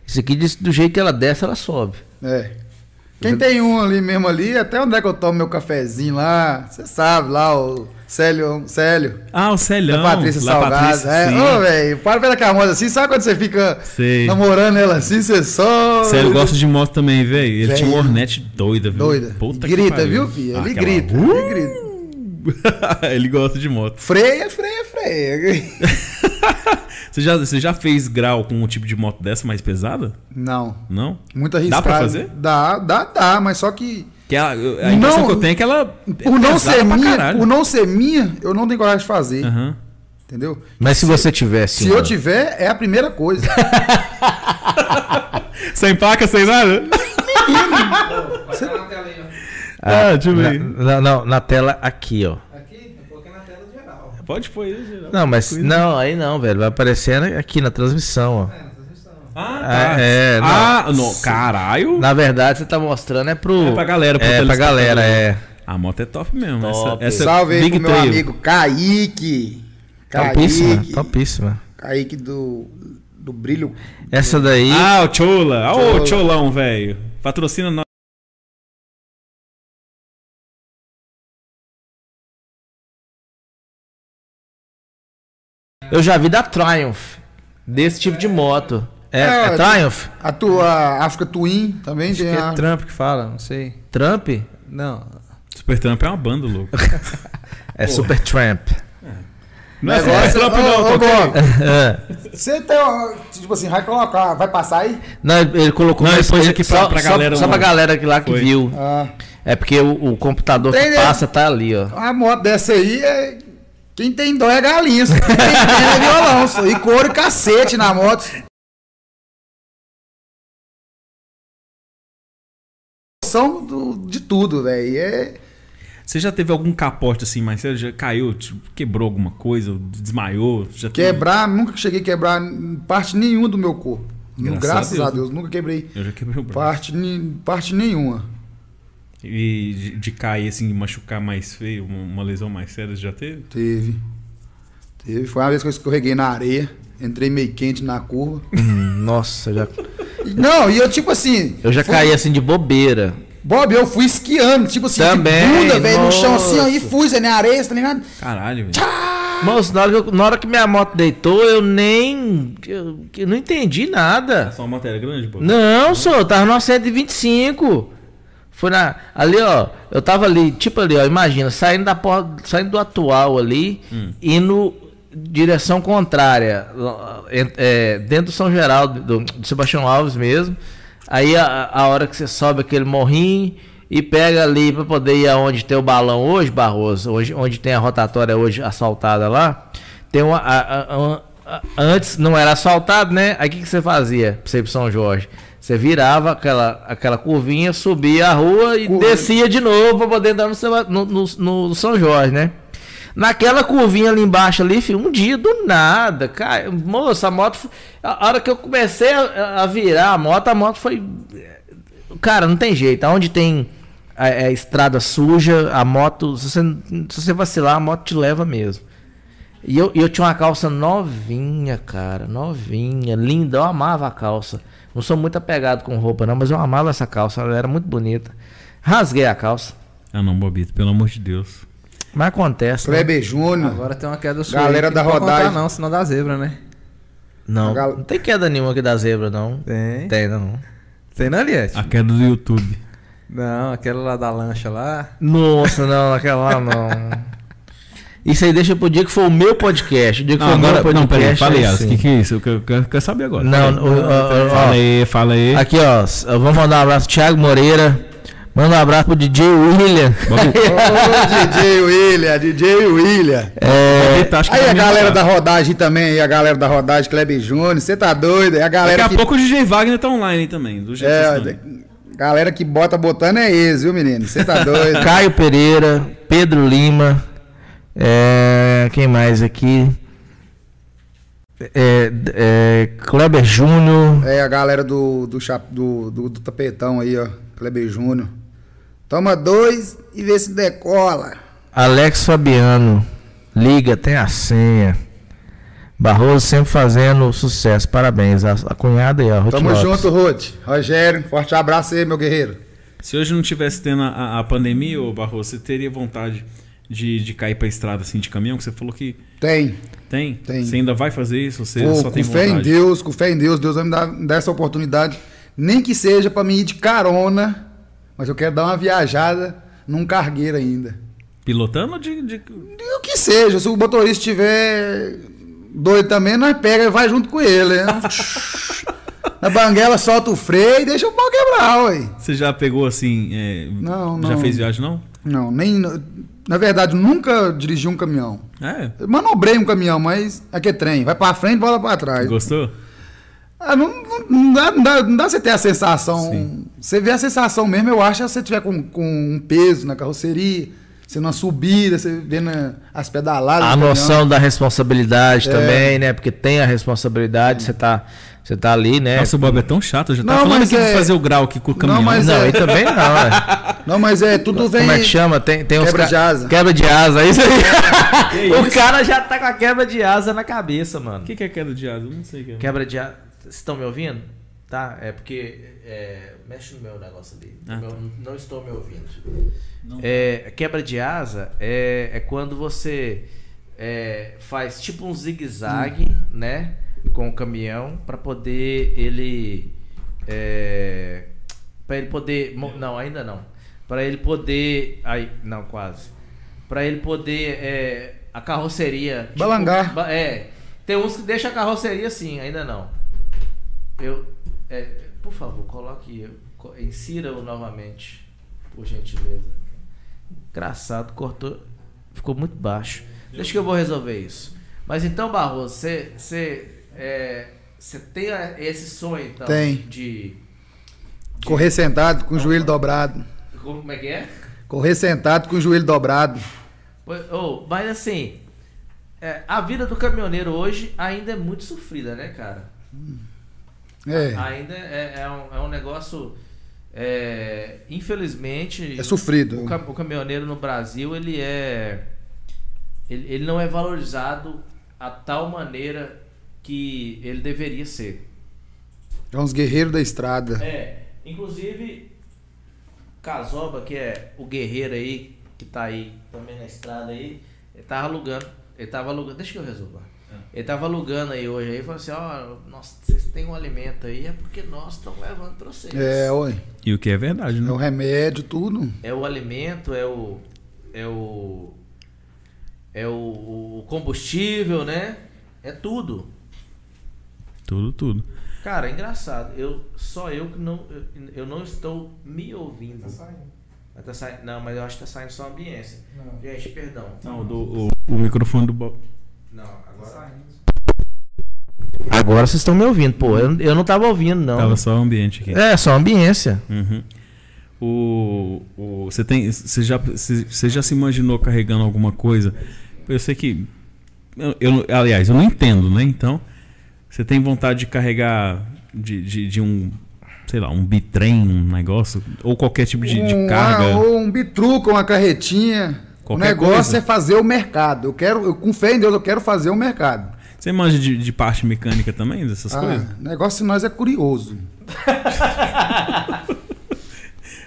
Speaker 2: isso aqui diz que do jeito que ela desce, ela sobe.
Speaker 4: É. Quem tem um ali mesmo ali, até onde é que eu tomo meu cafezinho lá? Você sabe lá, o Célio. Célio.
Speaker 1: Ah, o Celhão.
Speaker 4: da Patrícia
Speaker 1: lá,
Speaker 4: Salgado.
Speaker 1: Patrícia,
Speaker 4: É,
Speaker 1: sim.
Speaker 4: ô, velho, para pela Carmosa assim, sabe quando você fica
Speaker 1: Sei.
Speaker 4: namorando ela assim, você só.
Speaker 1: Sério, eu gosto de moto também, velho. Ele
Speaker 4: Velho.
Speaker 1: tinha uma Hornet doida, viu?
Speaker 4: Doida.
Speaker 1: Puta que
Speaker 4: grita,
Speaker 1: pariu.
Speaker 4: viu, filho?
Speaker 1: Ah,
Speaker 4: Ele
Speaker 1: aquela-
Speaker 4: grita, ele grita.
Speaker 1: Ele gosta de moto.
Speaker 4: Freia, freia, freia.
Speaker 1: Você já, você já fez grau com um tipo de moto dessa mais pesada?
Speaker 4: Não.
Speaker 1: Não?
Speaker 4: Muito
Speaker 1: Dá
Speaker 4: arriscado.
Speaker 1: pra fazer?
Speaker 4: Dá, dá, dá, mas só que.
Speaker 1: Que ela, a impressão
Speaker 4: Não-
Speaker 1: que eu tenho é que ela. é
Speaker 4: o não
Speaker 1: pesada
Speaker 4: ser
Speaker 1: pra
Speaker 4: minha,
Speaker 1: caralho.
Speaker 4: o não ser minha, eu não tenho coragem de fazer.
Speaker 1: Aham.
Speaker 4: Entendeu?
Speaker 2: Mas se você tivesse.
Speaker 4: Se eu
Speaker 2: uma-
Speaker 4: tiver, é a primeira coisa.
Speaker 1: Sem placa, sem nada?
Speaker 3: Vai jogar na tela aí,
Speaker 1: Ah, deixa eu ver.
Speaker 2: Na, na- não, na tela aqui, ó.
Speaker 3: ó. Aqui, eu coloquei na tela geral.
Speaker 1: Pode pôr aí, geral.
Speaker 2: Não, mas. Não, aí não, velho. Vai aparecendo aqui na transmissão, ó.
Speaker 1: Ah, tá.
Speaker 2: Ah, é, não.
Speaker 1: ah, não. Caralho.
Speaker 2: Na verdade, você tá mostrando é pro.
Speaker 1: É pra galera, pro
Speaker 2: É pra
Speaker 1: telespectador.
Speaker 2: galera, é.
Speaker 1: A moto é top mesmo.
Speaker 2: Top.
Speaker 1: Essa, essa
Speaker 4: Salve aí
Speaker 1: Big
Speaker 4: pro meu
Speaker 1: Trail.
Speaker 4: amigo Kaique.
Speaker 1: Tá né?
Speaker 2: Topíssima,
Speaker 4: Kaique.
Speaker 2: topíssima.
Speaker 4: Kaique do do brilho.
Speaker 2: Essa daí.
Speaker 1: Ah, o Chola. Ah, o
Speaker 4: Chola.
Speaker 1: Cholão, velho. Patrocina nós.
Speaker 2: Eu já vi da Triumph. Desse tipo de moto. É,
Speaker 1: Ah,
Speaker 4: É,
Speaker 2: é Triumph?
Speaker 4: A tua África Twin também
Speaker 5: Acho que
Speaker 4: tem a...
Speaker 5: é Trump que fala, não sei.
Speaker 2: Trump?
Speaker 5: Não.
Speaker 1: Super Trump é uma banda, louco.
Speaker 2: É Super Tramp.
Speaker 1: Não é
Speaker 4: Negócio-
Speaker 1: Super Trump,
Speaker 4: Ô,
Speaker 1: não,
Speaker 4: ô,
Speaker 1: tô
Speaker 4: Bob, Você tem, ó, tipo assim, vai colocar, vai passar aí?
Speaker 2: Não, ele colocou
Speaker 1: Não, ele pôs
Speaker 2: ele-
Speaker 1: aqui pra-
Speaker 2: só,
Speaker 1: pra
Speaker 2: só-
Speaker 1: galera
Speaker 2: Só,
Speaker 1: uma-
Speaker 2: pra galera que lá que
Speaker 1: Foi.
Speaker 2: viu.
Speaker 4: Ah,
Speaker 2: É porque o, o computador que
Speaker 4: Tem-
Speaker 2: passa tá ali, ó.
Speaker 4: a moto dessa aí é... Quem tem dó é galinha, só. quem tem pena é violão, só. e couro e cacete na moto. São do- de tudo, velho. É...
Speaker 1: Você já teve algum capote assim, mas você já caiu, tipo, quebrou alguma coisa, desmaiou? Já teve-
Speaker 4: Quebrar, nunca cheguei a quebrar parte nenhuma do meu corpo.
Speaker 1: Graças
Speaker 4: Graças,
Speaker 1: a
Speaker 4: a, Deus. né?
Speaker 1: Deus.
Speaker 4: nunca quebrei
Speaker 1: Eu já quebrei o braço.
Speaker 4: parte, ni- parte nenhuma.
Speaker 1: E de, de cair assim, machucar mais feio, uma, uma lesão mais séria, você já teve?
Speaker 4: Teve. Teve. Foi uma vez que eu escorreguei na areia, entrei meio quente na curva.
Speaker 2: Hum, Nossa, eu já,
Speaker 4: Não, e eu tipo assim.
Speaker 2: eu já
Speaker 4: fui-
Speaker 2: caí assim de bobeira.
Speaker 4: Bob, eu fui esquiando, tipo assim,
Speaker 2: Também,
Speaker 4: de bunda, velho, no chão assim,
Speaker 2: nossa.
Speaker 4: aí fui, Zé, na areia, tá ligado?
Speaker 1: Caralho, velho.
Speaker 2: Moço, na hora, que eu- na hora que minha moto deitou, eu nem. Eu, eu não entendi nada.
Speaker 1: Só uma matéria grande, pô.
Speaker 2: Não, senhor, eu tava no 125. Foi na. Ali, ó. Eu tava ali, tipo ali, ó. Imagina, saindo da porta, saindo do atual ali, indo direção contrária. lá, en- é, dentro do São Geraldo, do, do Sebastião Alves mesmo. Aí a, a hora que você sobe aquele morrinho e pega ali pra poder ir aonde tem o balão hoje, Barroso, hoje, onde tem a rotatória hoje assaltada lá. Tem uma. a- a- a- a- antes não era assaltado, né? Aí o que, que você fazia pra você ir pro São Jorge? Você virava aquela, aquela curvinha, subia a rua e
Speaker 4: Curva.
Speaker 2: descia de novo pra poder entrar no, Seba- no- no- no São Jorge, né? Naquela curvinha ali embaixo ali, filho, um dia do nada, cara, moça, a moto, f- a a hora que eu comecei a, a virar a moto, a moto foi Cara, não tem jeito. Onde tem é, é, estrada suja, a moto. Se você, se você vacilar, a moto te leva mesmo. E eu, e eu tinha uma calça novinha, cara. Novinha, linda. Eu amava a calça. Não sou muito apegado com roupa, não, mas eu amava essa calça. Ela era muito bonita. Rasguei a calça.
Speaker 1: Ah não, Bobito, pelo amor de Deus.
Speaker 2: Mas acontece. né?
Speaker 4: Kleber Júnior.
Speaker 5: Agora tem uma queda sua.
Speaker 4: Galera
Speaker 5: aí que não
Speaker 4: da
Speaker 5: pode contar
Speaker 4: rodagem.
Speaker 5: Não, senão dá zebra, né?
Speaker 2: Não,
Speaker 4: gal-
Speaker 2: não tem queda nenhuma aqui da zebra, não.
Speaker 5: Tem.
Speaker 2: Tem, não.
Speaker 5: Tem na Aliette?
Speaker 1: A queda do YouTube.
Speaker 5: Não, aquela lá da lancha lá.
Speaker 2: Nossa, não,
Speaker 4: Ah,
Speaker 2: aquela lá não. Isso aí deixa pro dia que for o meu podcast. O dia que
Speaker 4: um
Speaker 1: Não,
Speaker 2: for
Speaker 1: agora,
Speaker 2: o meu
Speaker 1: não, peraí,
Speaker 2: podcast. assim.
Speaker 1: fala aí,
Speaker 2: aí
Speaker 1: Alice,
Speaker 4: assim.
Speaker 1: o
Speaker 2: sim.
Speaker 1: que, que é isso? Eu quero, quero- quero saber agora.
Speaker 2: Não,
Speaker 1: Fala aí.
Speaker 2: o- o- o-
Speaker 1: fala
Speaker 2: ó,
Speaker 1: aí, fala aí.
Speaker 2: aqui ó, s- eu vou mandar um abraço pro Thiago Moreira. Manda um abraço pro DJ William.
Speaker 1: Bobito,
Speaker 4: Ô, DJ William, DJ William.
Speaker 2: É,
Speaker 1: Bobito, acho que
Speaker 4: Aí
Speaker 1: tá
Speaker 4: a
Speaker 1: meio
Speaker 4: galera
Speaker 1: atrasado.
Speaker 4: da rodagem também, e a galera da rodagem, Kleber Júnior, você tá doido? É a
Speaker 1: Daqui
Speaker 4: galera
Speaker 1: a
Speaker 4: que,
Speaker 1: pouco o DJ Wagner tá online também, do jeito que vocês
Speaker 4: é,
Speaker 1: estão.
Speaker 4: galera que bota botando é esse, viu, menino? Você tá doido?
Speaker 2: Caio Pereira, Pedro Lima. é, quem mais aqui? É, d- é, Kleber Júnior.
Speaker 4: É a galera do do, cha- do, do, do tapetão aí, ó, Kleber Júnior. Toma dois e vê se decola.
Speaker 2: Alex Fabiano, liga, tem a senha. Barroso sempre fazendo sucesso, parabéns. A, a cunhada aí, ó. Ruth
Speaker 4: Tamo
Speaker 2: Lopes.
Speaker 4: junto, Ruth. Rogério, forte abraço aí, meu guerreiro.
Speaker 1: Se hoje não tivesse tendo a, a pandemia, ô Barroso, você teria vontade de, de cair pra estrada assim de caminhão? Que você falou que
Speaker 4: Tem.
Speaker 1: tem.
Speaker 4: Tem.
Speaker 1: Você ainda vai fazer isso? Você
Speaker 4: Pô,
Speaker 1: só tem
Speaker 4: com fé em
Speaker 1: vontade?
Speaker 4: Deus, com fé em Deus, Deus vai me dar, me dar essa oportunidade. Nem que seja pra mim ir de carona, mas eu quero dar uma viajada num cargueiro ainda.
Speaker 1: Pilotando ou de, de-
Speaker 4: E o que seja, se o motorista estiver doido também, nós pega e vai junto com ele. né? Na banguela solta o freio e deixa o pau quebrar, ué.
Speaker 1: Você já pegou assim. é,
Speaker 4: Não,
Speaker 1: Já
Speaker 4: não.
Speaker 1: fez viagem, não?
Speaker 4: Não, nem. Na verdade, nunca dirigi um caminhão.
Speaker 1: É.
Speaker 4: Eu manobrei um caminhão, mas aqui é trem. Vai pra frente, bola pra trás.
Speaker 1: Gostou?
Speaker 4: Ah, não, não- não dá, não, dá, não dá você ter a sensação.
Speaker 1: Sim.
Speaker 4: Você vê a sensação mesmo, eu acho, é se você tiver com, com um peso na carroceria, você numa subida, você vendo as pedaladas.
Speaker 2: A
Speaker 4: do caminhão. É.
Speaker 2: noção da responsabilidade também, né? Porque tem a responsabilidade, você tá Você tá ali, né?
Speaker 1: Nossa, o Bob é tão chato, já tá
Speaker 4: Não,
Speaker 1: falando
Speaker 4: mas
Speaker 1: que
Speaker 4: é-
Speaker 1: fazer o grau aqui com o caminhão.
Speaker 4: mas
Speaker 2: não,
Speaker 4: é-
Speaker 2: aí também não, né?
Speaker 4: Não, mas é, tudo vem.
Speaker 2: Como é que chama? Tem, tem uns
Speaker 4: Quebra
Speaker 2: ca-
Speaker 4: de asa.
Speaker 2: Quebra de asa, é isso aí. o cara já tá com a quebra de asa na cabeça, mano.
Speaker 1: O que, que é queda de asa? Eu Não sei o que é.
Speaker 2: Quebra de asa. Vocês estão me ouvindo? Tá? É porque. é, mexe no meu negócio ali.
Speaker 1: Ah,
Speaker 2: Meu- Não estou me ouvindo. É, quebra de asa é, é quando você é, faz tipo um zigue-zague, né? Com o caminhão pra poder ele. É, para ele poder. mo- Não, ainda não. Pra ele poder. Aí, não, quase. Pra ele poder. é, a carroceria. tipo,
Speaker 4: Balangar.
Speaker 2: ba- é. Tem uns que deixam a carroceria assim, ainda não. Eu. é, por favor, coloque. co- Insira-o novamente, por gentileza. Engraçado, cortou. Ficou muito baixo. Deixa que eu vou resolver isso. Mas então, Barroso, você. Você é, você tem a- esse sonho, então?
Speaker 4: Tem.
Speaker 2: De.
Speaker 4: Correr sentado com o joelho dobrado.
Speaker 2: Como como é que é?
Speaker 4: Correr sentado com o joelho dobrado.
Speaker 2: Pois- ô, mas assim, é, a vida do caminhoneiro hoje ainda é muito sofrida, né, cara?
Speaker 4: É.
Speaker 2: Ainda é, é um, é um negócio. é, infelizmente.
Speaker 4: É sofrido.
Speaker 2: O, cam- o caminhoneiro no Brasil, ele é. Ele, ele não é valorizado a tal maneira que ele deveria ser.
Speaker 4: É uns guerreiros da estrada.
Speaker 2: É, inclusive, Casoba, que é o guerreiro aí, que tá aí também na estrada aí, ele tava alugando, ele tava alugando, deixa que eu resolva. Ele tava alugando aí hoje aí, falou assim, ó, nossa, vocês têm um alimento aí, é porque nós estamos levando pra vocês.
Speaker 4: É, oi.
Speaker 1: E o que é verdade,
Speaker 4: É
Speaker 1: né?
Speaker 4: o remédio, tudo.
Speaker 2: É o alimento, é o. É o. É o, o combustível, né? É tudo.
Speaker 1: Tudo, tudo.
Speaker 2: Cara, é engraçado. Eu, só eu que não. Eu, eu não estou me ouvindo.
Speaker 3: Tá saindo.
Speaker 2: Mas tá saindo- não, mas eu acho que tá saindo só a ambiência.
Speaker 3: Não.
Speaker 2: Gente, perdão.
Speaker 1: Não, do- o, o microfone do Bob.
Speaker 2: Não,
Speaker 3: Tá
Speaker 2: agora.
Speaker 3: saindo.
Speaker 2: Agora vocês estão me ouvindo, pô. Eu, eu não tava ouvindo, não.
Speaker 1: Tava só o ambiente aqui.
Speaker 2: É, só a ambiência.
Speaker 1: Uhum. O, o, você, tem, você, já, você você já se imaginou carregando alguma coisa? Eu sei que. Eu, eu- aliás, eu não entendo, né? Então, você tem vontade de carregar de, de, de um. Sei lá, um bitrem, um negócio? Ou qualquer tipo de, de
Speaker 4: Um- ah,
Speaker 1: carga?
Speaker 4: ou um bitruco, uma carretinha.
Speaker 1: Qualquer
Speaker 4: o negócio
Speaker 1: coisa.
Speaker 4: é fazer o mercado. Eu quero, eu, com fé em Deus, eu quero fazer o mercado.
Speaker 1: Você manja de, de parte mecânica também, dessas
Speaker 4: Ah,
Speaker 1: coisas?
Speaker 4: o negócio de nós é curioso.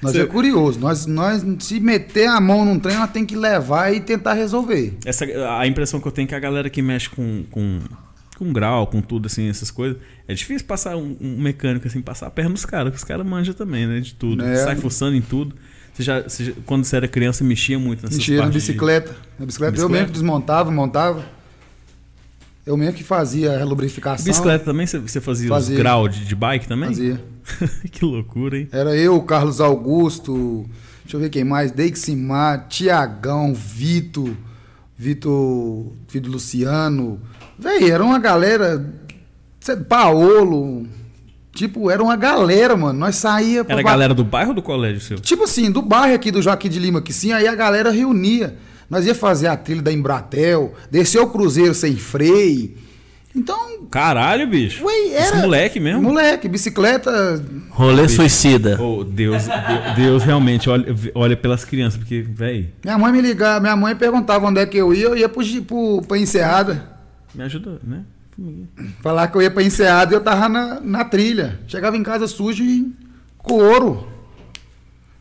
Speaker 4: nós
Speaker 1: Você-
Speaker 4: é curioso. Nós, nós, se meter a mão num trem, nós tem que levar e tentar resolver.
Speaker 1: Essa, a impressão que eu tenho é que a galera que mexe com, com, com grau, com tudo, assim, essas coisas, é difícil passar um, um mecânico, assim, passar a perna nos caras, que os caras manjam também, né? De tudo.
Speaker 4: É.
Speaker 1: Sai fuçando em tudo. Você já, você já- quando você era criança, mexia muito nessas
Speaker 4: Mentira, na
Speaker 1: partes de-
Speaker 4: bicicleta. Na bicicleta. Eu
Speaker 1: Bicicleta?
Speaker 4: mesmo que desmontava, montava. Eu mesmo que fazia a lubrificação.
Speaker 1: Bicicleta também você- você fazia,
Speaker 4: Fazia.
Speaker 1: os grau de, de bike também?
Speaker 4: Fazia.
Speaker 1: que loucura, hein?
Speaker 4: Era eu, Carlos Augusto, deixa eu ver quem mais, Deiximar, Tiagão, Vito, Vitor, filho do Luciano. Véi, era uma galera, cê- Paolo, tipo, era uma galera, mano. Nós saía pra
Speaker 1: Era a
Speaker 4: ba-
Speaker 1: galera do bairro ou do colégio seu?
Speaker 4: Tipo assim, do bairro aqui do Joaquim de Lima, que sim, aí a galera reunia. Nós ia fazer a trilha da Embratel, descer o cruzeiro sem freio. Então,
Speaker 1: Caralho, bicho.
Speaker 4: Ué,
Speaker 1: Esse
Speaker 4: era-
Speaker 1: moleque mesmo.
Speaker 4: moleque, bicicleta,
Speaker 2: Rolê suicida.
Speaker 1: Oh, Deus, Deus- Deus realmente olha, olha pelas crianças, porque, véi,
Speaker 4: Minha mãe me ligava, minha mãe perguntava onde é que eu ia, eu ia pro, gi- pro, pra enseada.
Speaker 1: me ajuda, né? Formiguinha.
Speaker 4: Falar que eu ia pra enseada e eu tava na, na trilha. Chegava em casa sujo e couro.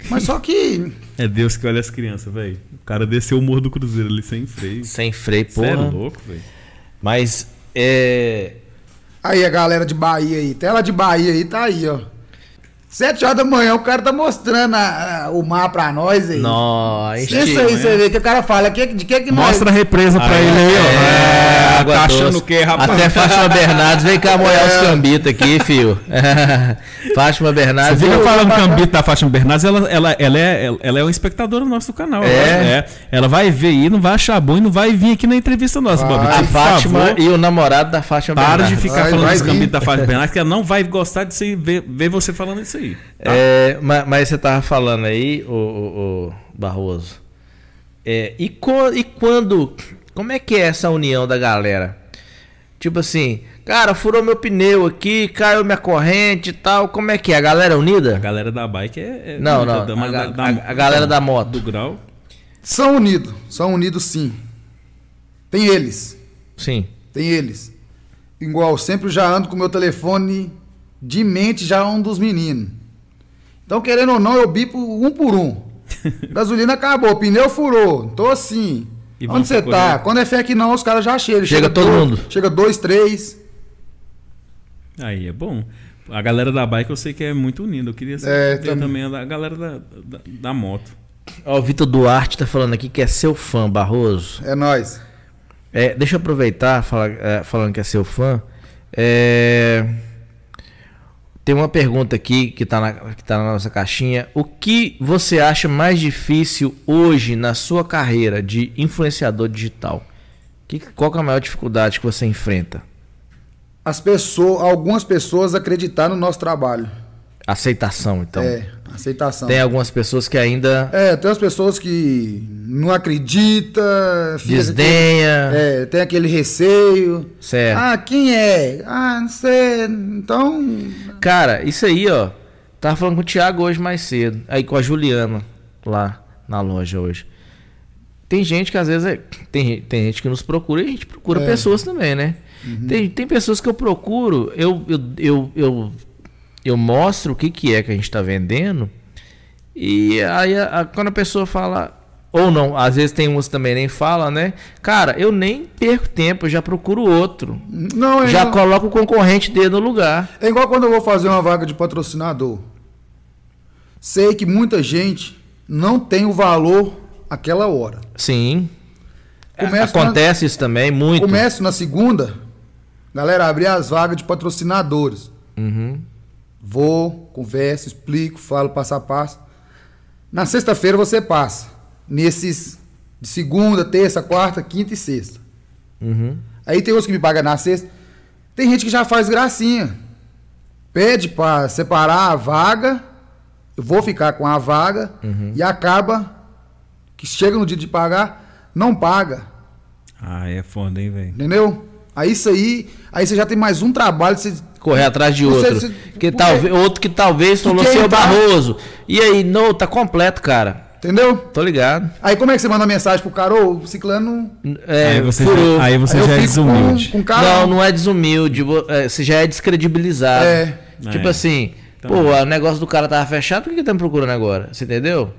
Speaker 4: Mas só que.
Speaker 1: É Deus que olha as crianças, velho. O cara desceu o morro do Cruzeiro ali sem freio.
Speaker 2: Sem freio,
Speaker 1: Você é
Speaker 2: porra.
Speaker 1: louco, velho.
Speaker 2: Mas é.
Speaker 4: Aí a galera de Bahia aí, tela de Bahia aí, tá aí, ó. Sete horas da manhã o cara tá mostrando a- a- o mar pra nós aí.
Speaker 2: Nossa,
Speaker 1: é
Speaker 4: Isso aí, você vê que o cara fala, que, de que que
Speaker 1: Mostra a
Speaker 4: nós...
Speaker 1: represa pra ele aí, ó.
Speaker 2: É, água
Speaker 1: tá
Speaker 2: doce.
Speaker 1: achando o quê, rapaz? É.
Speaker 2: Até Fátima Bernardes, vem cá molhar os cambitos aqui, fio. Fátima
Speaker 1: Você
Speaker 2: Bernardes.
Speaker 1: fica
Speaker 2: viu?
Speaker 1: falando Cambita da Fátima Bernardes, ela, ela, ela, é, ela, ela é uma espectadora nosso do canal.
Speaker 2: É?
Speaker 1: eu acho. Ela vai ver aí, não vai achar bom e não vai vir aqui na entrevista nossa,
Speaker 4: Vai.
Speaker 1: Bob.
Speaker 2: A
Speaker 1: Por
Speaker 2: Fátima
Speaker 1: favor,
Speaker 2: e o namorado da Fátima
Speaker 1: Para de
Speaker 2: Bernardes.
Speaker 1: ficar
Speaker 4: Vai,
Speaker 1: falando
Speaker 4: vai
Speaker 1: dos
Speaker 4: vir.
Speaker 1: Cambitos da Fátima Bernardes, que ela não vai gostar de você ver, ver você falando isso aí.
Speaker 2: É, ma- mas, você tava falando aí, o, Barroso. É, e, co- e quando. Como é que é essa união da galera? Tipo assim, cara, furou meu pneu aqui, caiu minha corrente e tal. Como é que é? A galera unida?
Speaker 1: A galera da bike é. é
Speaker 2: Não,
Speaker 1: muita-
Speaker 2: não,
Speaker 1: da-
Speaker 2: a
Speaker 1: mas
Speaker 2: ga- a- a galera da moto.
Speaker 1: Do grau.
Speaker 4: São unidos, são unidos sim. Tem eles,
Speaker 2: Sim.
Speaker 4: tem eles. Igual, sempre eu já ando com meu telefone de mente já um dos meninos. Então, querendo ou não, eu bipo um por um. Gasolina acabou, pneu furou, tô assim.
Speaker 1: E
Speaker 4: Onde
Speaker 1: vamos
Speaker 4: você tá?
Speaker 1: correr.
Speaker 4: Quando é fé que não, os caras já chegam.
Speaker 2: Chega todo
Speaker 4: dois-
Speaker 2: mundo.
Speaker 4: Chega dois, três.
Speaker 1: Aí é bom. A galera da bike eu sei que é muito unida. Eu queria
Speaker 4: É,
Speaker 1: ter
Speaker 4: tam-
Speaker 1: também a da- a galera da, da, da moto.
Speaker 2: Ó, o Vitor Duarte tá falando aqui que é seu fã, Barroso.
Speaker 4: É nóis.
Speaker 2: É, deixa eu aproveitar, fala- é, falando que é seu fã. É, Tem uma pergunta aqui que tá, na, que tá na nossa caixinha. O que você acha mais difícil hoje na sua carreira de influenciador digital? Que, qual que é a maior dificuldade que você enfrenta?
Speaker 4: As pessoas, algumas pessoas acreditar no nosso trabalho.
Speaker 2: Aceitação, então.
Speaker 4: é, aceitação.
Speaker 2: Tem algumas pessoas que ainda
Speaker 4: É, tem as pessoas que não acreditam,
Speaker 2: desdenha.
Speaker 4: É, tem aquele receio.
Speaker 2: Certo.
Speaker 4: Ah, quem é? Ah, não sei. Então.
Speaker 2: Cara, isso aí, ó. Tava falando com o Thiago hoje mais cedo. Aí com a Juliana lá na loja hoje. Tem gente que às vezes. é- tem, gen- tem gente que nos procura e a gente procura
Speaker 4: É. Uhum.
Speaker 2: pessoas também, né? Tem, tem pessoas que eu procuro, eu, eu, eu, eu, eu mostro o que, que é que a gente tá vendendo. E aí a- a- quando a pessoa fala. Ou não, às vezes tem uns que também nem fala, né? Cara, eu nem perco tempo, eu já procuro outro.
Speaker 4: Não, é,
Speaker 2: Já
Speaker 4: igual,
Speaker 2: coloco o concorrente dele no lugar.
Speaker 4: é igual quando eu vou fazer uma vaga de patrocinador. Sei que muita gente não tem o valor aquela hora.
Speaker 2: Sim. É,
Speaker 4: Começa
Speaker 2: Acontece isso também, muito.
Speaker 4: Começo na segunda, galera, abrir as vagas de patrocinadores. Vou, converso, explico, falo passo a passo. Na sexta-feira você passa. Nesses de segunda, terça, quarta, quinta e sexta. Aí tem uns que me pagam na sexta. Tem gente que já faz gracinha. Pede para separar a vaga. Eu vou ficar com a vaga. E acaba que chega no dia de pagar, não paga.
Speaker 1: Ah, é foda, hein, velho?
Speaker 4: Entendeu? Aí isso aí, aí você já tem mais um trabalho. Você...
Speaker 2: Correr atrás de
Speaker 4: Você-
Speaker 2: outro.
Speaker 4: você-
Speaker 2: que
Speaker 4: porque-
Speaker 2: talvez, outro que talvez falou
Speaker 4: quer
Speaker 2: seu
Speaker 4: entrar-
Speaker 2: Barroso. E aí, não, tá completo, cara.
Speaker 4: Entendeu?
Speaker 2: Tô ligado.
Speaker 4: Aí como é que você manda mensagem pro cara, ô, o ciclano.
Speaker 2: É,
Speaker 1: aí você
Speaker 2: furou.
Speaker 1: já, aí você
Speaker 4: Aí eu
Speaker 1: já é
Speaker 4: fico com-
Speaker 1: desumilde.
Speaker 4: Com, o cara.
Speaker 2: Não, não é desumilde. vo- é, Você já é descredibilizado.
Speaker 4: É.
Speaker 2: Tipo
Speaker 1: É.
Speaker 2: assim,
Speaker 1: Então-
Speaker 2: pô, o negócio do cara tava fechado, por que que tá me procurando agora? Você entendeu?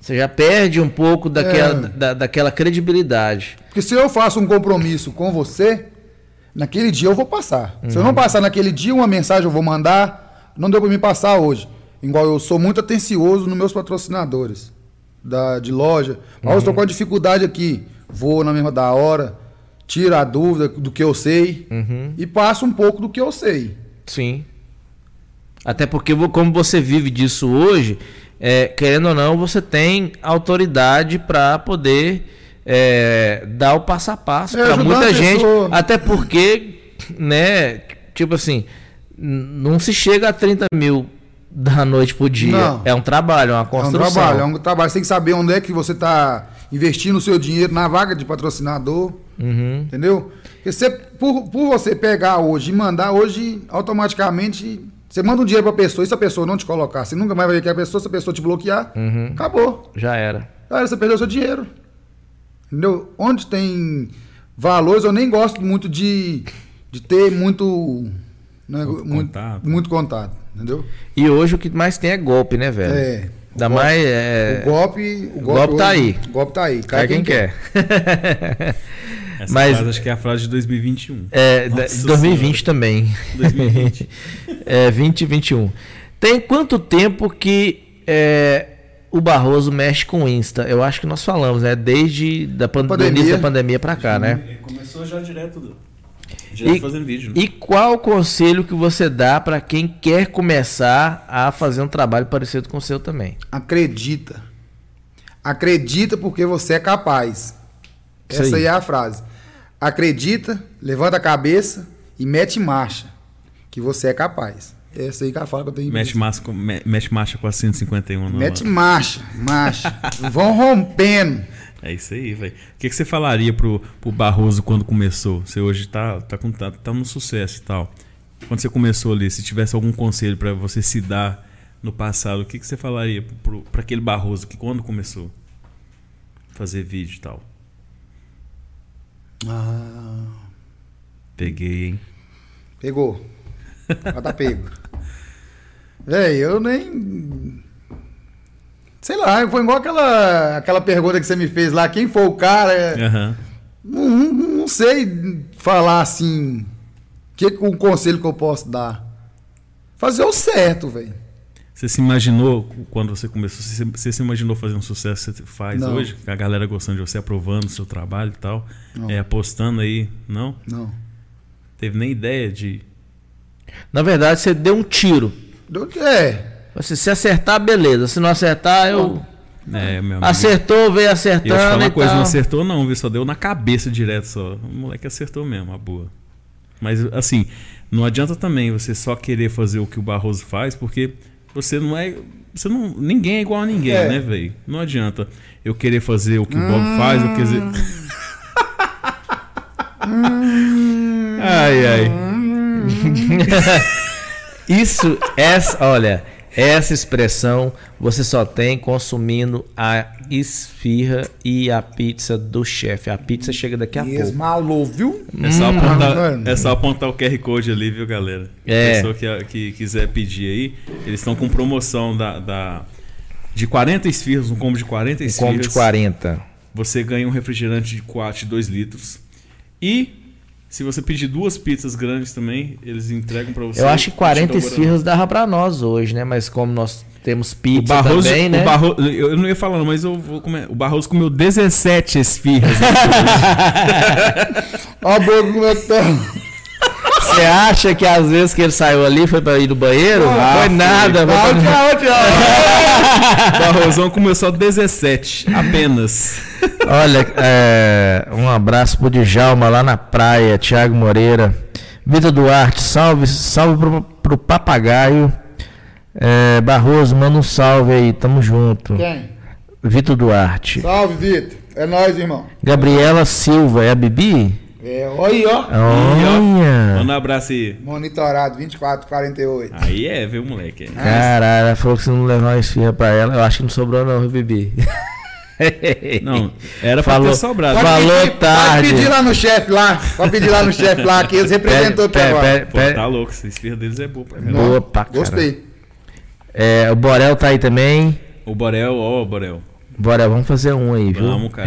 Speaker 2: Você já perde um pouco daquela,
Speaker 4: É.
Speaker 2: da- daquela credibilidade.
Speaker 4: Porque se eu faço um compromisso com você, naquele dia eu vou passar. Se eu não passar naquele dia, uma mensagem eu vou mandar. Não deu pra me passar hoje. Igual eu sou muito atencioso nos meus patrocinadores da, de loja. Mas eu estou com uma dificuldade aqui. Vou na mesma da hora, tiro a dúvida do que eu sei e passo um pouco do que eu sei.
Speaker 2: Sim. Até porque, vo- como você vive disso hoje, é, querendo ou não, você tem autoridade para poder é, dar o passo a passo
Speaker 4: É,
Speaker 2: para
Speaker 4: ajudar
Speaker 2: muita
Speaker 4: a
Speaker 2: gente.
Speaker 4: pessoa.
Speaker 2: Até porque, né, tipo assim, n- não se chega a 30 mil da noite pro dia.
Speaker 4: Não.
Speaker 2: É um trabalho, é uma
Speaker 4: É um
Speaker 2: construção.
Speaker 4: trabalho, é um trabalho. Você tem que saber onde é que você está investindo o seu dinheiro na vaga de patrocinador.
Speaker 2: Uhum.
Speaker 4: Entendeu? Porque você, por, por você pegar hoje e mandar hoje, automaticamente, você manda um dinheiro para a pessoa e se a pessoa não te colocar, você nunca mais vai ver que é a pessoa, se a pessoa te bloquear,
Speaker 2: Uhum.
Speaker 4: acabou.
Speaker 2: Já era.
Speaker 4: Cara, você perdeu seu dinheiro. Entendeu? Onde tem valores, eu nem gosto muito de, de ter muito, né,
Speaker 1: Muito
Speaker 4: muito,
Speaker 1: contato.
Speaker 4: muito contato. Entendeu?
Speaker 2: E hoje o que mais tem é golpe, né, velho?
Speaker 4: É.
Speaker 2: Ainda
Speaker 4: O
Speaker 2: mais. é,
Speaker 4: o golpe. O golpe,
Speaker 2: golpe tá aí.
Speaker 4: O golpe tá aí.
Speaker 2: Cai quem quer.
Speaker 1: Essa
Speaker 2: Mas-
Speaker 1: frase acho que é a frase de 2021.
Speaker 2: É,
Speaker 1: Nossa
Speaker 2: da- 2020
Speaker 1: Senhora.
Speaker 2: também.
Speaker 1: 2020.
Speaker 2: é, 2021. Tem quanto tempo que é, o Barroso mexe com o Insta? Eu acho que nós falamos, né? Desde da pan- do
Speaker 4: Pandemia.
Speaker 2: início da pandemia pra cá, né?
Speaker 1: Começou já direto.
Speaker 2: direto
Speaker 1: Direto tá
Speaker 2: E- fazendo
Speaker 1: fazendo vídeo. né?
Speaker 2: E qual o conselho que você dá pra quem quer começar a fazer um trabalho parecido com o seu também?
Speaker 4: Acredita. Acredita porque você é capaz.
Speaker 2: Isso
Speaker 4: Essa
Speaker 2: aí.
Speaker 4: aí é a frase. Acredita, levanta a cabeça e mete marcha. Que você é capaz. Essa aí que é a fala que eu tenho. que
Speaker 1: Mexe,
Speaker 4: dizer.
Speaker 1: massa com, me- mexe marcha com a 151. na
Speaker 4: Mete
Speaker 1: lata.
Speaker 4: marcha, marcha. Vão rompendo.
Speaker 1: É isso aí, velho. O que, que você falaria pro, pro Barroso quando começou? Você hoje tá, tá, com, tá, tá num sucesso e tal. Quando você começou ali, se tivesse algum conselho pra você se dar no passado, o que, que você falaria pro, pra aquele Barroso que quando começou a fazer vídeo e tal?
Speaker 4: Ah,
Speaker 1: Peguei, hein?
Speaker 4: pegou. Já tá pego. Véi, eu nem. Sei lá, foi igual aquela, aquela pergunta que você me fez lá: quem foi o cara? É-
Speaker 1: Aham.
Speaker 4: Não, não- não sei falar assim. Que, um conselho que eu posso dar? Fazer o certo, velho.
Speaker 1: Você se imaginou, quando você começou, você, você se imaginou fazendo o sucesso que você faz
Speaker 4: Não.
Speaker 1: hoje? A galera gostando de você, aprovando o seu trabalho e tal?
Speaker 4: Não.
Speaker 1: É, apostando aí? Não?
Speaker 4: Não.
Speaker 1: Teve nem ideia de...
Speaker 2: Na verdade, você deu um tiro.
Speaker 4: Do- É.
Speaker 2: Assim, se acertar, beleza. Se não acertar, eu.
Speaker 1: É, meu amigo.
Speaker 2: Acertou,
Speaker 1: E
Speaker 2: veio
Speaker 1: eu te
Speaker 2: acertando.
Speaker 1: falar
Speaker 2: E
Speaker 1: uma coisa,
Speaker 2: tal.
Speaker 1: não acertou não, viu? Só deu na cabeça direto só. O moleque acertou mesmo, a boa. Mas assim, não adianta também você só querer fazer o que o Barroso faz, porque você não é. Você não, ninguém é igual a ninguém,
Speaker 4: É.
Speaker 1: né, velho? Não adianta eu querer fazer o que o Bob faz, eu dizer. ai, ai.
Speaker 2: Isso, essa, olha, essa expressão você só tem consumindo a esfirra e a pizza do chefe. A pizza chega daqui É a pouco.
Speaker 4: Esmalou, viu?
Speaker 1: É só, apontar,
Speaker 4: mano.
Speaker 1: é só apontar o QR Code ali, viu, galera?
Speaker 2: É.
Speaker 1: Pessoa que, que quiser pedir aí, eles estão com promoção da, da- de 40 esfirras, um combo de 40
Speaker 2: Um
Speaker 1: esfirras.
Speaker 2: combo de 40.
Speaker 1: Você ganha um refrigerante de 4 de 2 litros. E se você pedir duas pizzas grandes também, eles entregam pra você.
Speaker 2: Eu acho que 40
Speaker 1: Te dão-
Speaker 2: esfirras dava pra nós hoje, né? Mas como nós temos
Speaker 1: O
Speaker 2: pizza
Speaker 1: Barroso,
Speaker 2: também, né?
Speaker 1: o Barro- eu eu não ia falando, mas eu vou comer. O Barroso comeu 17 esfirras.
Speaker 4: Ó, a boca como é que tá.
Speaker 2: Você acha que às vezes que ele saiu ali foi pra ir no banheiro? Não foi nada. Foi pra...
Speaker 1: o Barrosão comeu só 17, apenas.
Speaker 2: Olha, é, um abraço pro Djalma lá na praia, Thiago Moreira. Vitor Duarte, salve, salve pro, pro papagaio. É, Barroso, manda um salve aí, tamo junto.
Speaker 4: Quem?
Speaker 2: Vitor Duarte.
Speaker 4: Salve, Vitor. É nóis, irmão.
Speaker 2: Gabriela Silva, é a Bibi?
Speaker 4: É, ó aí,
Speaker 2: Oh.
Speaker 4: ó.
Speaker 2: Olha!
Speaker 1: Manda um abraço aí.
Speaker 4: Monitorado, 24, 48.
Speaker 1: Aí é, viu, moleque?
Speaker 2: Caralho, ela falou que se não levar uma esfirra pra ela, eu acho que não sobrou não, viu, Bibi?
Speaker 1: Não, era pra
Speaker 2: Falou.
Speaker 1: ter sobrado.
Speaker 2: Pode- Falou tarde.
Speaker 4: Pode pedir lá no chefe lá. Pode pedir lá no chefe lá, que eles representou aqui
Speaker 2: Pera-
Speaker 4: agora.
Speaker 2: pera-
Speaker 1: Pô,
Speaker 2: pera-
Speaker 1: tá louco, essa esfirra deles é boa pra caramba.
Speaker 2: Boa pra caralho.
Speaker 4: Gostei.
Speaker 2: É, o Borel tá aí também.
Speaker 1: O Borel, ó, o Borel.
Speaker 2: Borel, vamos fazer um aí, viu?
Speaker 1: Vamos, cara.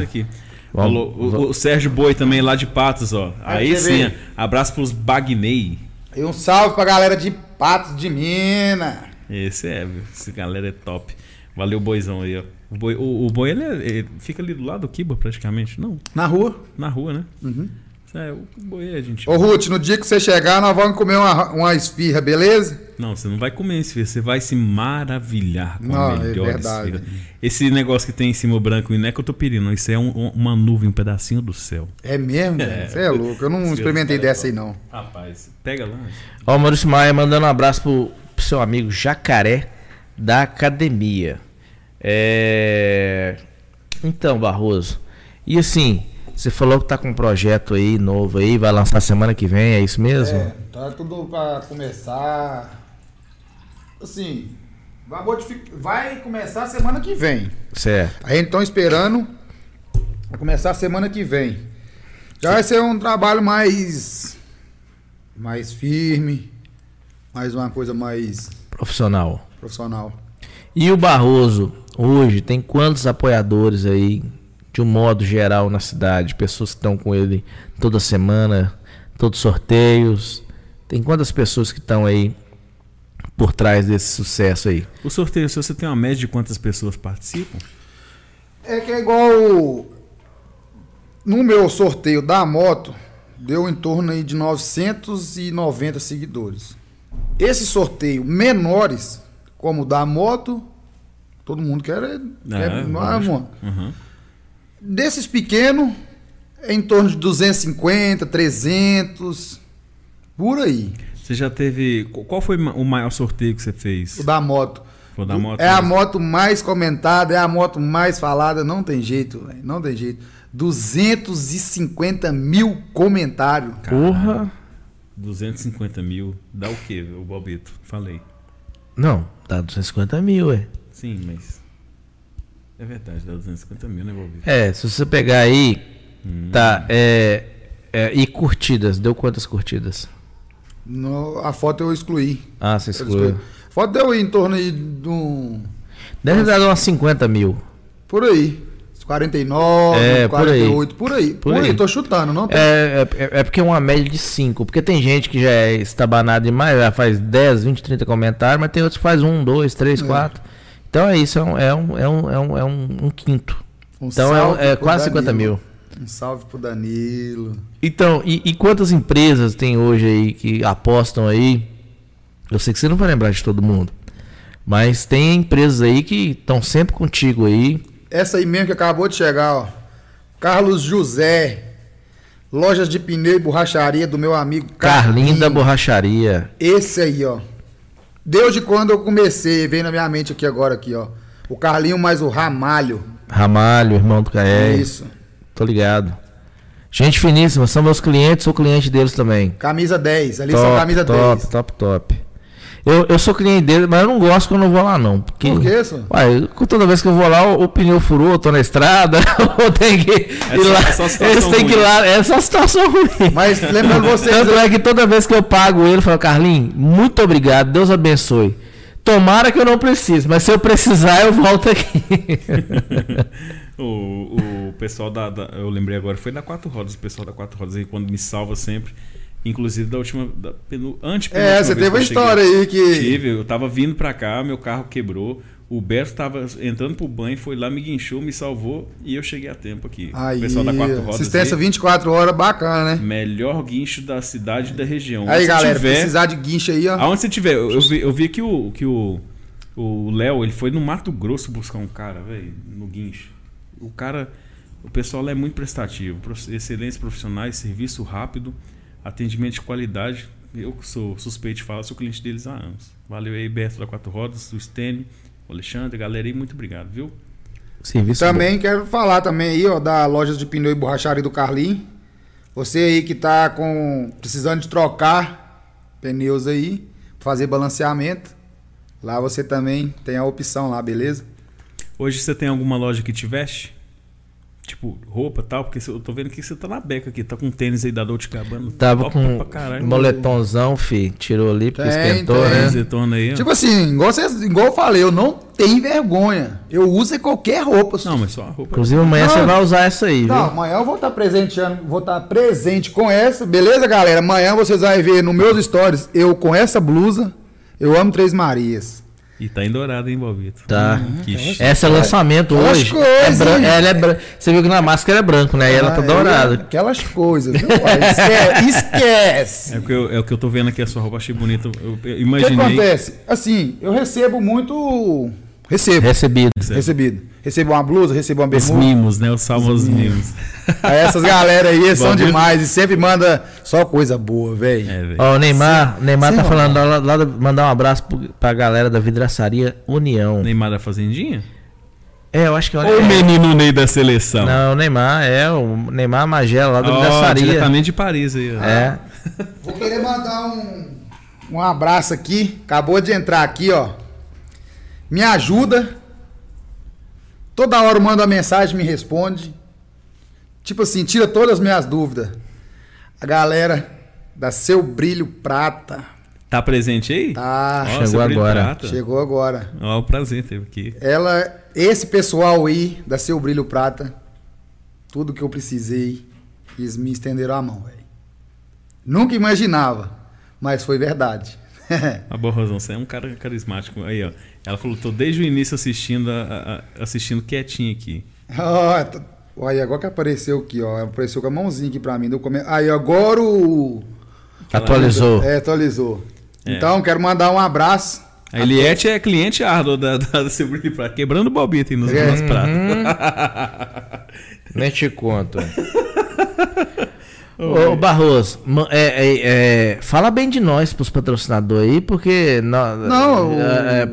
Speaker 1: Isso aqui.
Speaker 2: Vamos.
Speaker 1: Falou, o, o Sérgio Boi também lá de Patos, ó. Aí
Speaker 4: quer
Speaker 1: sim,
Speaker 4: ver?
Speaker 1: ó. abraço pros Bagnei.
Speaker 4: E um salve pra galera de Patos de Minas.
Speaker 1: Esse é, viu? Esse galera é top. Valeu, Boizão aí, ó. O Boi, o, o Boi, ele, é- ele fica ali do lado do Kiba, praticamente. Não,
Speaker 4: Na rua?
Speaker 1: na rua, né?
Speaker 2: Uhum.
Speaker 1: É, o Boi é gente.
Speaker 4: Ô, Ruth, no dia que você chegar, nós vamos comer uma, uma esfirra, beleza?
Speaker 1: Não, você não vai comer esfirra, você vai se maravilhar com a
Speaker 4: Não, é
Speaker 1: melhor
Speaker 4: verdade.
Speaker 1: esfirra. Esse negócio que tem em cima o branco e não é cotopiri, não. Isso é um- um- uma nuvem, um pedacinho do céu.
Speaker 4: É mesmo?
Speaker 1: É.
Speaker 4: Você é. louco. Eu não
Speaker 1: Esfirra
Speaker 4: experimentei
Speaker 1: do cara é
Speaker 4: dessa aí, não.
Speaker 1: Rapaz, pega lá.
Speaker 2: Ó, o Maurício Maia mandando um abraço pro, pro seu amigo Jacaré da academia. É... Então, Barroso. E assim, você falou que tá com um projeto aí novo aí, vai lançar semana que vem, é isso mesmo?
Speaker 4: tá tudo pra começar. Assim, vai, modific- vai começar semana que vem.
Speaker 2: Certo.
Speaker 4: A gente tá esperando pra começar semana que vem. Já vai ser um trabalho mais. mais firme, mais uma coisa mais
Speaker 2: Profissional.
Speaker 4: profissional.
Speaker 2: E o Barroso, hoje, tem quantos apoiadores aí, de um modo geral, na cidade? Pessoas que estão com ele toda semana, todos os sorteios. Tem quantas pessoas que estão aí por trás desse sucesso aí?
Speaker 1: O sorteio, se você tem uma média de quantas pessoas participam,
Speaker 4: É que é igual. No meu sorteio da moto, deu em torno aí de 990 seguidores. Esse sorteio menores, como o da moto, todo mundo quer. é, quer
Speaker 1: Ah,
Speaker 4: ah,
Speaker 1: lógico.
Speaker 4: mano. Desses pequenos, é em torno de 250, 300, por aí.
Speaker 1: você já teve. qu- Qual foi ma- o maior sorteio que você fez?
Speaker 4: O da moto.
Speaker 1: Vou dar moto.
Speaker 4: É a moto mais comentada, é a moto mais falada, não tem jeito, velho, não tem jeito. 250 mil comentários.
Speaker 2: Porra.
Speaker 1: 250 mil. Dá o quê, o Bobito? Falei.
Speaker 2: Não, tá dá 250 mil, ué.
Speaker 1: Sim, mas. É verdade, dá 250 mil, né, Bobito?
Speaker 2: É, se você pegar aí, tá, é, é, E curtidas, deu quantas curtidas?
Speaker 4: No- a foto eu excluí.
Speaker 2: Ah, você excluiu.
Speaker 4: A foto deu em torno aí de um.
Speaker 2: Deve dar umas 50 mil.
Speaker 4: Por aí. 49,
Speaker 2: É, por aí.
Speaker 4: 48, por aí. Por, aí.
Speaker 2: aí.
Speaker 4: tô chutando, não tem.
Speaker 2: É, é, é porque é uma média de 5. Porque tem gente que já é estabanada demais, já faz 10, 20, 30 comentários, mas tem outros que faz 1, 2,
Speaker 4: É.
Speaker 2: 3, 4. Então é isso, é um, é um, é um, é um, é um- um quinto.
Speaker 4: Um
Speaker 2: Então é um-
Speaker 4: salve
Speaker 2: é,
Speaker 4: pro
Speaker 2: quase
Speaker 4: Danilo.
Speaker 2: 50 mil.
Speaker 4: Um salve pro Danilo.
Speaker 2: Então, e, e quantas empresas tem hoje aí que apostam aí? Eu sei que você não vai lembrar de todo mundo. Mas tem empresas aí que estão sempre contigo aí.
Speaker 4: Essa aí mesmo que acabou de chegar, ó. Carlos José. Lojas de pneu e borracharia do meu amigo
Speaker 2: Carlinho da
Speaker 4: Carlinho.
Speaker 2: Borracharia.
Speaker 4: Esse aí, ó. Desde quando eu comecei, vem na minha mente aqui agora, aqui, ó. O Carlinho mais o Ramalho.
Speaker 2: Ramalho, irmão do
Speaker 1: É.
Speaker 2: Caé.
Speaker 4: Isso.
Speaker 2: Tô ligado. Gente finíssima, são meus clientes, sou cliente deles também.
Speaker 4: Camisa 10. Ali
Speaker 2: top,
Speaker 4: são camisa
Speaker 2: top,
Speaker 4: 10.
Speaker 2: top, top. Eu, eu sou cliente deles, mas eu não gosto quando eu vou lá, não. Porque,
Speaker 4: Por quê, senhor?
Speaker 2: Uai, eu- toda vez que eu vou lá, o, o pneu furou, eu tô na estrada, eu tenho que ir
Speaker 1: só-
Speaker 2: lá.
Speaker 1: é só situação
Speaker 2: Eles têm que ir
Speaker 1: ruim.
Speaker 2: lá, é só situação ruim.
Speaker 4: Mas lembrando vocês,
Speaker 2: Tanto é que toda vez que eu pago ele, eu falo, Carlinhos, muito obrigado, Deus abençoe. Tomara que eu não precise, mas se eu precisar, eu volto aqui.
Speaker 1: O, o pessoal da, da- Eu lembrei agora, foi da Quatro Rodas, o pessoal da Quatro Rodas aí, quando me salva sempre. Inclusive da última. Da, penu, antepenúltima
Speaker 4: É, você
Speaker 1: vez
Speaker 4: teve
Speaker 1: que
Speaker 4: uma
Speaker 1: eu cheguei.
Speaker 4: história aí que.
Speaker 1: Tive, eu tava vindo pra cá, meu carro quebrou. O Berto tava entrando pro banho, foi lá, me guinchou, me salvou e eu cheguei a tempo aqui.
Speaker 4: Aí,
Speaker 1: o pessoal da Quatro Rodas.
Speaker 4: assistência
Speaker 1: aí,
Speaker 4: 24 horas, bacana, né?
Speaker 1: Melhor guincho da cidade e da região.
Speaker 4: Aí,
Speaker 1: Onde
Speaker 4: galera,
Speaker 1: tiver-
Speaker 4: precisar de guincho aí, ó.
Speaker 1: Aonde você tiver, eu, eu vi, eu vi que o que o o Léo, ele foi no Mato Grosso buscar um cara, velho, no guincho. O cara, o pessoal lá é muito prestativo, prof- excelentes profissionais, serviço rápido, atendimento de qualidade. Eu que sou suspeito de falar, sou cliente deles há anos. Valeu aí, Berto da Quatro Rodas, o Stênio, o Alexandre, galera aí, muito obrigado, viu?
Speaker 2: Serviço
Speaker 4: Também quero falar também aí, ó, da loja de pneu e borracharia do Carlinho. Você aí que tá com precisando de trocar pneus aí, fazer balanceamento, lá você também tem a opção lá, beleza?
Speaker 1: Hoje você tem alguma loja que te veste? Tipo, roupa e tal, porque eu tô vendo que você tá na beca aqui, tá com tênis aí da Dolce Gabbana.
Speaker 2: Tava
Speaker 1: top
Speaker 2: com
Speaker 1: pra caralho.
Speaker 2: moletonzão, fi. Tirou ali porque
Speaker 4: Tem,
Speaker 2: esquentou,
Speaker 4: tem.
Speaker 2: né?
Speaker 1: Camisetona aí, ó.
Speaker 4: Tipo assim, igual, vocês- igual eu falei, eu não tenho vergonha. Eu uso é qualquer roupa.
Speaker 1: Não, mas só a roupa.
Speaker 2: Inclusive amanhã
Speaker 4: Não.
Speaker 2: você vai usar essa aí,
Speaker 4: Não,
Speaker 2: viu?
Speaker 4: amanhã eu vou estar presenteando, vou estar presente com essa, beleza, galera? Amanhã vocês vão ver nos meus stories, eu com essa blusa, eu amo Três Marias.
Speaker 1: E tá em dourado, hein, Uhum. Bobito?
Speaker 2: Tá.
Speaker 1: Que chique.
Speaker 2: Essa é lançamento
Speaker 4: Aquelas
Speaker 2: hoje.
Speaker 4: coisas,
Speaker 2: É bran-
Speaker 4: hein?
Speaker 2: ela é bran- Você viu que na máscara é branco, né? E ela tá
Speaker 4: Ah, é,
Speaker 2: dourada.
Speaker 4: Aquelas coisas, viu? Olha, esquece, esquece.
Speaker 1: É o, que eu, é o que eu tô vendo aqui, a sua roupa achei bonita. Eu, eu
Speaker 4: O que
Speaker 1: imaginei.
Speaker 4: acontece? Assim, eu recebo muito... Recebo,
Speaker 2: Recebido.
Speaker 4: recebido. Recebo uma blusa, recebo uma
Speaker 1: Os
Speaker 4: bermuda.
Speaker 1: mimos, né? Eu salvo os mimos.
Speaker 4: Aí essas galera aí são
Speaker 1: Bagulho.
Speaker 4: demais e sempre manda só coisa boa, velho.
Speaker 1: É, velho.
Speaker 2: Ó, o Neymar, Neymar
Speaker 4: sim,
Speaker 2: tá
Speaker 4: ó.
Speaker 2: falando lá, lá da- mandar um abraço pro, pra galera da vidraçaria União.
Speaker 1: Neymar da Fazendinha?
Speaker 2: É, eu acho que é o
Speaker 1: Ou o menino Ney da seleção?
Speaker 2: Não, o Neymar é o Neymar Magela lá da
Speaker 1: Ó,
Speaker 2: vidraçaria.
Speaker 1: diretamente Ah, de Paris aí, ó.
Speaker 2: É.
Speaker 4: Vou querer mandar um, um abraço aqui. Acabou de entrar aqui, ó. Me ajuda. Toda hora eu mando uma mensagem, me responde. Tipo assim, tira todas as minhas dúvidas. A galera da Seu Brilho Prata.
Speaker 1: Tá presente aí?
Speaker 4: Tá.
Speaker 1: Ó,
Speaker 2: Chegou
Speaker 1: sobre
Speaker 2: agora.
Speaker 1: prata.
Speaker 4: Chegou agora.
Speaker 1: Ó, o prazer teve aqui.
Speaker 4: Ela, esse pessoal aí da Seu Brilho Prata, tudo que eu precisei, eles me estenderam a mão, velho. Nunca imaginava, mas foi verdade.
Speaker 1: A Borrosão, você é um cara carismático. Aí, ó. Ela falou, tô desde o início assistindo, a- a- assistindo quietinho aqui.
Speaker 4: Ó, tá- Olha, agora que apareceu aqui, ó. Apareceu com a mãozinha aqui pra mim. do come- Aí, agora o.
Speaker 2: Atualizou.
Speaker 4: É, atualizou.
Speaker 1: É.
Speaker 4: Então, quero mandar um abraço.
Speaker 1: A Eliette é cliente árduo da, da, da Silvio de Prata, quebrando o balbito aí nos
Speaker 4: É.
Speaker 1: nossos pratos.
Speaker 2: Nem te conto. é Ô, Barroso, ma- é- é- é, fala bem de nós pros patrocinadores aí, porque. nó-
Speaker 4: Não,
Speaker 2: é, é,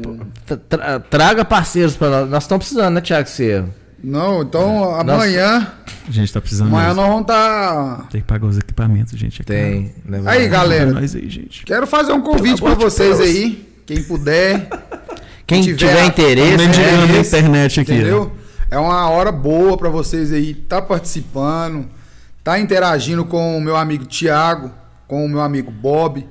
Speaker 2: tra- tra- traga parceiros pra nós. Nós estamos precisando, né, Thiago Ciro?
Speaker 4: Não, então amanhã,
Speaker 1: A gente tá precisando.
Speaker 4: amanhã
Speaker 1: Mas
Speaker 4: nós vamos estar.
Speaker 1: Tem que pagar os equipamentos, gente. é caro.
Speaker 2: Tem. né,
Speaker 4: Aí,
Speaker 2: Barroso?
Speaker 1: Pra
Speaker 4: galera,
Speaker 1: nós aí, gente.
Speaker 4: quero fazer um convite para vocês aí, quem puder,
Speaker 2: Quem
Speaker 4: tiver
Speaker 2: tiver,
Speaker 4: a- é
Speaker 1: Tô
Speaker 2: interesse.
Speaker 1: mendigando
Speaker 2: né,
Speaker 1: na internet aqui.
Speaker 4: entendeu? É uma hora boa para vocês aí tá participando, tá interagindo com o meu amigo Tiago, com o meu amigo Bob.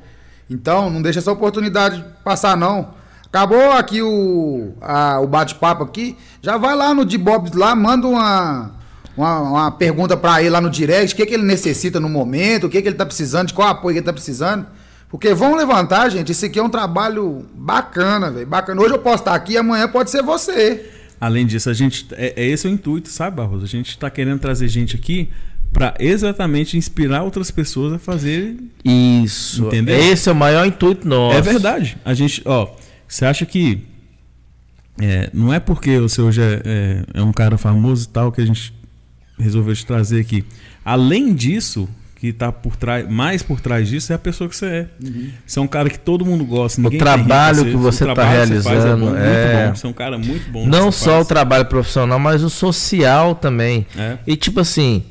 Speaker 4: Então, não deixa essa oportunidade passar não. Acabou aqui o, a- o bate-papo aqui, já vai lá no de Bob lá, manda uma uma, uma pergunta para ele lá no direct, o que, que ele necessita no momento, o que, que ele tá precisando, de qual apoio que ele tá precisando. Porque vão levantar, gente, esse aqui é um trabalho bacana, velho. Bacana. Hoje eu posso estar aqui, amanhã pode ser você.
Speaker 1: Além disso, a gente. É, é esse o intuito, sabe, Barroso? A gente tá querendo trazer gente aqui pra exatamente inspirar outras pessoas a fazer.
Speaker 2: Isso.
Speaker 1: Entendeu?
Speaker 2: Esse é o maior intuito nosso.
Speaker 1: É verdade. A gente, ó, você acha que. é, não é porque o seu hoje é, é- é um cara famoso e tal que a gente resolveu te trazer aqui. Além disso, que tá por trás, mais por trás disso, é a pessoa que você é. Você é um cara que todo mundo gosta. ninguém tem
Speaker 2: trabalho
Speaker 1: rico,
Speaker 2: que você
Speaker 1: o
Speaker 2: tá
Speaker 1: trabalho que você faz
Speaker 2: realizando,
Speaker 1: bom,
Speaker 2: é.
Speaker 1: muito bom. Você é um cara muito bom. no
Speaker 2: Não
Speaker 1: que você
Speaker 2: só
Speaker 1: faz.
Speaker 2: o trabalho profissional, mas o social também.
Speaker 1: É.
Speaker 2: E tipo assim,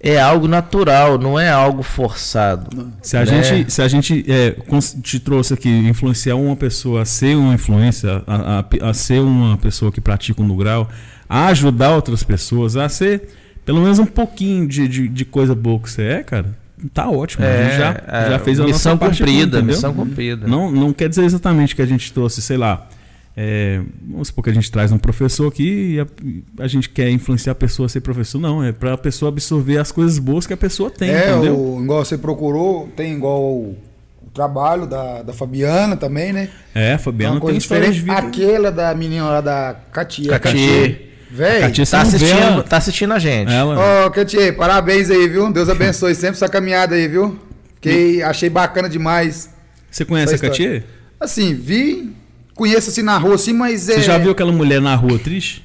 Speaker 2: é algo natural, não é algo forçado.
Speaker 1: Se a
Speaker 2: né?
Speaker 1: gente, se a gente é, cons- te trouxe aqui influenciar uma pessoa a ser uma influência, a, a- a ser uma pessoa que pratica um no grau, a ajudar outras pessoas, a ser pelo menos um pouquinho de, de, de coisa boa que você é, cara, tá ótimo. a gente já,
Speaker 2: é,
Speaker 1: já fez a
Speaker 2: missão
Speaker 1: nossa parte aqui,
Speaker 2: cumprida,
Speaker 1: entendeu?
Speaker 2: missão cumprida.
Speaker 1: Não, não quer dizer exatamente que a gente trouxe, sei lá. é, vamos supor que a gente traz um professor aqui e a, a gente quer influenciar a pessoa a ser professor. Não, é pra pessoa absorver as coisas boas que a pessoa tem,
Speaker 4: é,
Speaker 1: entendeu?
Speaker 4: o, igual você procurou, tem igual o, o trabalho da, da Fabiana também, né?
Speaker 1: É,
Speaker 4: É
Speaker 1: Fabiana
Speaker 4: uma
Speaker 1: tem
Speaker 4: coisa
Speaker 1: histórias de
Speaker 4: diferente.
Speaker 1: vida.
Speaker 4: Aquela da menina lá da Katia.
Speaker 2: Katia.
Speaker 4: Véi.
Speaker 1: A é Katia
Speaker 2: Tá
Speaker 1: você não vê
Speaker 2: assistindo,
Speaker 1: ela-
Speaker 2: tá assistindo a gente.
Speaker 1: É, Ela.
Speaker 4: Ô, Katia, parabéns aí, viu? Deus abençoe sempre sua caminhada aí, viu? Fiquei, achei bacana demais.
Speaker 1: Você conhece a
Speaker 4: Essa história.
Speaker 1: Katia?
Speaker 4: Assim, vi, conheço assim na rua, assim, mas é.
Speaker 1: Você já viu aquela mulher na rua triste?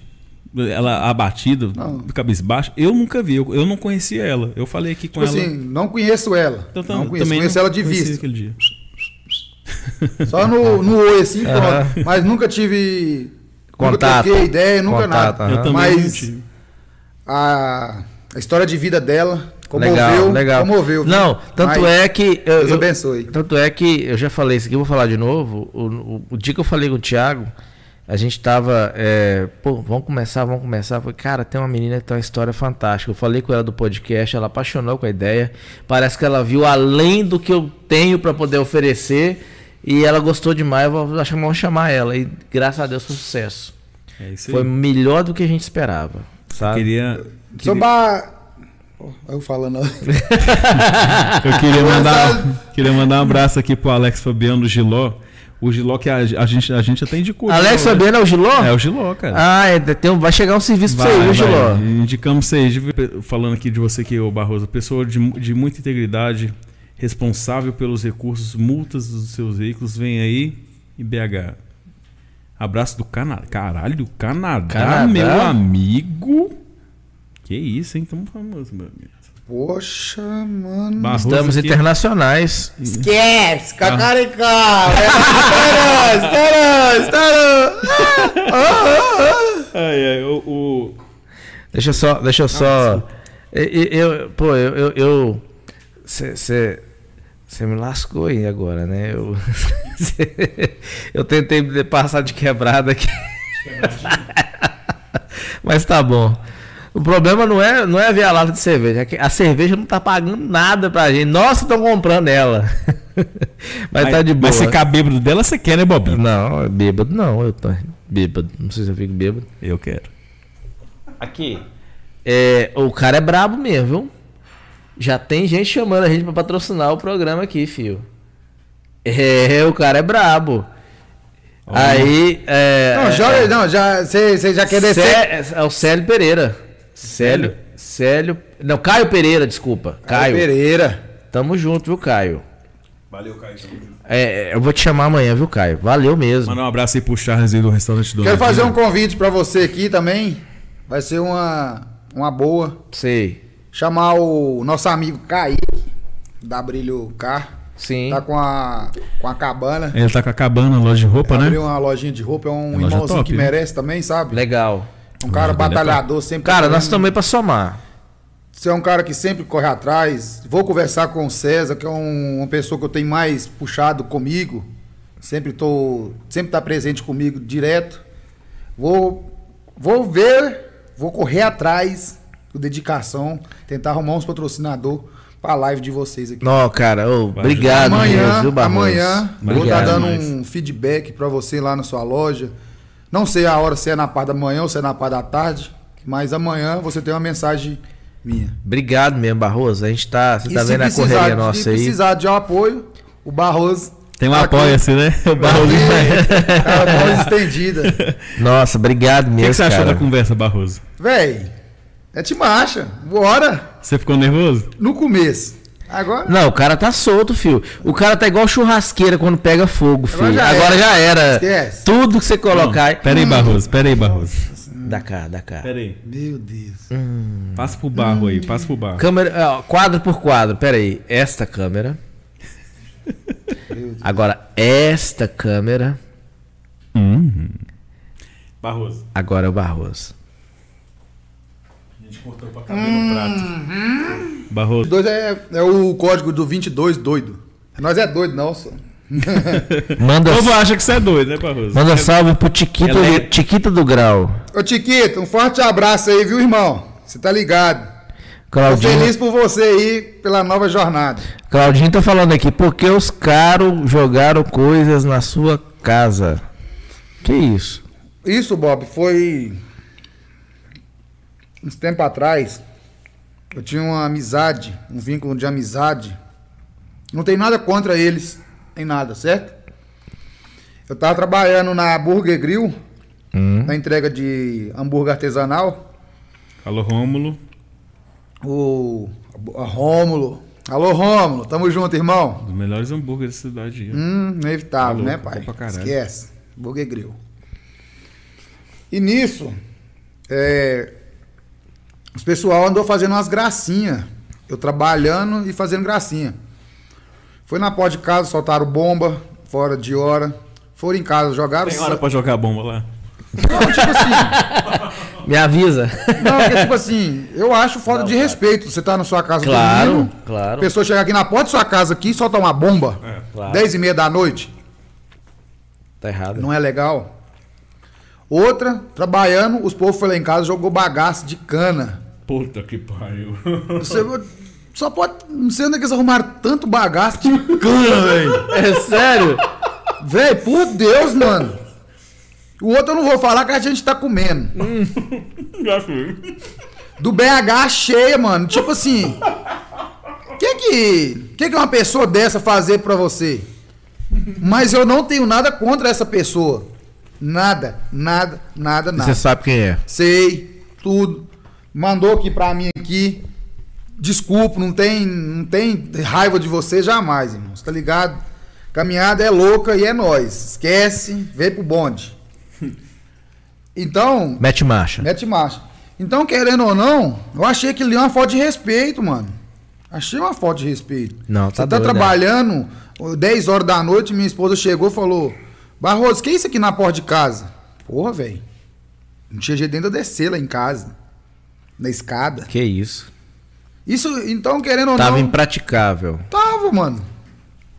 Speaker 1: Ela abatida,
Speaker 4: Não.
Speaker 1: cabisbaixa? Eu nunca vi, eu, eu não conhecia ela. Eu falei aqui com
Speaker 4: Tipo
Speaker 1: ela.
Speaker 4: assim, não conheço ela.
Speaker 1: Eu tam-
Speaker 4: não conheço, conheço
Speaker 1: não
Speaker 4: ela de
Speaker 1: conheci
Speaker 4: vista.
Speaker 1: Aquele dia.
Speaker 4: Só no, no oi, assim, pronto. Mas nunca tive.
Speaker 2: Contato.
Speaker 4: Nunca troquei ideia, nunca
Speaker 2: Contato,
Speaker 4: nada.
Speaker 2: aham.
Speaker 1: Eu também não
Speaker 4: Mas
Speaker 1: tive.
Speaker 4: a, a história de vida dela comoveu.
Speaker 2: legal, legal.
Speaker 4: Comoveu. viu?
Speaker 2: Não, tanto
Speaker 4: Mas
Speaker 2: é que. eu-
Speaker 4: Deus
Speaker 2: eu-
Speaker 4: abençoe.
Speaker 2: Tanto é que eu já falei isso aqui, eu vou falar de novo. O, o- o dia que eu falei com o Thiago, a gente tava. é, Pô, vamos começar, vamos começar. Eu Falei, cara, tem uma menina que tem uma história fantástica. Eu falei com ela do podcast, ela apaixonou com a ideia. Parece que ela viu além do que eu tenho pra poder oferecer. E ela gostou demais, eu vou chamar, vamos chamar ela. E graças a Deus foi um sucesso.
Speaker 1: É isso
Speaker 2: Foi
Speaker 1: aí.
Speaker 2: melhor do que a gente esperava. Sabe?
Speaker 1: Queria,
Speaker 4: Só pra. Ó, Eu falando.
Speaker 1: eu queria mandar, queria mandar um abraço aqui pro Alex Fabiano do Giló. O Giló que a, a gente, a gente até indicou. o
Speaker 2: Alex
Speaker 1: Giló, né?
Speaker 2: Fabiano é o Giló?
Speaker 1: É o Giló, cara.
Speaker 2: Ah, é, tem um- vai chegar um serviço pra você, viu, Giló?
Speaker 1: Indicamos vocês, viu? Pe- falando aqui de você que é o Barroso, pessoa de, mu- de muita integridade, responsável pelos recursos, multas dos seus veículos, vem aí e BH. Abraço do Canadá. Caralho, Canadá,
Speaker 2: Canadá?
Speaker 1: meu amigo. Que isso, hein? Tamo famoso, meu amigo.
Speaker 4: Poxa, mano.
Speaker 1: Barroso
Speaker 2: Hum. Estamos
Speaker 1: aqui-
Speaker 2: internacionais.
Speaker 4: Esquece, cacaricá! Estourou, estourou, estourou!
Speaker 1: Ai, ai, o, o-
Speaker 2: Deixa eu só. Deixa eu só. Eu, eu- pô, eu. eu- eu Você. Você me lascou aí agora, né? Eu, cê- eu tentei me passar de quebrada aqui. Mas tá bom. O problema não é, não é ver a lata de cerveja. é que A cerveja não tá pagando nada pra gente. Nossa, estão comprando ela. Mas, tá de boa.
Speaker 1: Mas ficar bêbado dela, você quer, né, Bobinho?
Speaker 2: Não, é bêbado não. Eu tô bêbado. Não sei se eu fico bêbado.
Speaker 1: Eu quero.
Speaker 2: Aqui. É, o cara é brabo mesmo, viu? Já tem gente chamando a gente pra patrocinar o programa aqui, fio. É, o cara é brabo. Aí. É,
Speaker 4: Não, já, não, já, você já quer
Speaker 2: é,
Speaker 4: descer.
Speaker 2: Cé- é o Célio Pereira. Célio. Célio. Não, Caio Pereira, desculpa. Caio.
Speaker 4: Pereira.
Speaker 2: Tamo junto, viu, Caio? Valeu, Caio. É, eu vou te chamar amanhã, viu, Caio? Valeu mesmo.
Speaker 1: Mandar um abraço aí pro Charles aí do restaurante do
Speaker 4: Quero
Speaker 2: Uhum. um
Speaker 4: fazer um convite pra você aqui também. Vai ser uma, uma boa.
Speaker 2: Sei.
Speaker 4: Chamar o nosso amigo Kaique, da Brilho Car.
Speaker 2: Sim.
Speaker 4: Tá com a, com a cabana.
Speaker 1: Ele tá com a cabana, loja de roupa, né?
Speaker 4: Abriu uma lojinha de roupa, é um
Speaker 1: É loja
Speaker 4: irmãozinho
Speaker 1: top,
Speaker 4: que
Speaker 1: né?
Speaker 4: merece também, sabe?
Speaker 2: Legal.
Speaker 4: Um cara
Speaker 1: Legal,
Speaker 4: batalhador, sempre.
Speaker 2: Cara, nós
Speaker 4: nós
Speaker 2: estamos aí pra somar.
Speaker 4: Você é um cara que sempre corre atrás. Vou conversar com o César, que é um- uma pessoa que eu tenho mais puxado comigo. Sempre tô, sempre tá presente comigo direto. Vou vou ver, vou correr atrás com dedicação, tentar arrumar uns patrocinador para a live de vocês aqui.
Speaker 2: Não, cara, ô, obrigado mesmo,
Speaker 4: amanhã,
Speaker 2: viu, Barroso?
Speaker 4: amanhã vou estar
Speaker 1: Obrigado,
Speaker 4: dando
Speaker 1: mas-
Speaker 4: um feedback para você lá na sua loja. Não sei a hora se é na parte da manhã ou se é na parte da tarde, mas amanhã você tem uma mensagem minha.
Speaker 2: Obrigado mesmo, Barroso. A gente tá, você
Speaker 4: E
Speaker 2: tá
Speaker 4: se
Speaker 2: vendo a
Speaker 4: precisar-
Speaker 2: correria
Speaker 4: se
Speaker 2: nossa aí.
Speaker 4: precisar de um apoio, o Barroso.
Speaker 1: Tem um
Speaker 4: tá
Speaker 1: apoia-se, né? O Barroso.
Speaker 4: aqui, a voz estendida.
Speaker 2: Nossa, obrigado
Speaker 1: O que, é
Speaker 2: mesmo,
Speaker 1: que você achou
Speaker 2: cara.
Speaker 1: da conversa, Barroso?
Speaker 4: Véi, é te marcha. Bora
Speaker 1: Você ficou nervoso?
Speaker 4: no começo. Agora.
Speaker 2: Não, o cara tá solto, filho. O cara tá igual churrasqueira quando pega fogo, filho. Agora
Speaker 4: Agora
Speaker 2: já,
Speaker 4: já era.
Speaker 2: era.
Speaker 4: Esquece.
Speaker 2: Tudo que você colocar.
Speaker 1: Não, Pera aí, Barroso. Pera aí, Barroso.
Speaker 2: Dá cá, dá cá.
Speaker 1: Pera aí.
Speaker 4: Meu Deus.
Speaker 1: Passa pro barro aí, passa pro barro.
Speaker 2: Câmera, ó, quadro por quadro. Pera aí. Esta câmera. Agora esta câmera.
Speaker 1: Barroso.
Speaker 2: Agora é o Barroso.
Speaker 1: A gente cortou pra caber no prato. Barroso.
Speaker 4: Dois é, é o código do 22 doido. Nós é doido, não, só.
Speaker 2: Manda,
Speaker 1: O povo acha que você é doido, né, Barroso?
Speaker 2: manda salve pro Tiquita,
Speaker 1: Ela é-
Speaker 2: do, Tiquita do Grau.
Speaker 4: Ô, Tiquito, um forte abraço aí, viu, irmão? Você tá ligado. Tô
Speaker 2: Claudinho,
Speaker 4: feliz por você aí, pela nova jornada.
Speaker 2: Claudinho tá falando aqui. Porque os caras jogaram coisas na sua casa. Que isso?
Speaker 4: Isso, Bob, foi. Uns tempo atrás. Eu tinha uma amizade, um vínculo de amizade. Não tem nada contra eles, tem nada, certo? Eu tava trabalhando na Burger Grill, na entrega de hambúrguer artesanal.
Speaker 1: Alô, Rômulo.
Speaker 4: O a Rômulo. Alô, Rômulo, tamo junto, irmão.
Speaker 1: Os melhores hambúrgueres da cidade. aí, ó.
Speaker 4: Hum, inevitável,
Speaker 1: Tá
Speaker 4: né,
Speaker 1: louco,
Speaker 4: pai?
Speaker 1: bom pra caralho.
Speaker 4: Esquece. Burger Grill. E nisso, é, os pessoal andou fazendo umas gracinhas. Eu trabalhando e fazendo gracinha. Foi na porta de casa, soltaram bomba, fora de hora. Foram em casa, jogaram.
Speaker 1: Tem hora pra jogar bomba lá.
Speaker 4: Não, tipo assim.
Speaker 2: Me avisa.
Speaker 4: Não, porque, tipo assim, eu acho falta de respeito. Você tá na sua casa
Speaker 2: Claro,
Speaker 4: dormindo,
Speaker 2: claro.
Speaker 4: A pessoa chegar aqui na porta da sua casa aqui e soltar uma bomba.
Speaker 1: É,
Speaker 2: claro.
Speaker 4: 10 e meia da noite.
Speaker 2: Tá errado.
Speaker 4: Não é legal? Outra, trabalhando, os povos foram lá em casa jogou bagaço de cana.
Speaker 1: Puta que pariu.
Speaker 4: Você só pode. Não sei onde é que eles arrumaram tanto bagaço de cana, velho.
Speaker 2: É sério?
Speaker 4: Véi, por Deus, mano. O outro eu não vou falar que a gente tá comendo. Do BH cheia, mano. Tipo assim. Que que, que que uma pessoa dessa fazer pra você? Mas eu não tenho nada contra essa pessoa. Nada, nada, nada, nada.
Speaker 2: Você sabe quem é.
Speaker 4: sei, tudo. Mandou aqui pra mim aqui. Desculpa, não tem, não tem raiva de você jamais, irmão. Você tá ligado? Caminhada é louca e é nós. Esquece, vem pro bonde. Então,
Speaker 2: Mete marcha.
Speaker 4: mete marcha. Então, querendo ou não, eu achei que ali é uma falta de respeito, mano. Achei uma falta de respeito.
Speaker 2: Não, tá
Speaker 4: Você tá
Speaker 2: doido,
Speaker 4: trabalhando, ó, 10 horas da noite, minha esposa chegou e falou: Barroso, que é isso aqui na porta de casa? Porra, velho. Não tinha jeito ainda de descer lá em casa. Na escada.
Speaker 2: Que isso.
Speaker 4: Isso, então, querendo ou
Speaker 2: Tava
Speaker 4: não.
Speaker 2: impraticável.
Speaker 4: Tava, mano.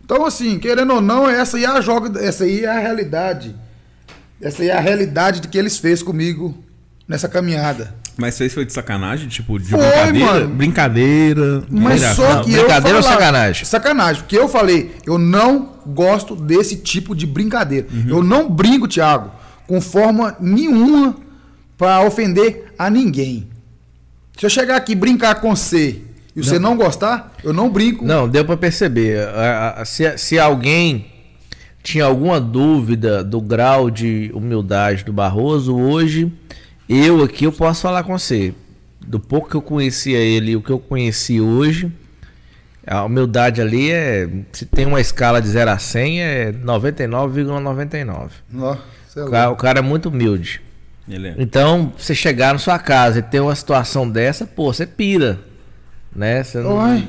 Speaker 4: Então, assim, querendo ou não, essa aí é a joga, essa aí é a realidade. Essa aí é a realidade de que eles fez comigo nessa caminhada.
Speaker 1: Mas fez foi de sacanagem? Tipo, de
Speaker 4: Foi,
Speaker 1: brincadeira?
Speaker 4: mano.
Speaker 1: Brincadeira.
Speaker 4: Mas
Speaker 1: Brincadeira.
Speaker 4: só
Speaker 2: não,
Speaker 4: que
Speaker 2: brincadeira
Speaker 4: eu
Speaker 2: ou
Speaker 4: falava-
Speaker 2: sacanagem?
Speaker 4: Sacanagem, porque eu falei, eu não gosto desse tipo de brincadeira.
Speaker 2: Uhum.
Speaker 4: Eu não brinco, Thiago, com forma nenhuma pra ofender a ninguém. Se eu chegar aqui e brincar com você e você não gostar, eu não brinco.
Speaker 2: Não, deu pra perceber. A- a- Se, se alguém tinha alguma dúvida do grau de humildade do Barroso, hoje eu aqui eu posso falar com você. Do pouco que eu conhecia ele e o que eu conheci hoje, a humildade ali é. Se tem uma escala de 0 a 100, é 99,99.
Speaker 4: Ó, sei
Speaker 2: O
Speaker 4: lá.
Speaker 2: cara- o cara é muito humilde.
Speaker 1: Ele é.
Speaker 2: Então, você chegar na sua casa e ter uma situação dessa, pô, você pira. Né? Você não-
Speaker 4: Uai.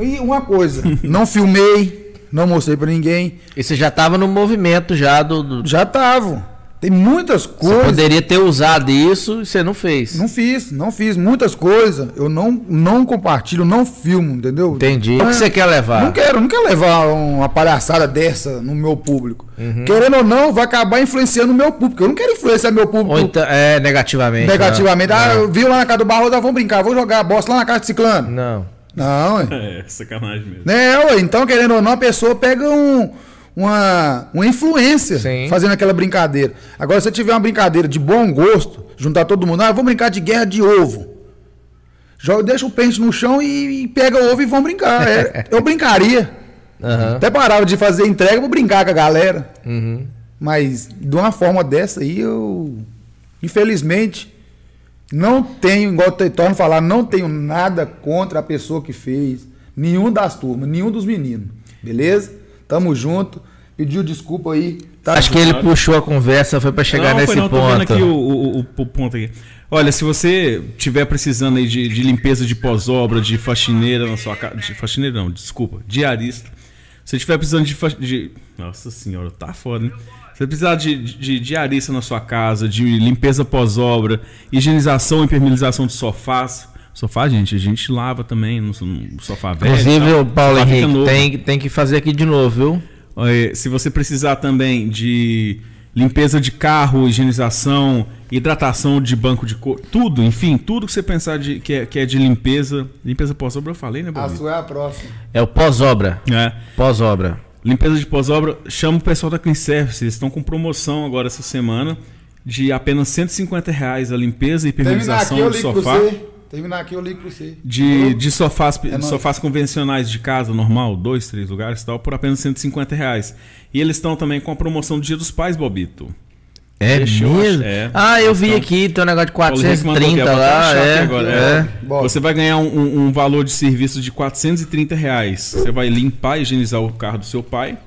Speaker 4: E uma coisa, não filmei, não mostrei pra ninguém.
Speaker 2: E você já tava no movimento já do. do-
Speaker 4: Já tava. Tem muitas
Speaker 2: Você
Speaker 4: coisas.
Speaker 2: poderia ter usado isso e você não fez.
Speaker 4: Não fiz, não fiz. Muitas coisas eu não, não compartilho, não filmo, entendeu? Então,
Speaker 2: Entendi. O que você quer levar?
Speaker 4: Não quero, não quero levar uma palhaçada dessa no meu público.
Speaker 2: Uhum.
Speaker 4: Querendo ou não, vai acabar influenciando o meu público. Eu não quero influenciar meu público
Speaker 2: Ou então, é, negativamente.
Speaker 4: negativamente.
Speaker 2: né?
Speaker 4: Ah, eu vi lá na casa do Barroso, ah, vamos brincar, vou jogar a bosta lá na casa de ciclano.
Speaker 2: Não.
Speaker 4: Não, ué.
Speaker 1: É, sacanagem mesmo.
Speaker 4: né, ué, então querendo ou não, a pessoa pega um, uma, uma influência
Speaker 2: Sim.
Speaker 4: fazendo aquela brincadeira. Agora, se você tiver uma brincadeira de bom gosto, juntar todo mundo, ah, vamos brincar de guerra de ovo. Joga, deixa o pente no chão e, e pega o ovo e vão brincar. É, eu brincaria.
Speaker 2: Aham.
Speaker 4: Até parava de fazer entrega pra brincar com a galera. Mas de uma forma dessa aí, eu. Infelizmente, não tenho, igual eu torno a falar, não tenho nada contra a pessoa que fez. Nenhum das turmas, nenhum dos meninos. Beleza? Tamo junto. Pediu desculpa aí. Tá
Speaker 2: né? Acho que ele puxou a conversa, foi pra chegar
Speaker 1: não,
Speaker 2: nesse
Speaker 1: foi não, tô vendo
Speaker 2: ponto.
Speaker 1: aqui o, o- o- o ponto aqui. Olha, se você tiver precisando aí de, de limpeza de pós-obra, de faxineira na sua casa. De faxineira não, desculpa, diarista. Se você tiver precisando de, fa- de- Nossa senhora, tá foda, né? Se você precisar de, de- de diarista na sua casa, de limpeza pós-obra, higienização e impermeabilização de sofás. Sofá, gente, a gente lava também no, no sofá velho. e
Speaker 2: Inclusive,
Speaker 1: tal.
Speaker 2: o Paulo
Speaker 1: Sofá fica
Speaker 2: Henrique
Speaker 1: novo.
Speaker 2: tem, tem que fazer aqui de novo, viu?
Speaker 1: Eh, Se você precisar também de limpeza de carro, higienização, hidratação de banco de couro, tudo, enfim, tudo que você pensar de, que, é, que é de limpeza. Limpeza pós-obra, eu falei, né,
Speaker 4: A
Speaker 1: Bolívia?
Speaker 4: sua é a próxima.
Speaker 2: É o pós-obra.
Speaker 1: É.
Speaker 2: Pós-obra.
Speaker 1: Limpeza de pós-obra, chama o pessoal da Clean Service. Eles estão com promoção agora essa semana de apenas R$ 150 reais a limpeza e
Speaker 4: Terminar aqui
Speaker 1: impermeabilização
Speaker 4: eu
Speaker 1: do
Speaker 4: ligo pra
Speaker 1: sofá.
Speaker 4: você. Terminar aqui eu ligo pra você.
Speaker 1: De, de sofás,
Speaker 4: nóis.
Speaker 1: sofás convencionais de casa, normal, dois, três lugares e tal, por apenas 150 reais. E eles estão também com a promoção do Dia dos Pais, Bobito.
Speaker 2: É
Speaker 1: Deixa eu
Speaker 2: mesmo?
Speaker 1: achar- é.
Speaker 2: Ah, eu vi
Speaker 1: Então,
Speaker 2: aqui, tem um negócio de
Speaker 1: Paulo Henrique mandou aqui,
Speaker 2: 430
Speaker 1: ó, botar
Speaker 2: lá.
Speaker 1: um chat
Speaker 2: É,
Speaker 1: agora,
Speaker 2: é.
Speaker 1: é.
Speaker 4: Bora.
Speaker 1: Você vai ganhar um, um- um valor de serviço de 430 reais. Você vai limpar e higienizar o carro do seu pai.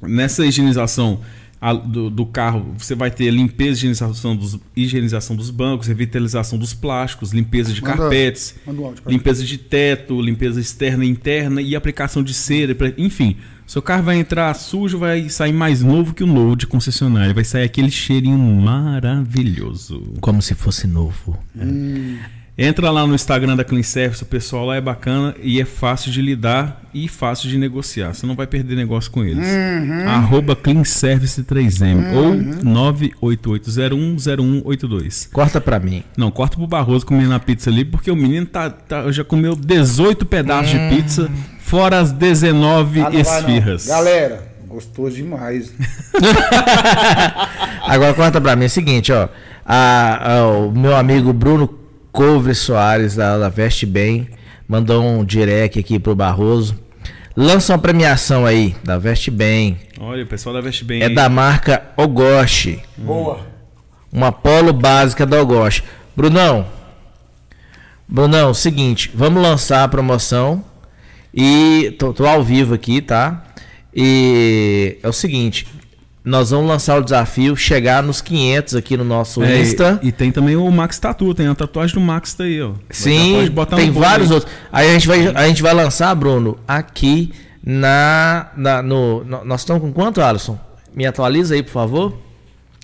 Speaker 1: Nessa higienização a- do, do carro, você vai ter limpeza e higienização dos, higienização dos bancos, revitalização dos plásticos, limpeza de
Speaker 4: Manda-
Speaker 1: carpetes,
Speaker 4: manda um áudio pra
Speaker 1: limpeza de teto, limpeza externa e interna e aplicação de cera. pra- Enfim, seu carro vai entrar sujo, vai sair mais novo que o novo de concessionária. Vai sair aquele cheirinho maravilhoso.
Speaker 2: Como se fosse novo.
Speaker 1: Entra lá no Instagram da Clean Service, o pessoal lá é bacana e é fácil de lidar e fácil de negociar. Você não vai perder negócio com eles.
Speaker 4: Uhum.
Speaker 1: Arroba Clean Service 3M ou 988010182.
Speaker 2: Corta pra mim.
Speaker 1: Não, corta pro Barroso comendo a pizza ali, porque o menino tá, tá- já comeu 18 pedaços de pizza, fora as 19
Speaker 4: Uhum. Ah, não vai, não.
Speaker 1: esfirras.
Speaker 4: Galera, gostoso demais.
Speaker 2: Agora corta pra mim. É o seguinte, ó. A- a- o meu amigo Bruno Couve Soares, da, da Veste Bem, mandou um direct aqui pro Barroso. Lança uma premiação aí, da Veste Bem.
Speaker 1: Olha, o pessoal da Veste Bem.
Speaker 2: É
Speaker 1: aí.
Speaker 2: da marca Ogoshi.
Speaker 4: Boa.
Speaker 2: Uma polo básica da Ogoshi. Brunão. Brunão, seguinte, vamos lançar a promoção. E tô, tô ao vivo aqui, tá? E é o seguinte, nós vamos lançar o desafio chegar nos 500 aqui no nosso
Speaker 1: É,
Speaker 2: Insta.
Speaker 1: e, e tem também o Max Tatu, tem a tatuagem do Max tá aí, ó.
Speaker 2: Sim,
Speaker 1: Pode botar
Speaker 2: tem
Speaker 1: no bolo
Speaker 2: vários
Speaker 1: aí.
Speaker 2: outros. Aí a gente vai, a gente vai lançar, Bruno, aqui na, na no, no- nós estamos com quanto, Alisson? Me atualiza aí, por favor.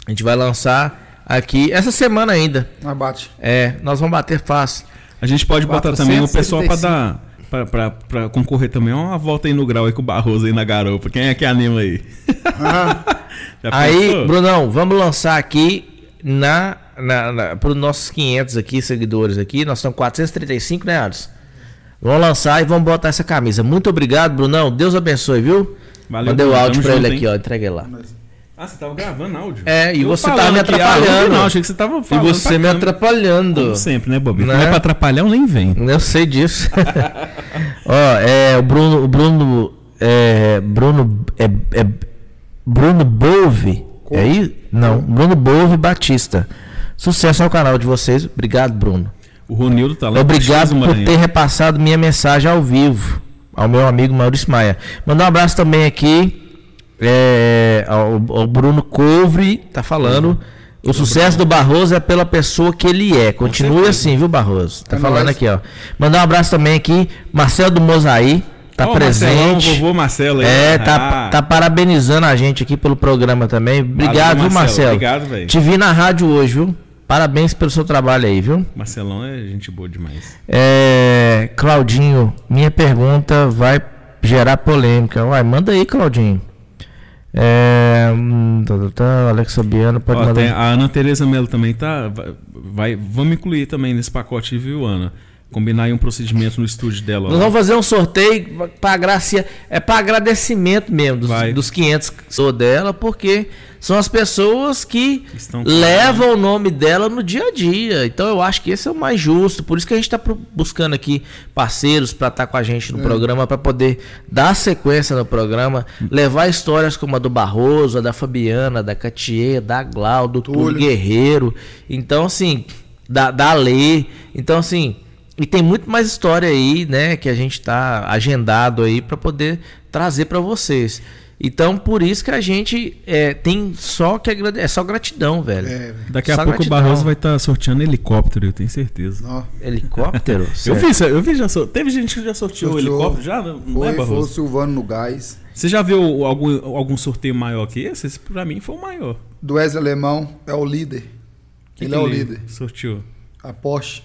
Speaker 2: A gente vai lançar aqui essa semana ainda.
Speaker 4: Um Abate.
Speaker 2: É, nós vamos bater fácil.
Speaker 1: A gente pode botar
Speaker 5: 475.
Speaker 1: também o pessoal pra dar. Pra, pra, pra concorrer também. Ó, uma volta aí no grau aí com o Barroso aí na garupa. Quem é que anima aí? Já
Speaker 2: Aí,
Speaker 1: pensou?
Speaker 2: Brunão, vamos lançar aqui na, na, na para os nossos 500 aqui seguidores aqui. Nós estamos 435, né, Alisson? Vamos lançar e vamos botar essa camisa. Muito obrigado, Brunão. Deus abençoe, viu?
Speaker 1: Valeu,
Speaker 2: Mandei o
Speaker 1: Bruno. Tamo
Speaker 2: áudio pra ele
Speaker 1: junto,
Speaker 2: aqui,
Speaker 1: hein?
Speaker 2: ó. Entreguei lá.
Speaker 1: Ah, você tava gravando áudio?
Speaker 2: É, e
Speaker 1: Eu
Speaker 2: você
Speaker 1: falando
Speaker 2: tava me
Speaker 1: aqui, ah, eu
Speaker 2: atrapalhando.
Speaker 1: Não, achei que você tava
Speaker 2: E
Speaker 1: falando.
Speaker 2: você
Speaker 1: pra
Speaker 2: me
Speaker 1: câmera.
Speaker 2: atrapalhando.
Speaker 1: Como sempre, né, Bob? Não
Speaker 2: Né?
Speaker 1: é pra atrapalhar, eu nem vem.
Speaker 2: Eu sei disso. Ó, é, o Bruno, o Bruno, é, Bruno, é, é Bruno Bove, é aí? Não, Bruno Bove Batista. Sucesso ao canal de vocês. Obrigado, Bruno.
Speaker 1: O Ronildo tá lá.
Speaker 2: Obrigado
Speaker 1: Matheus
Speaker 2: por
Speaker 1: Maranhão.
Speaker 2: ter repassado minha mensagem ao vivo ao meu amigo Maurício Maia. Mandar um abraço também aqui é, ao, ao Bruno Couve, tá falando.
Speaker 1: Uhum.
Speaker 2: O sucesso do Barroso é pela pessoa que ele é. Continue assim, viu, Barroso? Tá
Speaker 4: É
Speaker 2: falando
Speaker 4: nóis.
Speaker 2: aqui, ó. Mandar um abraço também aqui, Marcelo do Mosaí, tá
Speaker 1: Ó, o Marcelão,
Speaker 2: presente.
Speaker 1: vovô Marcelo aí.
Speaker 2: É, tá,
Speaker 1: Ah,
Speaker 2: tá parabenizando a gente aqui pelo programa também. Obrigado,
Speaker 1: Valeu,
Speaker 2: viu, Marcelo?
Speaker 1: Obrigado, velho.
Speaker 2: Te vi na rádio hoje, viu? Parabéns pelo seu trabalho aí, viu?
Speaker 1: Marcelão é gente boa demais.
Speaker 2: É, Claudinho, minha pergunta vai gerar polêmica. Uai, manda aí, Claudinho. É, hum, tá, tá, tá, Alex Sabiano pode
Speaker 1: Ó,
Speaker 2: mandar. um
Speaker 1: tem- a Ana Tereza Melo também tá. vai- Vai, vamos incluir também nesse pacote, viu, Ana? Combinar aí um procedimento no estúdio dela. ó.
Speaker 2: Nós vamos fazer um sorteio para gracia, é para agradecimento mesmo dos,
Speaker 1: Vai.
Speaker 2: dos 500 que sou dela, porque são as pessoas que
Speaker 1: Estão com-
Speaker 2: levam o nome dela no dia a dia. Então eu acho que esse é o mais justo. Por isso que a gente está buscando aqui parceiros para estar com a gente no programa, para poder dar sequência no programa, levar histórias como a do Barroso, a da Fabiana, da Catier, da Glau, do Túlio
Speaker 4: Túlio.
Speaker 2: Guerreiro. Então, assim, da, da Lê. Então, assim, e tem muito mais história aí, né, que a gente tá agendado aí para poder trazer para vocês. Então, por isso que a gente é, tem só que agrade... é só gratidão, velho.
Speaker 4: É, velho.
Speaker 1: Daqui a
Speaker 2: Só
Speaker 1: pouco o
Speaker 2: gratidão.
Speaker 1: Barroso vai estar sorteando helicóptero, eu tenho certeza.
Speaker 4: Ó,
Speaker 2: Helicóptero?
Speaker 1: Eu
Speaker 2: Certo.
Speaker 1: vi, eu vi já sor- Teve gente que já sorteou,
Speaker 4: é.
Speaker 1: um
Speaker 4: Sorteou.
Speaker 1: helicóptero, já? Não é,
Speaker 4: foi, foi o
Speaker 1: Barroso?
Speaker 4: Silvano no gás.
Speaker 1: Você já viu algum, algum sorteio maior que esse? Esse pra mim foi o maior.
Speaker 4: Do Wesley Alemão é o líder.
Speaker 1: Que
Speaker 4: ele
Speaker 1: que
Speaker 4: é o líder.
Speaker 1: Sorteou.
Speaker 4: A Porsche.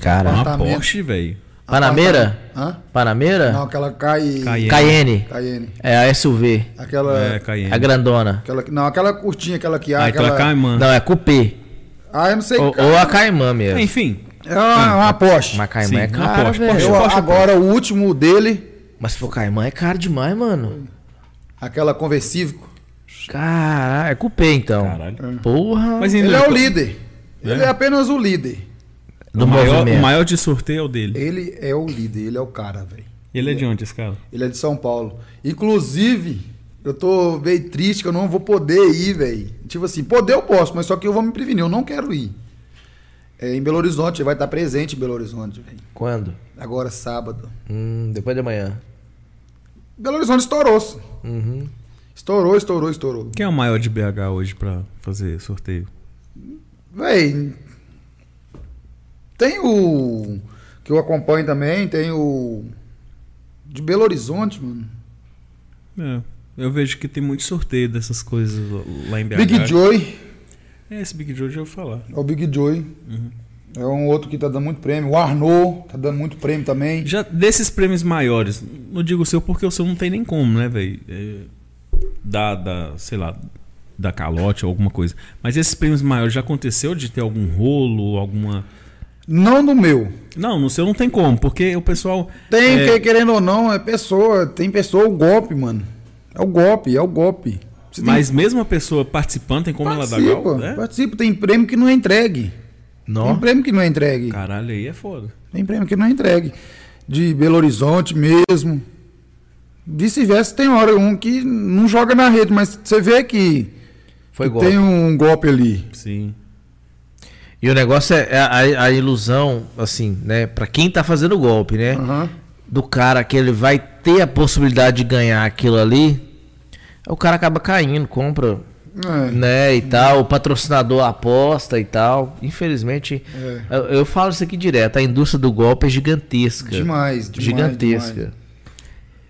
Speaker 2: Cara.
Speaker 1: Uma
Speaker 4: Apartamento.
Speaker 1: Porsche, velho.
Speaker 2: Panameira?
Speaker 4: Hã?
Speaker 2: Panameira?
Speaker 4: Não, aquela Cai...
Speaker 1: Cayenne.
Speaker 2: Cayenne.
Speaker 4: Cayenne.
Speaker 2: É a SUV.
Speaker 4: Aquela...
Speaker 1: É, Cayenne.
Speaker 2: A grandona.
Speaker 4: aquela... Não, aquela curtinha, aquela que há.
Speaker 1: Ah, então
Speaker 4: aquela...
Speaker 1: é Oh. Cayman.
Speaker 2: Não, é Coupé.
Speaker 4: Ah, eu não sei.
Speaker 2: Ou,
Speaker 4: cara.
Speaker 2: ou a Caimã mesmo.
Speaker 1: Enfim,
Speaker 4: É uma, uma Porsche.
Speaker 2: Mas Caimã
Speaker 1: Sim,
Speaker 2: é
Speaker 1: uma
Speaker 2: cara,
Speaker 1: Porsche,
Speaker 2: velho.
Speaker 1: Ah, Porsche. é
Speaker 4: Eu, agora, o último dele,
Speaker 2: Mas se for Caimã é caro demais, mano.
Speaker 4: aquela Conversívico,
Speaker 2: Caralho, é Coupé então.
Speaker 1: Caralho.
Speaker 2: Porra.
Speaker 1: mas ainda-
Speaker 4: ele é o líder.
Speaker 1: né? É?
Speaker 4: Ele é apenas o líder.
Speaker 1: o
Speaker 2: do
Speaker 1: maior,
Speaker 2: movimento.
Speaker 1: o maior de sorteio é o dele.
Speaker 4: Ele é o líder, ele é o cara, velho.
Speaker 1: Ele é de onde, esse cara?
Speaker 4: Ele é de São Paulo. Inclusive, eu tô meio triste que eu não vou poder ir, velho. Tipo assim, poder eu posso, mas só que eu vou me prevenir, eu não quero ir. É, em Belo Horizonte, ele vai estar presente em Belo Horizonte, velho.
Speaker 2: Quando?
Speaker 4: Agora, sábado.
Speaker 2: Hum, depois de amanhã.
Speaker 4: Belo Horizonte estourou. -se.
Speaker 2: Uhum.
Speaker 4: Estourou, estourou, estourou.
Speaker 1: Quem é o maior de BH hoje pra fazer sorteio?
Speaker 4: Véi. Tem o. Que eu acompanho também, tem o. De Belo Horizonte, mano.
Speaker 1: É, eu vejo que tem muito sorteio dessas coisas lá em BH.
Speaker 4: Big Joy.
Speaker 1: É, esse Big Joe já ouviu falar.
Speaker 4: É o Big Joy. É um outro que tá dando muito prêmio. O Arnaud tá dando muito prêmio também.
Speaker 1: Já desses prêmios maiores, não digo o seu porque o seu não tem nem como, né, velho? É, da, da, sei lá, da calote ou alguma coisa. Mas esses prêmios maiores já aconteceu de ter algum rolo, alguma.
Speaker 4: Não no meu.
Speaker 1: Não, no seu não tem como, porque o pessoal.
Speaker 4: Tem,
Speaker 1: É.
Speaker 4: que- querendo ou não, é pessoa. Tem pessoa, o golpe, mano. É o golpe, é o golpe. Você tem
Speaker 1: Mas mesmo a pessoa participando, tem como ela dar
Speaker 4: participa,
Speaker 1: gol, né?
Speaker 4: participa. Tem prêmio que não é entregue. Tem
Speaker 2: Não.
Speaker 4: prêmio que não é entregue.
Speaker 1: Caralho, aí é foda.
Speaker 4: Tem prêmio que não é entregue. De Belo Horizonte mesmo. Vice-versa, tem hora um que não joga na rede, mas você vê que
Speaker 2: Foi
Speaker 4: que
Speaker 2: golpe.
Speaker 4: tem um golpe ali.
Speaker 1: Sim.
Speaker 2: E o negócio é é a, a ilusão, assim, né? Pra quem tá fazendo o golpe, né?
Speaker 4: Aham.
Speaker 2: Do cara que ele vai ter a possibilidade de ganhar aquilo ali. O cara acaba caindo, compra,
Speaker 4: É.
Speaker 2: né? E tal. O patrocinador aposta e tal. Infelizmente,
Speaker 4: É.
Speaker 2: eu, eu falo isso aqui direto. A indústria do golpe é gigantesca.
Speaker 4: Demais, demais,
Speaker 2: Gigantesca.
Speaker 4: demais.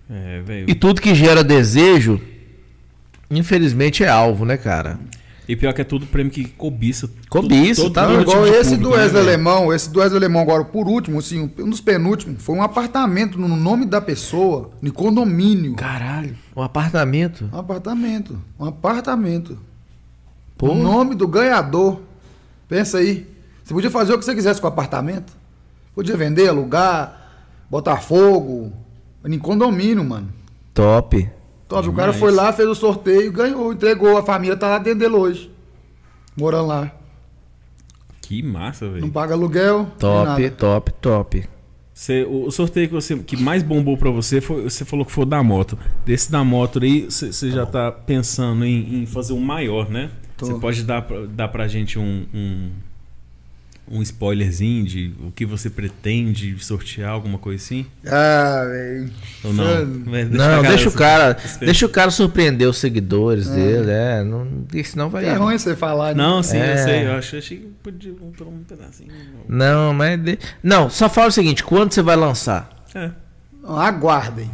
Speaker 1: É, velho.
Speaker 2: E tudo que gera desejo, infelizmente é alvo, né, cara?
Speaker 1: E pior que é tudo prêmio que cobiça.
Speaker 2: Cobiça, tá?
Speaker 4: Não,
Speaker 1: todo
Speaker 4: igual
Speaker 1: tipo de
Speaker 4: esse
Speaker 1: público,
Speaker 4: do
Speaker 1: né,
Speaker 4: Wesley
Speaker 1: velho?
Speaker 4: Alemão, esse do Wesley Alemão agora, por último, assim, um dos penúltimos, foi um apartamento no nome da pessoa, no condomínio.
Speaker 2: Caralho. Um apartamento.
Speaker 4: Um apartamento, um apartamento.
Speaker 2: Pô.
Speaker 4: O nome do ganhador. Pensa aí. Você podia fazer o que você quisesse com o apartamento. Podia vender, alugar, botar fogo, em condomínio, mano.
Speaker 2: Top.
Speaker 4: Top, o cara foi lá, fez o sorteio, ganhou, entregou. A família tá lá dentro dele hoje. Morando lá.
Speaker 1: Que massa,
Speaker 4: Não
Speaker 1: velho.
Speaker 4: paga aluguel. nem
Speaker 2: Top,
Speaker 4: nada.
Speaker 2: top, top.
Speaker 1: Você- O o sorteio que, você, que mais bombou pra você foi. Você falou que foi o da moto. Desse da moto aí, você você já tá pensando em, em fazer um maior, né?
Speaker 4: Tô.
Speaker 1: Você pode dar, pra- dar pra gente um, um- um spoilerzinho de o que você pretende sortear, alguma coisa assim?
Speaker 4: Ah, velho.
Speaker 1: Ou não? Vai deixar a
Speaker 2: não,
Speaker 1: galera
Speaker 2: deixa o cara.
Speaker 1: suspensa.
Speaker 2: Deixa o cara surpreender os seguidores dele, é. Não, porque senão vai.
Speaker 4: É ruim você falar.
Speaker 1: assim.
Speaker 4: né?
Speaker 1: Não, sim, eu
Speaker 2: É.
Speaker 1: sei. Eu achei, achei que podia pelo um pedacinho.
Speaker 2: Não, mas. de- Não, só fala o seguinte: quando você vai lançar?
Speaker 1: É.
Speaker 4: Aguardem.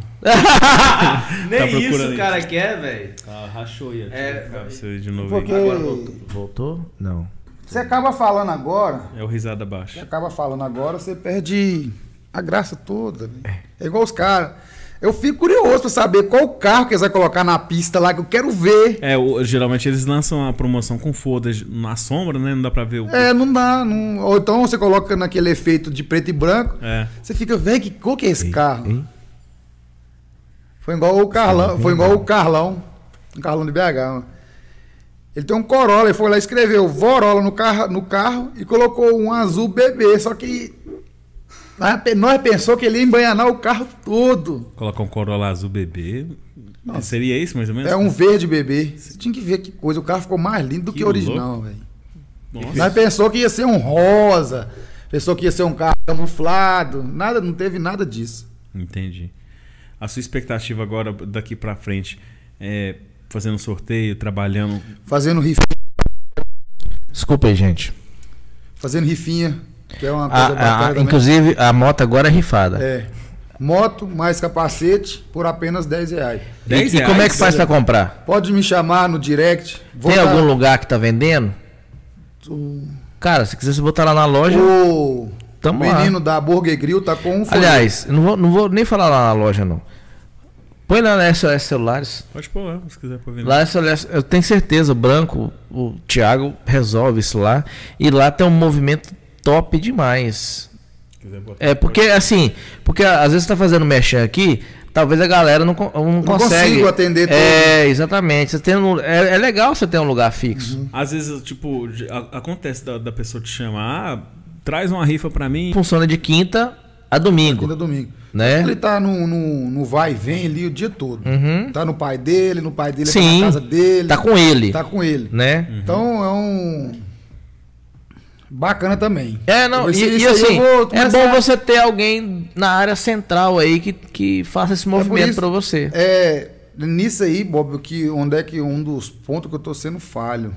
Speaker 1: Nem Tá procurando isso o cara
Speaker 5: quer, velho.
Speaker 1: Ah, rachou aí.
Speaker 5: É,
Speaker 1: Ah, você de novo.
Speaker 4: Porque
Speaker 1: aí.
Speaker 2: Voltou? Não.
Speaker 4: você acaba falando agora,
Speaker 1: É o risada
Speaker 4: você
Speaker 1: baixa.
Speaker 4: acaba falando agora, você perde a graça toda. velho. É igual os caras. Eu fico curioso pra saber qual o carro que eles vão colocar na pista lá, que eu quero ver.
Speaker 1: É, o- geralmente eles lançam a promoção com foda na sombra, né? Não dá pra ver o.
Speaker 4: É, não dá. não- Ou então você coloca naquele efeito de preto e branco.
Speaker 1: É.
Speaker 4: Você fica, velho, que cor que é esse carro?
Speaker 2: Ei,
Speaker 4: Foi igual o Carlão, foi igual o Carlão, o Carlão de BH. mano. Ele tem um Corolla, ele foi lá e escreveu Vorola no carro, no carro e colocou um azul bebê, só que nós, pe- nós pensou que ele ia embanhanar o carro todo.
Speaker 1: Colocar um Corolla azul bebê. Seria isso, mais ou menos?
Speaker 4: É um verde bebê. Você tinha que ver que coisa, o carro ficou mais lindo do que,
Speaker 1: Que
Speaker 4: o original, velho.
Speaker 1: Nossa.
Speaker 4: Nós pensou que ia ser um rosa, pensou que ia ser um carro camuflado, nada, não teve nada disso.
Speaker 1: Entendi. A sua expectativa agora, daqui pra frente, é fazendo sorteio, trabalhando.
Speaker 4: Fazendo rifa,
Speaker 2: Desculpa aí, gente.
Speaker 4: fazendo rifinha, que é uma
Speaker 2: A-
Speaker 4: coisa
Speaker 2: a-
Speaker 4: bacana. também.
Speaker 2: Ah, inclusive, a moto agora é rifada.
Speaker 4: É. Moto mais capacete por apenas 10 reais.
Speaker 2: E-
Speaker 1: 10
Speaker 2: e, como é que
Speaker 1: reais?
Speaker 2: faz pra comprar?
Speaker 4: Pode me chamar no direct. Vou
Speaker 2: Tem
Speaker 4: dar
Speaker 2: algum lugar que tá vendendo? Cara, se quiser você botar lá na loja.
Speaker 4: O
Speaker 2: Tamo lá.
Speaker 4: menino da Burger Grill tá com um folheto.
Speaker 2: Aliás, eu não vou, não vou nem falar lá na loja, não. Põe lá na SOS Celulares.
Speaker 1: Pode pôr lá, se quiser pra vender.
Speaker 2: Lá na SOS, eu tenho certeza, o Branco, o Thiago resolve isso lá. E lá tem um movimento top demais.
Speaker 1: Se quiser botar.
Speaker 2: É porque, assim, porque às vezes você tá fazendo merchan aqui, talvez a galera não, con- não, consegue.
Speaker 4: consigo atender
Speaker 2: É, exatamente. Você tem um- é, é legal você ter um lugar fixo.
Speaker 4: Uhum.
Speaker 1: Às vezes, tipo, de- a- acontece da, da pessoa te chamar, ah, traz uma rifa pra mim.
Speaker 2: Funciona de quinta a domingo.
Speaker 4: Ainda domingo.
Speaker 2: Né?
Speaker 4: Ele tá no, no, no vai e vem ali o dia todo. Tá no pai dele, no pai dele,
Speaker 2: Uhum. Sim.
Speaker 4: tá na casa dele.
Speaker 2: Tá com ele.
Speaker 4: Tá com ele.
Speaker 2: Né?
Speaker 4: Então é um. Bacana também.
Speaker 2: É, não,
Speaker 4: Isso-
Speaker 2: e, e
Speaker 4: isso aí eu
Speaker 2: assim,
Speaker 4: vou
Speaker 2: é
Speaker 4: começar-
Speaker 2: bom você ter alguém na área central aí que, que faça esse
Speaker 4: É por
Speaker 2: movimento
Speaker 4: isso-
Speaker 2: pra você.
Speaker 4: É, nisso aí, Bob, que onde é que um dos pontos que eu tô sendo falho.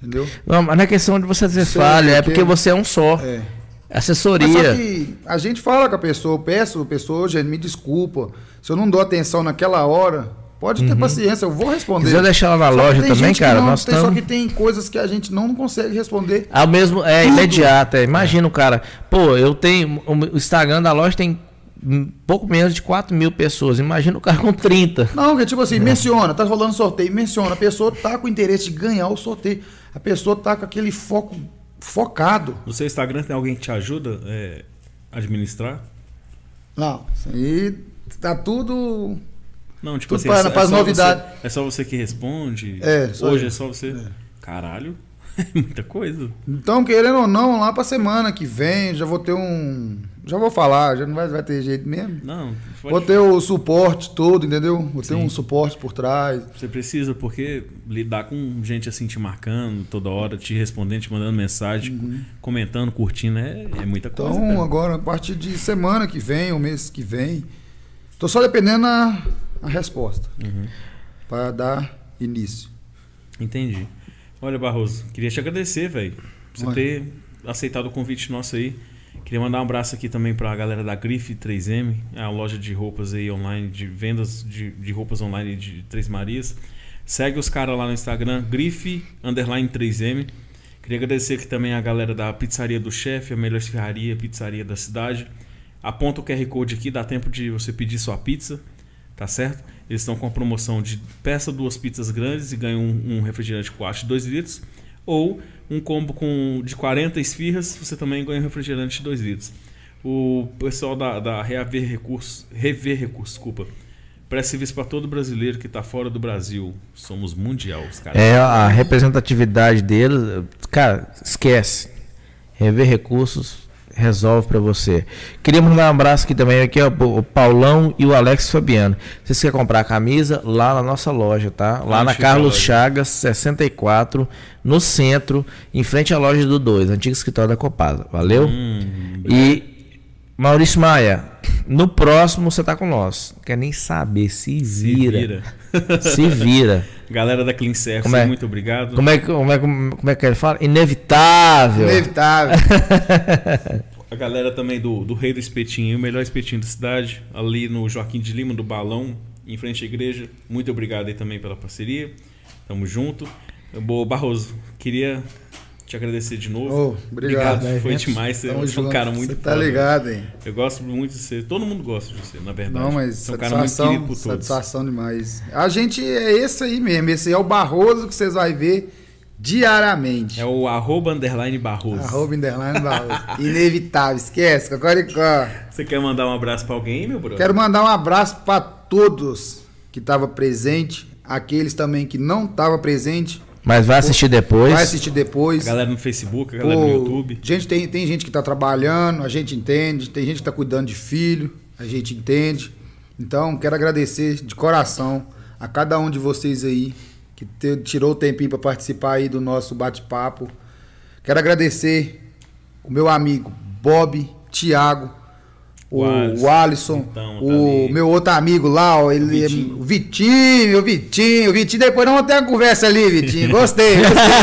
Speaker 4: Entendeu?
Speaker 2: Não, mas não é questão de você dizer
Speaker 4: Sei,
Speaker 2: falha, é
Speaker 4: porque-
Speaker 2: porque você é um só.
Speaker 4: É. Mas só
Speaker 2: Assessoria.
Speaker 4: que a gente fala com a pessoa, eu peço, a pessoa, gente, me desculpa. Se eu não dou atenção naquela hora, pode ter paciência, eu vou responder.
Speaker 2: Uhum. Quiser deixar lá na
Speaker 4: Só que
Speaker 2: loja
Speaker 4: tem
Speaker 2: também,
Speaker 4: gente que
Speaker 2: cara,
Speaker 4: não-
Speaker 2: nós
Speaker 4: tem- Só
Speaker 2: tamo-
Speaker 4: que tem coisas que a gente não consegue responder.
Speaker 2: Ao mesmo, é
Speaker 4: Tudo.
Speaker 2: imediato, é. Imagina o cara. Pô, eu tenho. O meu- o Instagram da loja tem hum, pouco menos de 4 mil pessoas. Imagina o cara com 30.
Speaker 4: Não, que é tipo assim, menciona, tá rolando sorteio, menciona. A pessoa tá com interesse de ganhar o sorteio. A pessoa tá com aquele foco focado.
Speaker 1: No seu Instagram tem alguém que te ajuda é, a administrar?
Speaker 4: Não, isso aí tá tudo.
Speaker 1: Não, tipo
Speaker 4: Tudo
Speaker 1: assim,
Speaker 4: pra-
Speaker 1: é, só-
Speaker 4: pras
Speaker 1: é só
Speaker 4: novidades.
Speaker 1: você- é só você que responde?
Speaker 4: É, só
Speaker 1: Hoje
Speaker 4: eu.
Speaker 1: é só você? Caralho, é muita coisa.
Speaker 4: Então, querendo ou não, lá pra semana que vem, já vou ter um. Já vou falar, já não vai, vai ter jeito mesmo.
Speaker 1: Não,
Speaker 4: Vou
Speaker 1: pode...
Speaker 4: ter o suporte todo, entendeu? Vou ter um suporte por trás.
Speaker 1: você precisa, porque lidar com gente assim te marcando toda hora, te respondendo, te mandando mensagem, comentando, curtindo, é, é muita coisa.
Speaker 4: Uhum. Então,
Speaker 1: cara.
Speaker 4: agora, a partir de semana que vem, ou mês que vem, tô só dependendo da a resposta
Speaker 1: Uhum.
Speaker 4: para dar início.
Speaker 1: Entendi. Olha, Barroso, queria te agradecer, velho, por você
Speaker 4: Olha.
Speaker 1: ter aceitado o convite nosso aí. Queria mandar um abraço aqui também pra galera da Grife 3M, a loja de roupas aí online, de vendas de, de roupas online de Três Marias. Segue os caras lá no Instagram, grife underline 3M. Queria agradecer aqui também a galera da Pizzaria do Chefe, a melhor esfirraria, pizzaria da cidade. Aponta o QR Code aqui, dá tempo de você pedir sua pizza, tá certo? Eles estão com a promoção de peça duas pizzas grandes e ganha um, um refrigerante quatro de 2 litros. Ou um combo com, de 40 esfirras, você também ganha um refrigerante de 2 litros. O pessoal da, da Reaver Recursos, Rever Recursos, desculpa. Presta serviço para todo brasileiro que tá fora do Brasil. Somos mundial, os caras.
Speaker 2: É, a representatividade deles, cara, esquece. Rever recursos resolve para você. Queria mandar um abraço aqui também aqui ó, pro- o Paulão e o Alex Fabiano. Se você quer comprar a camisa lá na nossa loja, tá? Lá
Speaker 1: Onde
Speaker 2: na
Speaker 1: fica a
Speaker 2: Carlos
Speaker 1: loja?
Speaker 2: Chagas 64, no centro, em frente à loja do 2, antigo escritório da Copasa. Valeu? Hum, e Maurício Maia, no próximo você tá com nós. Não quer nem saber se vira. Se vira.
Speaker 1: Galera da Clean Service,
Speaker 2: Como é?
Speaker 1: muito obrigado.
Speaker 2: Como é, que- como, é, como, como é que ele fala? Inevitável.
Speaker 4: Inevitável.
Speaker 1: A galera também do, do Rei do Espetinho, o melhor espetinho da cidade, ali no Joaquim de Lima, do Balão, em frente à igreja. Muito obrigado aí também pela parceria. Tamo junto. Bo Barroso, queria te agradecer de novo.
Speaker 4: Ô, obrigado.
Speaker 1: Foi
Speaker 4: Eventos.
Speaker 1: demais, você
Speaker 4: Tamo
Speaker 1: é um
Speaker 4: junto.
Speaker 1: cara muito
Speaker 4: Você tá
Speaker 1: foda.
Speaker 4: ligado, hein?
Speaker 1: Eu gosto muito de você. Todo mundo gosta de você, na verdade.
Speaker 4: Não, mas
Speaker 1: Você é um cara muito
Speaker 4: satisfação,
Speaker 1: querido por todos.
Speaker 4: satisfação demais. A gente é esse aí mesmo, esse é o Barroso que vocês vão ver diariamente.
Speaker 1: É o arroba underline Barroso.
Speaker 4: Arroba underline Barroso. Inevitável, esquece, Cocoricó.
Speaker 1: Você quer mandar um abraço pra alguém, meu brother?
Speaker 4: Quero mandar um abraço para todos que estavam presente, aqueles também que não estavam presente,
Speaker 2: Mas vai assistir depois.
Speaker 4: vai assistir depois.
Speaker 1: A galera no Facebook, a galera
Speaker 4: Pô,
Speaker 1: no é YouTube.
Speaker 4: Gente, tem, tem gente que tá trabalhando, a gente entende, tem gente que tá cuidando de filho, a gente entende. Então, quero agradecer de coração a cada um de vocês aí que te- tirou o tempinho para participar aí do nosso bate-papo. Quero agradecer o meu amigo Bob, Thiago, o,
Speaker 1: O Alisson.
Speaker 4: o Alisson,
Speaker 1: Então, tá
Speaker 4: o
Speaker 1: ali.
Speaker 4: meu outro amigo lá, ó, ele é-
Speaker 1: Vitinho.
Speaker 4: o Vitinho, o Vitinho, o Vitinho, depois nós vamos ter uma conversa ali, Vitinho. Gostei, gostei.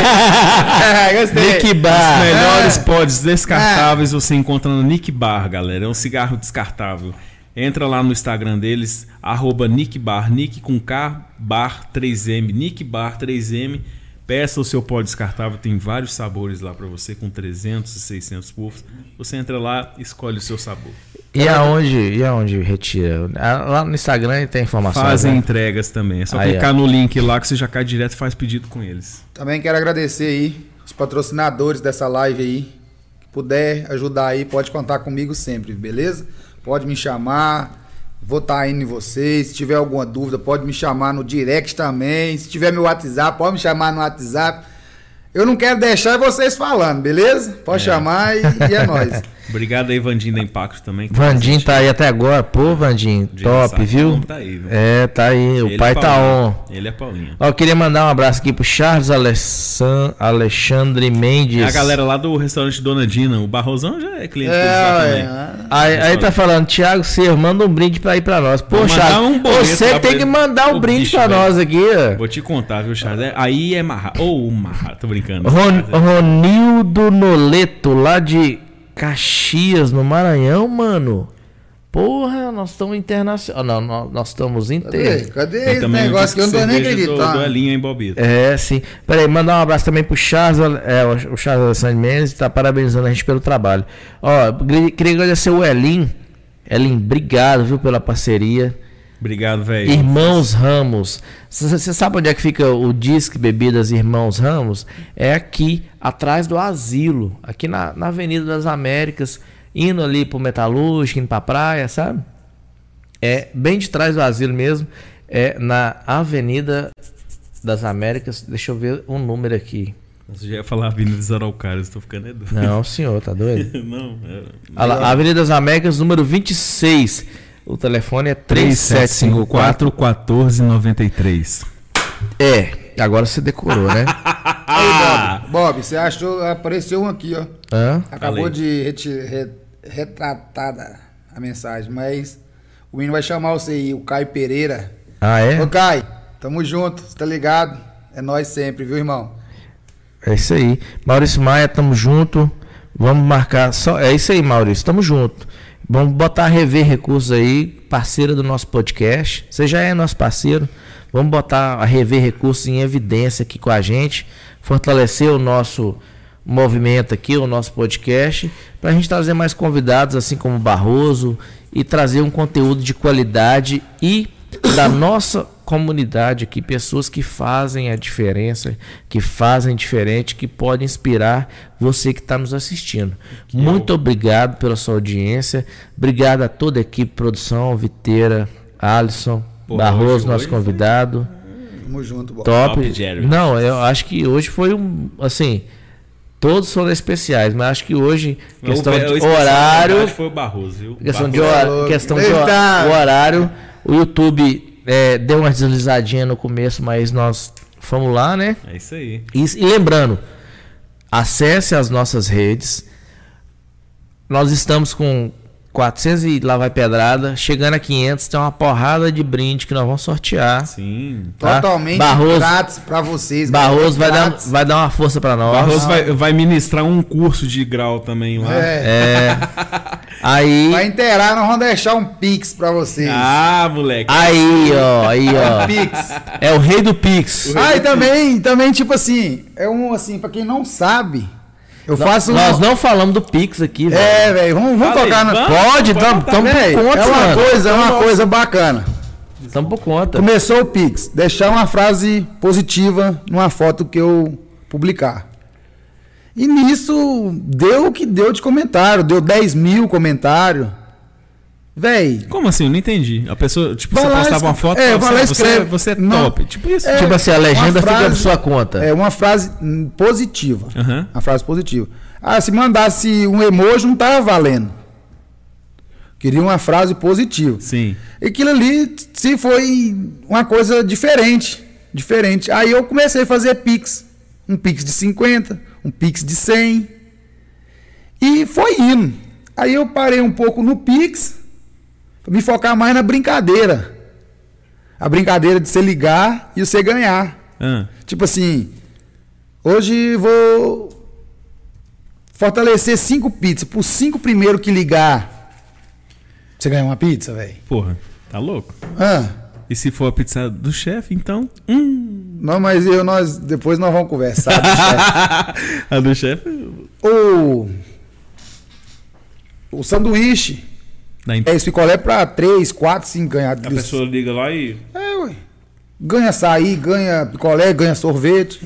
Speaker 4: É, gostei.
Speaker 2: Nick
Speaker 1: Os
Speaker 2: Bar.
Speaker 1: melhores
Speaker 4: É.
Speaker 1: pods descartáveis você encontra no Nick Bar, galera. É um cigarro descartável. Entra lá no Instagram deles, arroba Nick Bar, Nick com K, Bar 3M, Nick Bar 3M. Peça o seu pó descartável, tem vários sabores lá pra você, com 300 e 600 puffs. Você entra lá, escolhe o seu sabor.
Speaker 2: E aonde, e aonde retira? Ah, Lá no Instagram tem informação.
Speaker 1: Fazem
Speaker 2: né?
Speaker 1: entregas também. É só
Speaker 2: Aí,
Speaker 1: clicar no link lá que você já cai direto e faz pedido com eles.
Speaker 4: Também quero agradecer aí os patrocinadores dessa live aí. Que puder ajudar aí, pode contar comigo sempre, beleza? Pode me chamar, vou estar indo em vocês. Se tiver alguma dúvida, pode me chamar no direct também. Se tiver meu WhatsApp, pode me chamar no WhatsApp. Eu não quero deixar vocês falando, beleza? Pode chamar e, e é nóis.
Speaker 1: Obrigado aí, Vandinho da Impacto também. que
Speaker 2: Vandinho
Speaker 1: assiste.
Speaker 2: tá aí até agora. Pô, Vandinho,
Speaker 1: Vandinho
Speaker 2: top,
Speaker 1: sabe, o
Speaker 2: viu?
Speaker 1: homem tá aí, viu?
Speaker 2: É, tá aí. O
Speaker 1: Ele é
Speaker 2: pai tá on.
Speaker 1: Paulinho. Ele é Paulinho.
Speaker 2: Ó, eu queria mandar um abraço aqui pro Charles Alessan- Alexandre Mendes.
Speaker 1: É a galera lá do restaurante Dona Dina. O Barrosão já é cliente deles lá
Speaker 4: É,
Speaker 1: também.
Speaker 4: é.
Speaker 2: Aí, aí tá falando, Thiago Ser, manda um brinde pra ir pra nós. Pô,
Speaker 1: Vou mandar
Speaker 2: Charles,
Speaker 1: um boleto
Speaker 2: você
Speaker 1: lá pra
Speaker 2: tem que
Speaker 1: ele.
Speaker 2: mandar um
Speaker 1: Ô,
Speaker 2: brinde
Speaker 1: bicho,
Speaker 2: pra
Speaker 1: velho.
Speaker 2: nós aqui. ó.
Speaker 1: Vou te contar, viu, Charles? É- Aí é marra. Ou marra, tô brincando.
Speaker 2: Ron, Ronildo Noleto, lá de Caxias, no Maranhão, mano. Porra, nós estamos internacional. ah, Não, nó- nós estamos
Speaker 4: Cadê?
Speaker 2: inter.
Speaker 4: Cadê
Speaker 1: Tem
Speaker 4: esse
Speaker 1: também um
Speaker 4: negócio que eu não tô nem
Speaker 1: cerveja do- Do
Speaker 4: acreditando?
Speaker 1: Elinho, hein, Bobito?
Speaker 2: É, sim. Peraí, mandar um abraço também pro Charles, é, o Charles Alessandro Mendes, tá parabenizando a gente pelo trabalho. Ó, gre- queria agradecer o Elin. Elin, obrigado, viu, pela parceria.
Speaker 1: Obrigado, velho.
Speaker 2: Irmãos Ramos. Você sabe onde é que fica o Disque Bebidas Irmãos Ramos? É aqui, atrás do asilo, aqui na, na Avenida das Américas, indo ali pro Metalúrgico, indo pra praia, sabe? É bem de trás do asilo mesmo, é na Avenida das Américas. Deixa eu ver o número aqui.
Speaker 1: Você já ia falar Avenida dos Araucários, tô ficando é doido.
Speaker 2: Não, senhor, tá doido?
Speaker 1: Não, é-
Speaker 2: Olha lá, Avenida das Américas, número 26. O telefone é 3754.
Speaker 1: 1493.
Speaker 2: É, agora você decorou, né?
Speaker 4: Aí, Bob, Ah, Bob, você achou, apareceu um aqui, ó.
Speaker 2: Hã?
Speaker 4: Acabou
Speaker 1: Falei.
Speaker 4: de reti- re- retratada a mensagem, mas o menino vai chamar você aí, o Caio Pereira.
Speaker 2: Ah, é?
Speaker 4: Ô, Caio, tamo junto, você tá ligado? É nós sempre, viu, irmão?
Speaker 2: É isso aí. Maurício Maia, tamo junto. Vamos marcar. Só... É isso aí, Maurício. Tamo junto. Vamos botar a rever recursos aí, parceira do nosso podcast. Você já é nosso parceiro. Vamos botar a rever recursos em evidência aqui com a gente. Fortalecer o nosso movimento aqui, o nosso podcast, para a gente trazer mais convidados, assim como o Barroso, e trazer um conteúdo de qualidade e da nossa comunidade aqui, pessoas que fazem a diferença, que fazem diferente, que podem inspirar você que está nos assistindo. Muito obrigado pela sua audiência, obrigado a toda a equipe, produção, Viteira, Alisson,
Speaker 1: Pô,
Speaker 2: Barroso,
Speaker 1: hoje-
Speaker 2: nosso
Speaker 1: hoje foi-
Speaker 2: convidado.
Speaker 4: Tamo junto, Bob.
Speaker 2: Top.
Speaker 1: Top, Jerry.
Speaker 2: Não, eu acho que hoje foi um, assim, Todos foram especiais, mas acho que hoje, questão
Speaker 1: é O- o
Speaker 2: de
Speaker 1: especial, na
Speaker 2: horário,
Speaker 1: verdade, Foi o Barroso, viu?
Speaker 2: questão de,
Speaker 1: Barroso.
Speaker 2: hora- questão de
Speaker 4: Ele
Speaker 2: hora-
Speaker 4: tá-
Speaker 2: o horário, o YouTube é, deu uma deslizadinha no começo, mas nós fomos lá, né?
Speaker 1: É isso aí.
Speaker 2: E, e lembrando, acesse as nossas redes. Nós estamos com 400 e lá vai pedrada. Chegando a 500, tem uma porrada de brinde que nós vamos sortear.
Speaker 1: Sim.
Speaker 2: tá?
Speaker 4: Totalmente
Speaker 2: Barroso-
Speaker 4: grátis pra vocês.
Speaker 2: Barroso vai dar, um-
Speaker 4: grátis.
Speaker 2: vai dar uma força pra nós.
Speaker 1: Barroso vai, vai ministrar um curso de grau também lá.
Speaker 4: Ah. É,
Speaker 2: É. Aí,
Speaker 4: Vai inteirar, nós vamos deixar um pix pra vocês.
Speaker 1: Ah, moleque.
Speaker 2: aí, ó, aí, ó.
Speaker 4: Pix.
Speaker 2: É o rei do Pix.
Speaker 4: Ah, e também, também, tipo assim, é um assim, pra quem não sabe, eu faço um.
Speaker 2: Nós não falamos do Pix aqui, velho.
Speaker 4: É, velho, vamos, vamos
Speaker 1: Fala aí,
Speaker 4: tocar no.
Speaker 1: vamos.
Speaker 2: Pode, tamo, tamo
Speaker 4: Véi,
Speaker 2: por conta,
Speaker 4: é uma
Speaker 2: mano.
Speaker 4: coisa, é uma coisa bacana.
Speaker 2: Tamo por conta.
Speaker 4: Começou o Pix, deixar uma frase positiva numa foto que eu publicar. E nisso deu o que deu de comentário, deu 10 mil comentários. Véi,
Speaker 1: Como assim? Eu não entendi. A pessoa, tipo,
Speaker 4: Vai
Speaker 1: você
Speaker 4: lá,
Speaker 1: postava uma
Speaker 4: escre-
Speaker 1: foto
Speaker 4: é,
Speaker 1: e
Speaker 4: vai lá,
Speaker 1: você, você,
Speaker 4: escreve.
Speaker 1: você é
Speaker 4: Não.
Speaker 1: top. Tipo isso.
Speaker 4: É.
Speaker 2: Tipo assim, a
Speaker 4: uma
Speaker 2: legenda fica
Speaker 4: frase-
Speaker 2: por sua conta.
Speaker 4: É uma frase hum, positiva.
Speaker 1: Aham.
Speaker 4: Uma frase positiva. Ah, se mandasse um emoji, não tava valendo. Queria uma frase positiva.
Speaker 1: Sim.
Speaker 4: E Aquilo ali se foi uma coisa diferente. Diferente. Aí eu comecei a fazer Pix. Um Pix de 50, um Pix de 100. E foi indo. Aí eu parei um pouco no Pix pra me focar mais na brincadeira. A brincadeira de você ligar e você ganhar.
Speaker 1: Ah,
Speaker 4: Tipo assim, hoje vou fortalecer cinco pizzas. Por cinco primeiro que ligar, você ganha uma pizza, velho.
Speaker 1: porra, tá louco?
Speaker 4: Ah,
Speaker 1: E se for a pizza do chefe, então. Hum.
Speaker 4: não, mas eu, nós, depois nós vamos conversar. bicho.
Speaker 1: a do chefe
Speaker 4: o, o sanduíche,
Speaker 1: dá em...
Speaker 4: é esse picolé pra três, quatro, cinco ganhar.
Speaker 1: A pessoa liga lá e.
Speaker 4: É, ué. Ganha açaí, ganha picolé, ganha sorvete.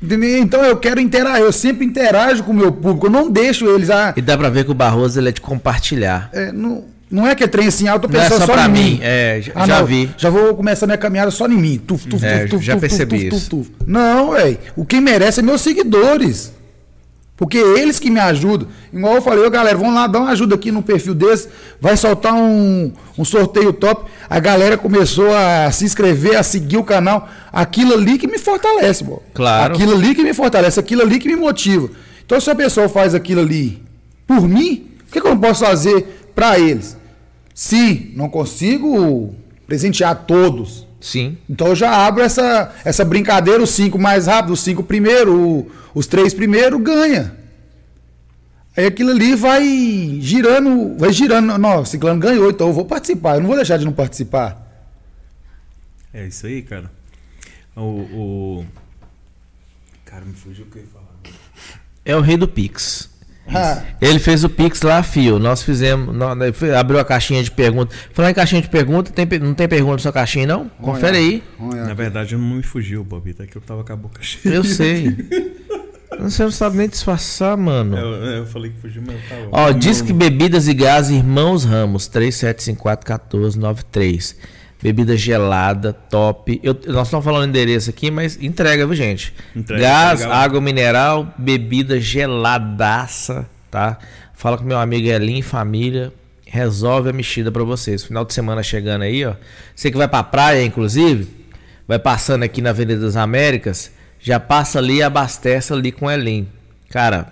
Speaker 4: Entendeu? Então eu quero interagir, eu sempre interajo com o meu público, eu não deixo eles. Ah,
Speaker 2: E dá pra ver que o Barroso ele é de compartilhar.
Speaker 4: é, não, não é que é trem assim, ah, eu tô
Speaker 2: Não é
Speaker 4: pensando
Speaker 2: só,
Speaker 4: só,
Speaker 2: pra
Speaker 4: em
Speaker 2: mim,
Speaker 4: mim.
Speaker 2: é, j-
Speaker 4: Ah,
Speaker 2: já
Speaker 4: não,
Speaker 2: vi.
Speaker 4: Já vou começar minha caminhada só em mim. Tuf, tuf,
Speaker 5: É,
Speaker 4: tuf, tuf,
Speaker 5: já
Speaker 4: tuf,
Speaker 5: percebi
Speaker 4: tuf, tuf,
Speaker 5: isso.
Speaker 4: tuf. Não, velho. O que merece é meus seguidores. Porque eles que me ajudam. Igual eu falei, ô galera, vamos lá dar uma ajuda aqui no perfil desse. Vai soltar um, um sorteio top. A galera começou a se inscrever, a seguir o canal. Aquilo ali que me fortalece, bro.
Speaker 2: Claro.
Speaker 4: Aquilo ali que me fortalece, aquilo ali que me motiva. Então, se a pessoa faz aquilo ali por mim, o que, que eu não posso fazer pra eles? Sim, não consigo presentear todos.
Speaker 2: Sim.
Speaker 4: Então eu já abro essa, essa brincadeira, os cinco mais rápidos, os cinco primeiro, o- os três primeiro ganha. Aí aquilo ali vai girando, vai girando. Não, o Ciclano ganhou, então eu vou participar. Eu não vou deixar de não participar.
Speaker 1: É isso aí, cara. O. o... Cara, me fugiu o que eu ia falar.
Speaker 2: É o rei do Pix.
Speaker 4: Ah,
Speaker 2: Ele fez o Pix lá, fio. Nós fizemos. nó- né, foi- abriu a caixinha de perguntas. Falar em caixinha de perguntas, tem pe- não tem pergunta na sua caixinha, não? Confere aí.
Speaker 4: É.
Speaker 1: Na verdade, não me fugiu, Bobita, que eu tava com a boca cheia.
Speaker 2: Eu sei. Você não sabe nem disfarçar, mano.
Speaker 1: Eu, eu falei que fugiu, mas eu tava.
Speaker 2: Ó, diz que bebidas e gás, irmãos Ramos, 3754-1493. Bebida gelada, top. Eu- nós estamos falando endereço aqui, mas entrega, viu, gente?
Speaker 1: Entrega,
Speaker 2: gás,
Speaker 1: entrega lá.
Speaker 2: água mineral, bebida geladaça, tá? Fala com meu amigo Elin, família. Resolve a mexida pra vocês. Final de semana chegando aí, ó. Você que vai pra praia, inclusive, vai passando aqui na Avenida das Américas, já passa ali e abastece ali com Elin. Cara,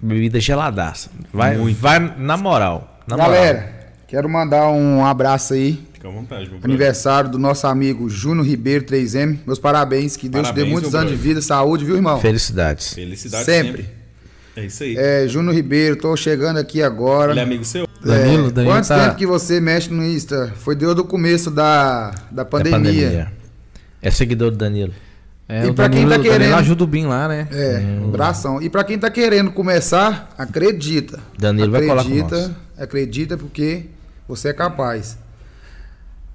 Speaker 2: bebida geladaça. Vai, vai na moral. Na moral.
Speaker 4: Galera, quero mandar um abraço aí
Speaker 1: Fica à vontade, meu brother.
Speaker 4: Aniversário do nosso amigo Júnior Ribeiro 3M. Meus parabéns, que Deus te
Speaker 1: Parabéns,
Speaker 4: dê muitos
Speaker 1: meu
Speaker 4: anos de
Speaker 1: brother.
Speaker 4: vida, saúde, viu, irmão?
Speaker 2: Felicidades.
Speaker 1: Felicidade
Speaker 4: Sempre.
Speaker 1: sempre. É isso aí.
Speaker 4: É, Júnior Ribeiro, tô chegando aqui
Speaker 1: Ele é
Speaker 4: agora.
Speaker 1: amigo seu?
Speaker 4: É,
Speaker 5: Danilo, Danilo
Speaker 4: quanto
Speaker 5: tá-
Speaker 4: tempo que você mexe no Insta? Foi desde o começo da, da
Speaker 2: É
Speaker 4: pandemia.
Speaker 2: É seguidor do Danilo.
Speaker 5: É,
Speaker 4: E
Speaker 5: o
Speaker 4: pra quem
Speaker 5: Danilo,
Speaker 4: tá
Speaker 5: o Danilo
Speaker 4: querendo-
Speaker 5: ajuda o Bin lá, né?
Speaker 4: É,
Speaker 2: Hum.
Speaker 4: abração. E pra quem tá querendo começar, acredita.
Speaker 2: Danilo vai colar com
Speaker 4: acredita,
Speaker 2: nós.
Speaker 4: Acredita porque você é capaz.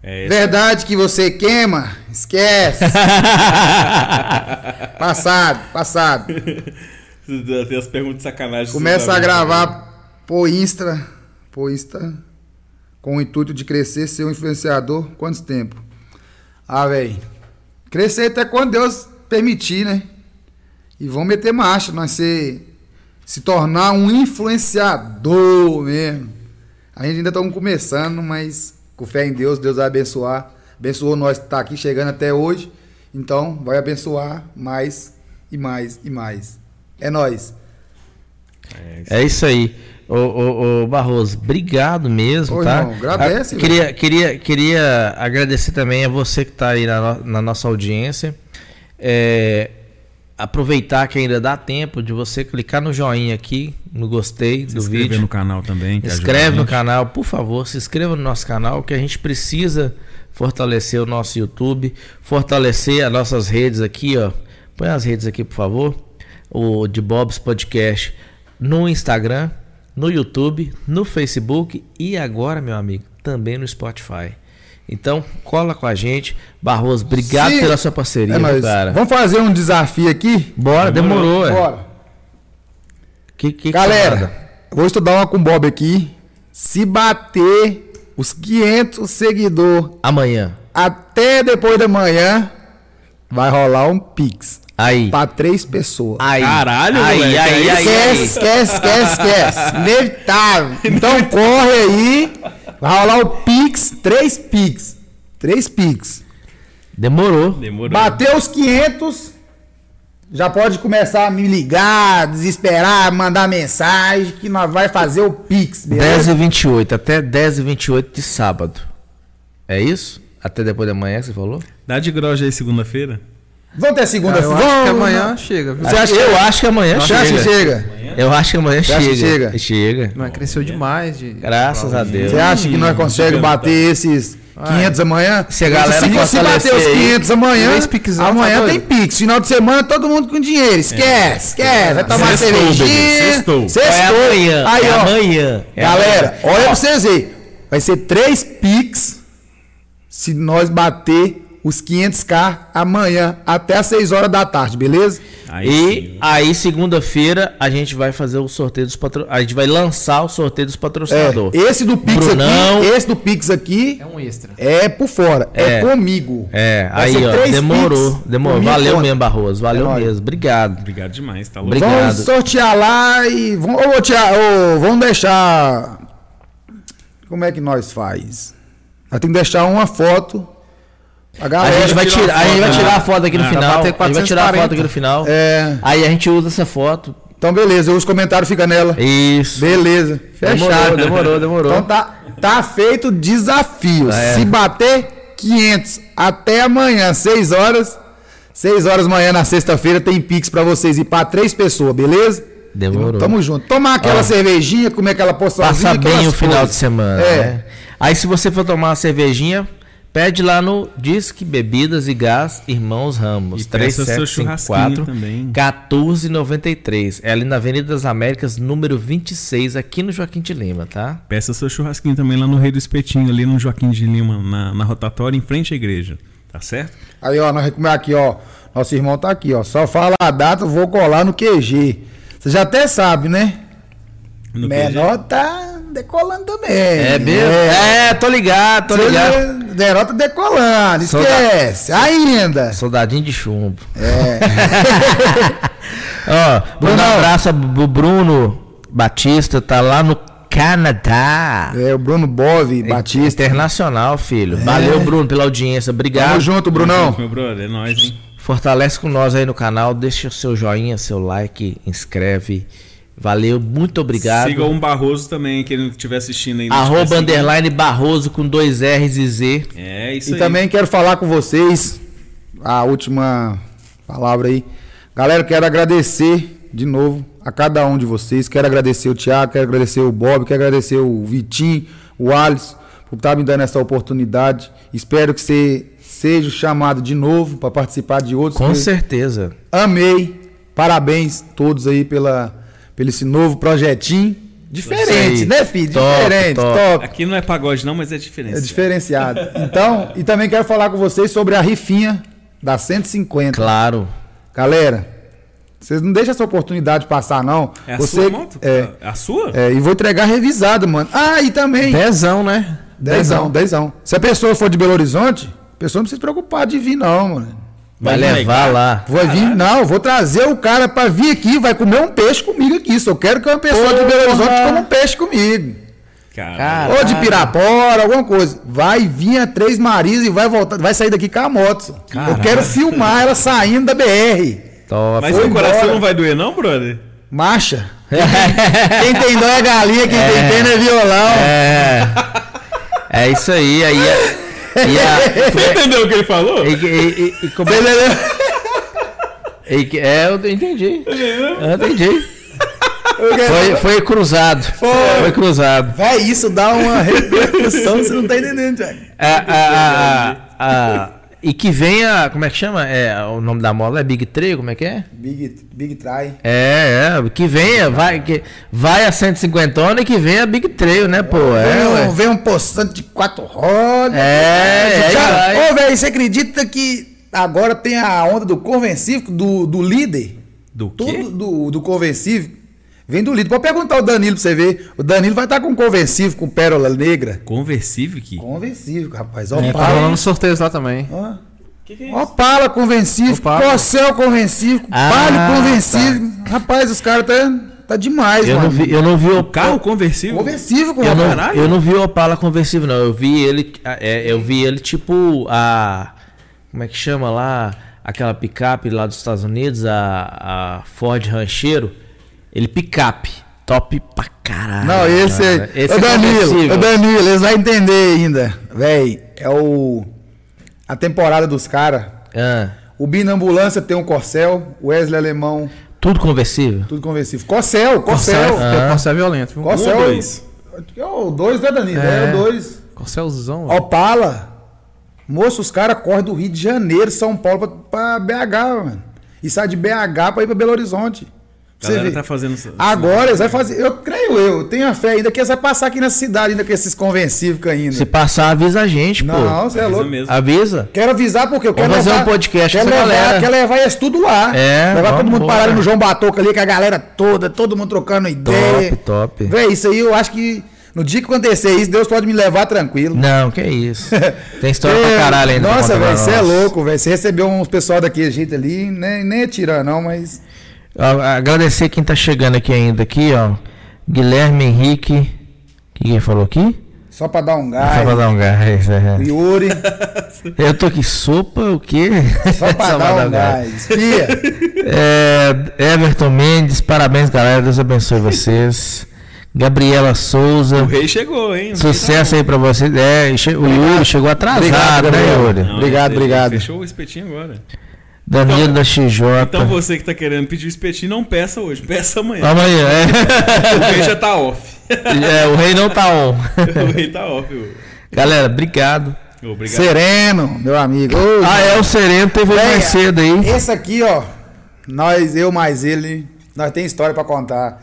Speaker 1: É, esse-
Speaker 4: Verdade que você queima, esquece. passado, passado.
Speaker 1: Tem as perguntas de sacanagem.
Speaker 4: Começa a
Speaker 1: Sabe?
Speaker 4: gravar por Insta, por Insta, com o intuito de crescer, ser um influenciador, quanto tempo? Ah, velho, crescer até quando Deus permitir, né? E vão meter marcha, nós ser, se tornar um influenciador mesmo. A gente ainda estamos começando, mas com fé em Deus, Deus vai abençoar. Abençoou nós que tá aqui chegando até hoje. Então, vai abençoar mais e mais e mais. É nós.
Speaker 2: É isso aí. Ô, ô, ô, Barroso, obrigado mesmo,
Speaker 4: Ô,
Speaker 2: tá?
Speaker 4: irmão, agradece,
Speaker 2: Ah, queria, queria, queria agradecer também a você que está aí na, no- na nossa audiência. É, aproveitar que ainda dá tempo de você clicar no joinha aqui, no gostei
Speaker 1: Se
Speaker 2: do
Speaker 1: inscrever
Speaker 2: vídeo.
Speaker 1: no canal também. que ajuda a
Speaker 2: Inscreve no
Speaker 1: gente.
Speaker 2: canal, por favor, se inscreva no nosso canal, que a gente precisa fortalecer o nosso YouTube, fortalecer as nossas redes aqui, ó. Põe as redes aqui, por favor. O de Bob's Podcast no Instagram, no YouTube, no Facebook e agora, meu amigo, também no Spotify. Então, cola com a gente. Barroso, obrigado
Speaker 4: Sim.
Speaker 2: pela sua parceria,
Speaker 4: É nós.
Speaker 2: cara.
Speaker 4: Vamos fazer um desafio aqui?
Speaker 2: Bora, demorou. é.
Speaker 4: Bora.
Speaker 2: Que, que que manda?
Speaker 4: Galera, vou estudar uma com o Bob aqui. Se bater os 500 seguidores
Speaker 2: amanhã.
Speaker 4: até depois da manhã, vai rolar um Pix
Speaker 2: Aí.
Speaker 4: pra três pessoas.
Speaker 2: Aí.
Speaker 1: Caralho,
Speaker 2: aí,
Speaker 1: moleque,
Speaker 2: aí, aí,
Speaker 1: é
Speaker 2: aí,
Speaker 4: esquece, esquece, esquece, esquece. Inevitável. Então corre aí. Vai rolar o Pix, três Pix. Três Pix.
Speaker 2: Demorou.
Speaker 1: Demorou.
Speaker 4: Bateu os 500, já pode começar a me ligar, desesperar, mandar mensagem que nós vai fazer o Pix, beleza?
Speaker 2: 10 e 28, até 10 e 28 de sábado. É isso? Até depois da manhã que você falou?
Speaker 1: Dá de groja aí segunda-feira.
Speaker 4: Vamos ter segunda
Speaker 5: Ah, eu
Speaker 4: feira
Speaker 5: acho que amanhã chega, viu?
Speaker 2: Você acha eu acho que amanhã
Speaker 4: é? Você acha
Speaker 2: chega.
Speaker 4: que chega?
Speaker 2: Eu acho que amanhã
Speaker 4: Você acha
Speaker 2: chega.
Speaker 4: que
Speaker 2: Chega.
Speaker 4: chega?
Speaker 5: Mas cresceu demais de.
Speaker 2: Graças a Deus.
Speaker 4: Você acha que nós conseguimos
Speaker 1: perguntar.
Speaker 4: bater esses 500 amanhã?
Speaker 2: Se a galera
Speaker 4: se você
Speaker 2: fortalecer
Speaker 4: bater os
Speaker 2: aí,
Speaker 4: 500 amanhã,
Speaker 5: três pixão,
Speaker 4: amanhã
Speaker 5: tá
Speaker 4: tem
Speaker 5: doido?
Speaker 4: Pix. Final de semana, todo mundo com dinheiro. Esquece, esquece. Vai tomar
Speaker 1: Sextou, bebê,
Speaker 4: cervejinha.
Speaker 1: sextou.
Speaker 2: É amanhã.
Speaker 4: Aí,
Speaker 2: é
Speaker 4: ó.
Speaker 2: amanhã. É
Speaker 4: Galera,
Speaker 2: amanhã.
Speaker 4: olha pra vocês aí. Vai ser três Pix se nós bater os 500k amanhã até as 6 horas da tarde, beleza?
Speaker 1: Aí
Speaker 2: E
Speaker 1: sim.
Speaker 2: aí, segunda-feira, a gente vai fazer o sorteio dos patrocinadores. A gente vai lançar o sorteio dos
Speaker 4: É,
Speaker 2: patrocinadores.
Speaker 4: esse do Pix
Speaker 2: Brunão.
Speaker 4: aqui, esse do Pix aqui
Speaker 5: É um extra.
Speaker 4: é por fora, é,
Speaker 2: É.
Speaker 4: comigo.
Speaker 2: É,
Speaker 4: Vai
Speaker 2: aí,
Speaker 4: ser
Speaker 2: ó.
Speaker 4: três
Speaker 2: Demorou.
Speaker 4: Pix
Speaker 2: Demorou.
Speaker 4: por minha
Speaker 2: Valeu
Speaker 4: conta.
Speaker 2: mesmo, Barroso.
Speaker 4: É
Speaker 2: Valeu
Speaker 4: nóis.
Speaker 2: mesmo. Obrigado.
Speaker 1: Obrigado demais, tá louco?
Speaker 2: Obrigado.
Speaker 4: Vamos sortear lá e vamos, ô, tia, ô, vamos deixar. Como é que nós faz? Nós temos que deixar uma foto. A
Speaker 2: A
Speaker 4: galera
Speaker 2: gente vai tirar, a gente vai
Speaker 4: né?
Speaker 2: tirar a foto aqui no
Speaker 1: Ah,
Speaker 2: final.
Speaker 5: vai
Speaker 2: A
Speaker 5: bater
Speaker 2: gente vai tirar um. a foto aqui no final.
Speaker 4: É,
Speaker 2: Aí a gente usa essa foto.
Speaker 4: então beleza, os comentários ficam nela.
Speaker 2: É Isso.
Speaker 4: Beleza. Fechado.
Speaker 2: Demorou, demorou, demorou.
Speaker 4: Então tá, tá feito o desafio.
Speaker 2: É.
Speaker 4: Se bater 500 até amanhã, 6 horas. 6 horas amanhã na sexta-feira tem Pix pra vocês e pra três pessoas, beleza?
Speaker 2: Demorou.
Speaker 4: Tamo junto. Tomar aquela
Speaker 2: Ó.
Speaker 4: cervejinha, comer aquela porçãozinha.
Speaker 2: Passa bem o
Speaker 4: aquelas
Speaker 2: final de
Speaker 4: coisas.
Speaker 2: semana.
Speaker 4: É.
Speaker 2: né? Aí se você for tomar uma cervejinha, pede lá no Disque Bebidas e Gás Irmãos Ramos.
Speaker 1: E peça seu
Speaker 2: 3754
Speaker 1: churrasquinho também.
Speaker 2: 1493. É ali na Avenida das Américas, número 26, aqui no Joaquim de Lima, tá?
Speaker 1: Peça seu churrasquinho também lá no Rei do Espetinho, ali no Joaquim de Lima, na, na rotatória, em frente à igreja. Tá certo?
Speaker 4: Aí, ó, nós vamos comer aqui, ó. Nosso irmão tá aqui, ó. Só fala a data, vou colar no QG. Você já até sabe, né?
Speaker 1: No
Speaker 4: Menor tá decolando também.
Speaker 2: É, mesmo? É, tô ligado, tô ligado.
Speaker 4: Deró tá decolando,
Speaker 2: Solda-
Speaker 4: esquece. Ainda.
Speaker 2: Soldadinho de chumbo. É. Ó, mandar um
Speaker 4: Brunão.
Speaker 2: abraço pro Bruno Batista, tá lá no Canadá.
Speaker 4: É, o Bruno Bove, Batista. É.
Speaker 2: Internacional, filho. Valeu, Bruno, pela audiência.
Speaker 4: Tamo
Speaker 2: Obrigado.
Speaker 4: junto, Brunão.
Speaker 1: Meu brother, é nóis, hein?
Speaker 2: Fortalece com nós aí no canal. Deixa o seu joinha, seu like, inscreve. Valeu, muito obrigado.
Speaker 1: Siga um Barroso também, que ele não estiver assistindo ainda.
Speaker 2: Arroba
Speaker 1: estiver seguindo.
Speaker 2: underline Barroso com dois R's e Z.
Speaker 1: É, isso
Speaker 4: E
Speaker 1: aí.
Speaker 4: também quero falar com vocês a última palavra aí. Galera, quero agradecer de novo a cada um de vocês. Quero agradecer o Thiago, quero agradecer o Bob, quero agradecer o Vitinho, o Alisson, por estar me dando essa oportunidade. Espero que você seja chamado de novo para participar de outros.
Speaker 2: Com
Speaker 4: que-
Speaker 2: certeza.
Speaker 4: Amei. Parabéns todos aí pela, pelo esse novo projetinho.
Speaker 2: Isso
Speaker 4: Diferente,
Speaker 2: aí.
Speaker 4: né, filho?
Speaker 2: Top,
Speaker 4: Diferente,
Speaker 2: top.
Speaker 4: top.
Speaker 1: Aqui não é pagode, não, mas é diferença.
Speaker 4: É diferenciado. Então, e também quero falar com vocês sobre a rifinha da 150.
Speaker 2: Claro.
Speaker 4: Galera, vocês não deixam essa oportunidade passar, não.
Speaker 1: É a
Speaker 4: Você,
Speaker 1: sua moto?
Speaker 4: É,
Speaker 1: A sua?
Speaker 4: é, e vou entregar revisado, mano. Ah, e também.
Speaker 5: Dezão, né?
Speaker 4: Dezão, dezão. Se a pessoa for de Belo Horizonte, a pessoa não precisa se preocupar de vir, não, mano.
Speaker 2: Vai
Speaker 1: Vai
Speaker 2: levar
Speaker 1: negar?
Speaker 2: lá.
Speaker 4: Vou vir, não, vou trazer o cara pra vir aqui, vai comer um peixe comigo aqui. Só quero que uma pessoa de Belo Horizonte coma um peixe comigo.
Speaker 1: Cara.
Speaker 2: Caralho.
Speaker 4: Ou de Pirapora, alguma coisa. Vai vir a Três Marias e vai voltar, vai sair daqui com a moto. só. Eu quero filmar ela saindo da BR.
Speaker 2: Top.
Speaker 1: Mas
Speaker 4: Foi
Speaker 1: seu coração
Speaker 4: embora.
Speaker 1: não vai doer, não, brother?
Speaker 4: Marcha. Quem tem dó é galinha, quem tem pena é violão.
Speaker 2: É. É isso aí. Aí a- e
Speaker 4: É.
Speaker 2: a-
Speaker 1: Você entendeu o que ele falou?
Speaker 2: e- e- e- e como é- e que- é, eu entendi. Eu entendi. Foi, foi cruzado. Foi cruzado.
Speaker 4: Véi, isso dá uma repercussão, você não tá entendendo, velho.
Speaker 2: A- É, a- a- a- e que venha. Como é que chama? É, o nome da mola é Big Tree? Como é que é?
Speaker 4: Big, big Try.
Speaker 2: É, é, que venha, vai, que, vai a 150 e que venha a Big Trail, né, pô? É,
Speaker 4: vem,
Speaker 2: ué.
Speaker 4: um, vem um poçante de quatro rodas.
Speaker 2: É, é,
Speaker 4: Já-
Speaker 2: vai.
Speaker 4: Ô, velho, você acredita que agora tem a onda do convencível, do, do líder?
Speaker 1: Do quê?
Speaker 4: Tudo do, do convencível. Vem do líder. Pode perguntar o Danilo pra você ver. O Danilo vai estar com convencível, com pérola negra.
Speaker 1: Conversível que.
Speaker 4: Convencível, rapaz.
Speaker 5: É, tá
Speaker 4: Opala.
Speaker 5: rolando sorteios lá também.
Speaker 4: Ó.
Speaker 1: Que que é
Speaker 4: Opala convencível,
Speaker 5: Opala.
Speaker 4: Corcel convencível,
Speaker 2: Ah,
Speaker 4: Palio convencível. Rapaz, os caras tá, tá demais,
Speaker 2: Eu não
Speaker 4: mano.
Speaker 2: vi, eu não vi o
Speaker 1: O carro conversível?
Speaker 4: Convencível com
Speaker 2: Eu não,
Speaker 1: Caralho.
Speaker 2: eu não vi o Opala conversível, não. Eu vi ele. é, eu vi ele tipo a. Como é que chama lá? Aquela picape lá dos Estados Unidos, a, a Ford Rancheiro. Ele picape. Top pra caralho.
Speaker 4: Não, esse
Speaker 2: cara.
Speaker 4: é.
Speaker 2: Ah, Esse
Speaker 4: Ô,
Speaker 2: é
Speaker 4: Danilo,
Speaker 2: conversível.
Speaker 4: ô, Danilo, eles vão entender ainda. Véi, é o. A temporada dos caras.
Speaker 2: Ah,
Speaker 4: O Bina Ambulância tem um Corcel, o Wesley Alemão,
Speaker 2: tudo conversível.
Speaker 4: tudo convencível. Corcel, Corcel.
Speaker 5: Corcel, porque o Corcel é violento, viu?
Speaker 4: Corcel.
Speaker 1: Ah. Um ou dois?
Speaker 4: É o 2, né, Danilo? É,
Speaker 5: É.
Speaker 4: o 2.
Speaker 5: Corcelzão. velho.
Speaker 4: Opala. Moço, os caras correm do Rio de Janeiro, São Paulo pra, pra BH, mano. E sai de BH pra ir pra Belo Horizonte.
Speaker 1: A
Speaker 4: Pra Você
Speaker 1: galera
Speaker 4: vê.
Speaker 1: tá fazendo. essa-
Speaker 4: Agora eles vão fazer. Eu creio eu, tenho a fé ainda que eles vão passar aqui nessa cidade ainda com esses convencíveis ainda.
Speaker 2: Se passar, avisa a gente,
Speaker 4: Não,
Speaker 2: pô.
Speaker 4: você é
Speaker 1: Isso
Speaker 4: louco.
Speaker 1: mesmo.
Speaker 2: Avisa.
Speaker 4: Quero avisar porque eu quero
Speaker 2: Vamos fazer um podcast
Speaker 4: quero
Speaker 2: com essa
Speaker 4: levar,
Speaker 2: galera.
Speaker 4: Quero levar eles tudo lá.
Speaker 2: É,
Speaker 4: levar
Speaker 2: vamos
Speaker 4: todo mundo
Speaker 2: embora.
Speaker 4: parado no João Batoca ali com a galera toda, todo mundo trocando ideia.
Speaker 2: top.
Speaker 4: Vê, isso aí eu acho que no dia que acontecer isso, Deus pode me levar tranquilo.
Speaker 2: Não, que isso. Tem história
Speaker 4: É,
Speaker 2: pra caralho ainda. pra
Speaker 4: Nossa,
Speaker 2: contar pra
Speaker 4: velho, você é
Speaker 2: nós.
Speaker 4: louco, velho. Você recebeu uns pessoal daquele jeito ali, nem, nem é tirar não, mas.
Speaker 2: A- Agradecer quem tá chegando aqui ainda aqui, ó. Guilherme Henrique. Quem que falou aqui?
Speaker 4: Só pra dar um
Speaker 2: Só
Speaker 4: gás.
Speaker 2: pra dar um gás.
Speaker 4: O
Speaker 2: é.
Speaker 4: Yuri,
Speaker 2: Eu tô aqui, sopa, o quê?
Speaker 4: só pra dar um gás. Fia,
Speaker 2: É, Everton Mendes, parabéns, galera. Deus abençoe vocês. Gabriela
Speaker 1: O
Speaker 2: Souza.
Speaker 1: rei chegou, hein?
Speaker 2: Sucesso aí pra vocês. É, che- o Yuri chegou atrasado,
Speaker 4: Obrigado,
Speaker 2: né,
Speaker 4: Gabriela.
Speaker 2: Yuri?
Speaker 1: Não,
Speaker 4: Obrigado,
Speaker 1: ele- ele
Speaker 4: obrigado.
Speaker 1: Fechou o espetinho agora.
Speaker 2: Danilo
Speaker 1: Então-
Speaker 2: da XJ.
Speaker 1: Então você que tá querendo pedir o espetinho, não peça hoje, peça
Speaker 4: Ah.
Speaker 1: amanhã.
Speaker 2: Amanhã,
Speaker 1: O rei já tá off.
Speaker 2: é. é. O rei não tá on.
Speaker 1: o rei tá off. ô.
Speaker 2: Galera, obrigado.
Speaker 1: Obrigado.
Speaker 4: Sereno, meu amigo. Ô,
Speaker 2: Ah, é, o Sereno teve hoje
Speaker 4: Véia,
Speaker 2: mais cedo aí.
Speaker 4: Esse aqui, ó. Nós, eu mais ele, nós tem história pra contar.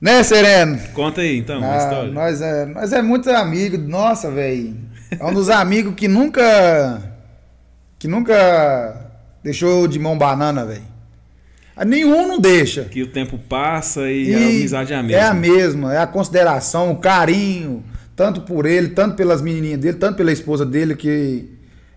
Speaker 4: Né, Sereno?
Speaker 1: Conta aí, então, a
Speaker 4: Ah,
Speaker 1: história.
Speaker 4: nós, é, nós é muito amigo, nossa, velho. É um dos amigos que nunca. Que nunca deixou de mão banana, velho. Ah, Nenhum não deixa.
Speaker 1: Que o tempo passa e,
Speaker 4: E
Speaker 1: a amizade é a mesma.
Speaker 4: É a mesma, é a consideração, o carinho, tanto por ele, tanto pelas menininhas dele, tanto pela esposa dele, que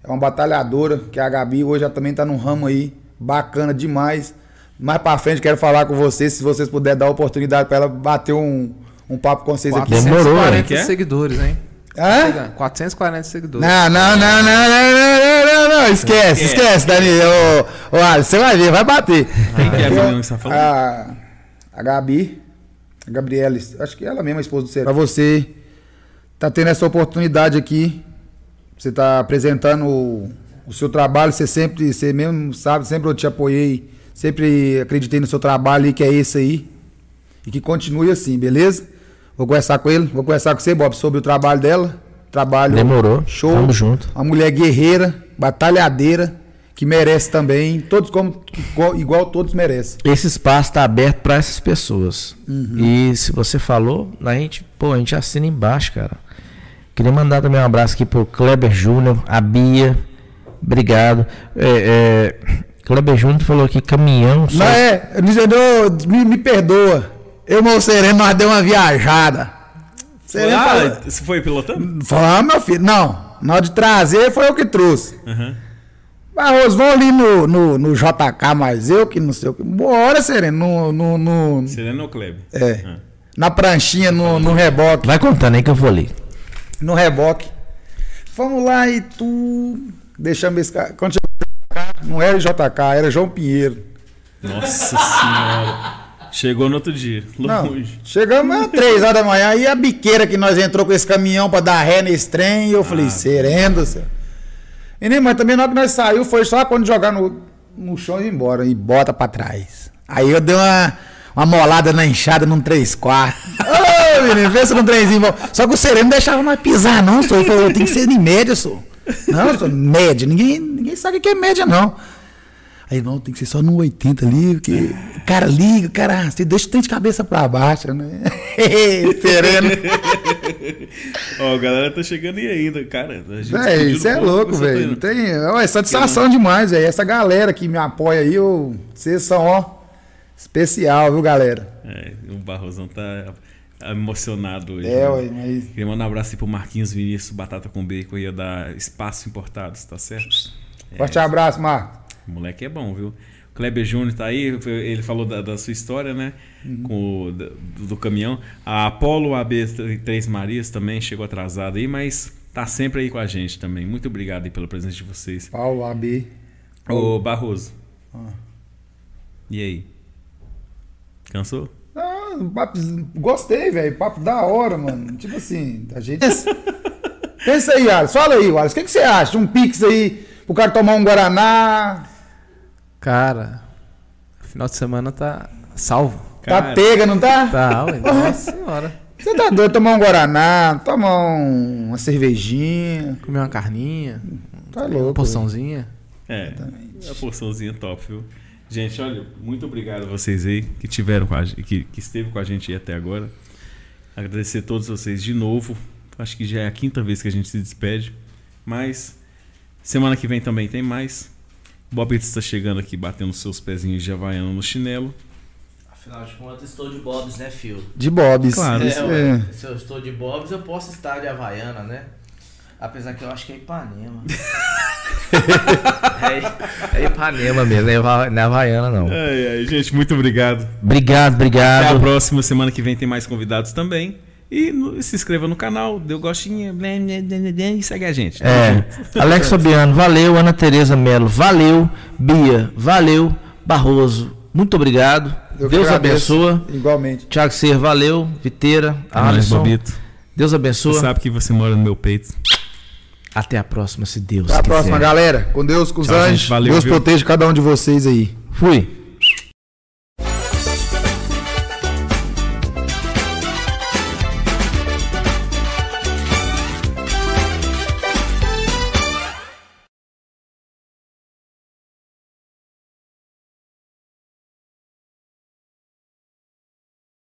Speaker 4: é uma batalhadora, que é a Gabi hoje ela também tá num ramo aí, bacana demais. Mais pra frente quero falar com vocês, se vocês puderem dar oportunidade pra ela bater um, um papo com vocês aqui.
Speaker 2: Demorou,
Speaker 1: hein? Que é?
Speaker 5: seguidores, hein?
Speaker 4: Hã?
Speaker 5: Chega, 440 seguidores.
Speaker 4: Não, não, não, não, não, não, não, não, não,
Speaker 1: É.
Speaker 4: esquece, esquece, Danilo. Ô, ô, Alisson, você vai ver, vai bater.
Speaker 1: Quem que é a menina que você tá falando?
Speaker 4: A, a Gabi, a Gabriela, acho que ela mesma, a esposa do Ciro. Pra você, tá tendo essa oportunidade aqui, você tá apresentando o, o seu trabalho, você sempre, você mesmo sabe, sempre eu te apoiei, sempre acreditei no seu trabalho e que é esse aí. E que continue assim, beleza? Vou conversar com ele, vou conversar com você, Bob, sobre o trabalho dela. Trabalho
Speaker 2: Demorou.
Speaker 4: show.
Speaker 2: Tamo junto.
Speaker 4: Uma mulher guerreira, batalhadeira, que merece também, todos como igual, igual todos merecem.
Speaker 2: Esse espaço está aberto para essas pessoas. E se você falou, a gente, pô, a gente assina embaixo, cara. Queria mandar também um abraço aqui pro Kleber Júnior, a Bia. Obrigado. É, é, Kleber Júnior falou aqui caminhão. só-
Speaker 4: Não é, me, perdoa- me, me perdoa. Eu, meu sereno, nós deu uma viajada.
Speaker 1: Foi-
Speaker 4: Sereno falou,
Speaker 1: ah, você foi pilotando?
Speaker 4: falou, ah, meu filho, não, na hora de trazer foi eu que trouxe.
Speaker 1: Aham.
Speaker 4: Barroso, vão ali no, no, no JK, mas eu que não sei o que. Bora, Sereno, no, no, no-
Speaker 1: Sereno ou Kleber?
Speaker 4: É.
Speaker 1: Ah.
Speaker 4: na pranchinha, no, no reboque.
Speaker 2: Vai contando aí que eu vou ali.
Speaker 4: No reboque. Vamos lá e tu. Deixamos esse cara. Quando chegou o JK, não era JK, era João Pinheiro.
Speaker 1: Nossa senhora. Chegou no outro dia.
Speaker 4: Não,
Speaker 1: Longe.
Speaker 4: chegamos às três horas da manhã e a biqueira que nós entrou com esse caminhão pra dar ré nesse trem, e eu falei, serendo, céu. E nem mais, também na hora que nós saiu, foi só quando jogar no, no chão e ir embora, e bota pra trás. Aí eu dei uma, uma molada na enxada num 3 quartos. Ô, menino, pensa num trenzinho bom. Só que o sereno não deixava nós pisar, não, senhor. Ele falou, tem que ser de média, senhor. Não, senhor, média. Ninguém, ninguém sabe o que é média, não. Aí, não, tem que ser só no 80 ali, porque o cara liga, o cara, ah, você deixa o trem de cabeça pra baixo, né? Sereno.
Speaker 1: Ó, a galera tá chegando aí ainda, cara. A gente
Speaker 4: Véi,
Speaker 1: explodiu
Speaker 4: isso
Speaker 1: no
Speaker 4: é
Speaker 1: ponto
Speaker 4: louco,
Speaker 1: que você tá
Speaker 4: velho.
Speaker 1: indo.
Speaker 4: Não Tem... ó, É satisfação demais, velho. Essa galera que me apoia aí, eu... vocês são, ó, especial, viu, galera?
Speaker 1: É, o Barrosão tá emocionado hoje.
Speaker 4: É,
Speaker 1: né?
Speaker 4: ué, mas.
Speaker 1: Queria mandar um abraço aí pro Marquinhos Vinícius, Batata com Bacon, ia dar espaço importados, tá certo?
Speaker 4: Forte abraço, Marcos.
Speaker 1: O moleque é bom, viu? O Kleber Júnior tá aí, foi- ele falou da, da sua história, né? Com o, da- do, do caminhão. A Apollo AB Três Marias também chegou atrasada aí, mas tá sempre aí com a gente também. Muito obrigado aí pela presença de vocês.
Speaker 4: Paulo AB.
Speaker 1: Ô, Barroso. E aí? Cansou?
Speaker 4: Ah, papo- gostei, velho. Papo da hora, mano. tipo assim, a gente. Pensa aí, Alisson. Fala aí, Alisson. O que, que você acha? Um pix aí pro cara tomar um Guaraná.
Speaker 5: Cara, final de semana tá salvo.
Speaker 4: Tá pega, não tá?
Speaker 5: Tá, ué, nossa senhora.
Speaker 4: Você tá doido? Tomar um Guaraná, tomar um- uma cervejinha.
Speaker 5: Comer uma carninha,
Speaker 4: Tá
Speaker 5: uma
Speaker 4: louco. velho.
Speaker 5: porçãozinha.
Speaker 1: É, a porçãozinha top, viu? Gente, olha, muito obrigado a vocês aí que tiveram com a gente, que, que esteve com a gente aí até agora. Agradecer a todos vocês de novo. Acho que já é a quinta vez que a gente se despede. Mas semana que vem também tem mais. Bob está chegando aqui, batendo seus pezinhos de Havaiana no chinelo.
Speaker 6: Afinal de contas, estou de Bob's, né, Phil?
Speaker 4: De Bob's.
Speaker 1: Claro,
Speaker 4: Isso
Speaker 6: ué,
Speaker 4: é.
Speaker 6: Se eu estou de Bob's, eu posso estar de Havaiana, né? Apesar que eu acho que é Ipanema. é, é Ipanema.
Speaker 2: Panema mesmo, não é Hava- não é Havaiana não.
Speaker 1: Ai, ai, gente, muito obrigado.
Speaker 2: Obrigado,
Speaker 1: Até a
Speaker 2: obrigado.
Speaker 1: próxima. Semana que vem tem mais convidados também. E no- se inscreva no canal, dê o gostinho blé, blé, blé, blé, blé, e segue a gente. tá
Speaker 2: É, Alex Fabiano, valeu. Ana Tereza Melo, valeu. Bia, valeu. Barroso, muito obrigado.
Speaker 4: Eu que
Speaker 2: Deus
Speaker 4: agradeço.
Speaker 2: abençoa.
Speaker 4: Igualmente.
Speaker 2: Tiago Ser, valeu. Viteira,
Speaker 1: mais
Speaker 2: Alisson,
Speaker 1: tá Bobito. Tá
Speaker 2: Deus
Speaker 1: Você
Speaker 2: abençoa.
Speaker 1: sabe que você mora no meu peito.
Speaker 2: Até a próxima, se Deus
Speaker 4: Até a
Speaker 2: quiser.
Speaker 4: próxima, galera. Com Deus, com os
Speaker 1: Tchau, gente.
Speaker 4: anjos.
Speaker 1: Valeu,
Speaker 4: Deus
Speaker 1: viu?
Speaker 4: proteja cada um de vocês aí.
Speaker 2: Fui.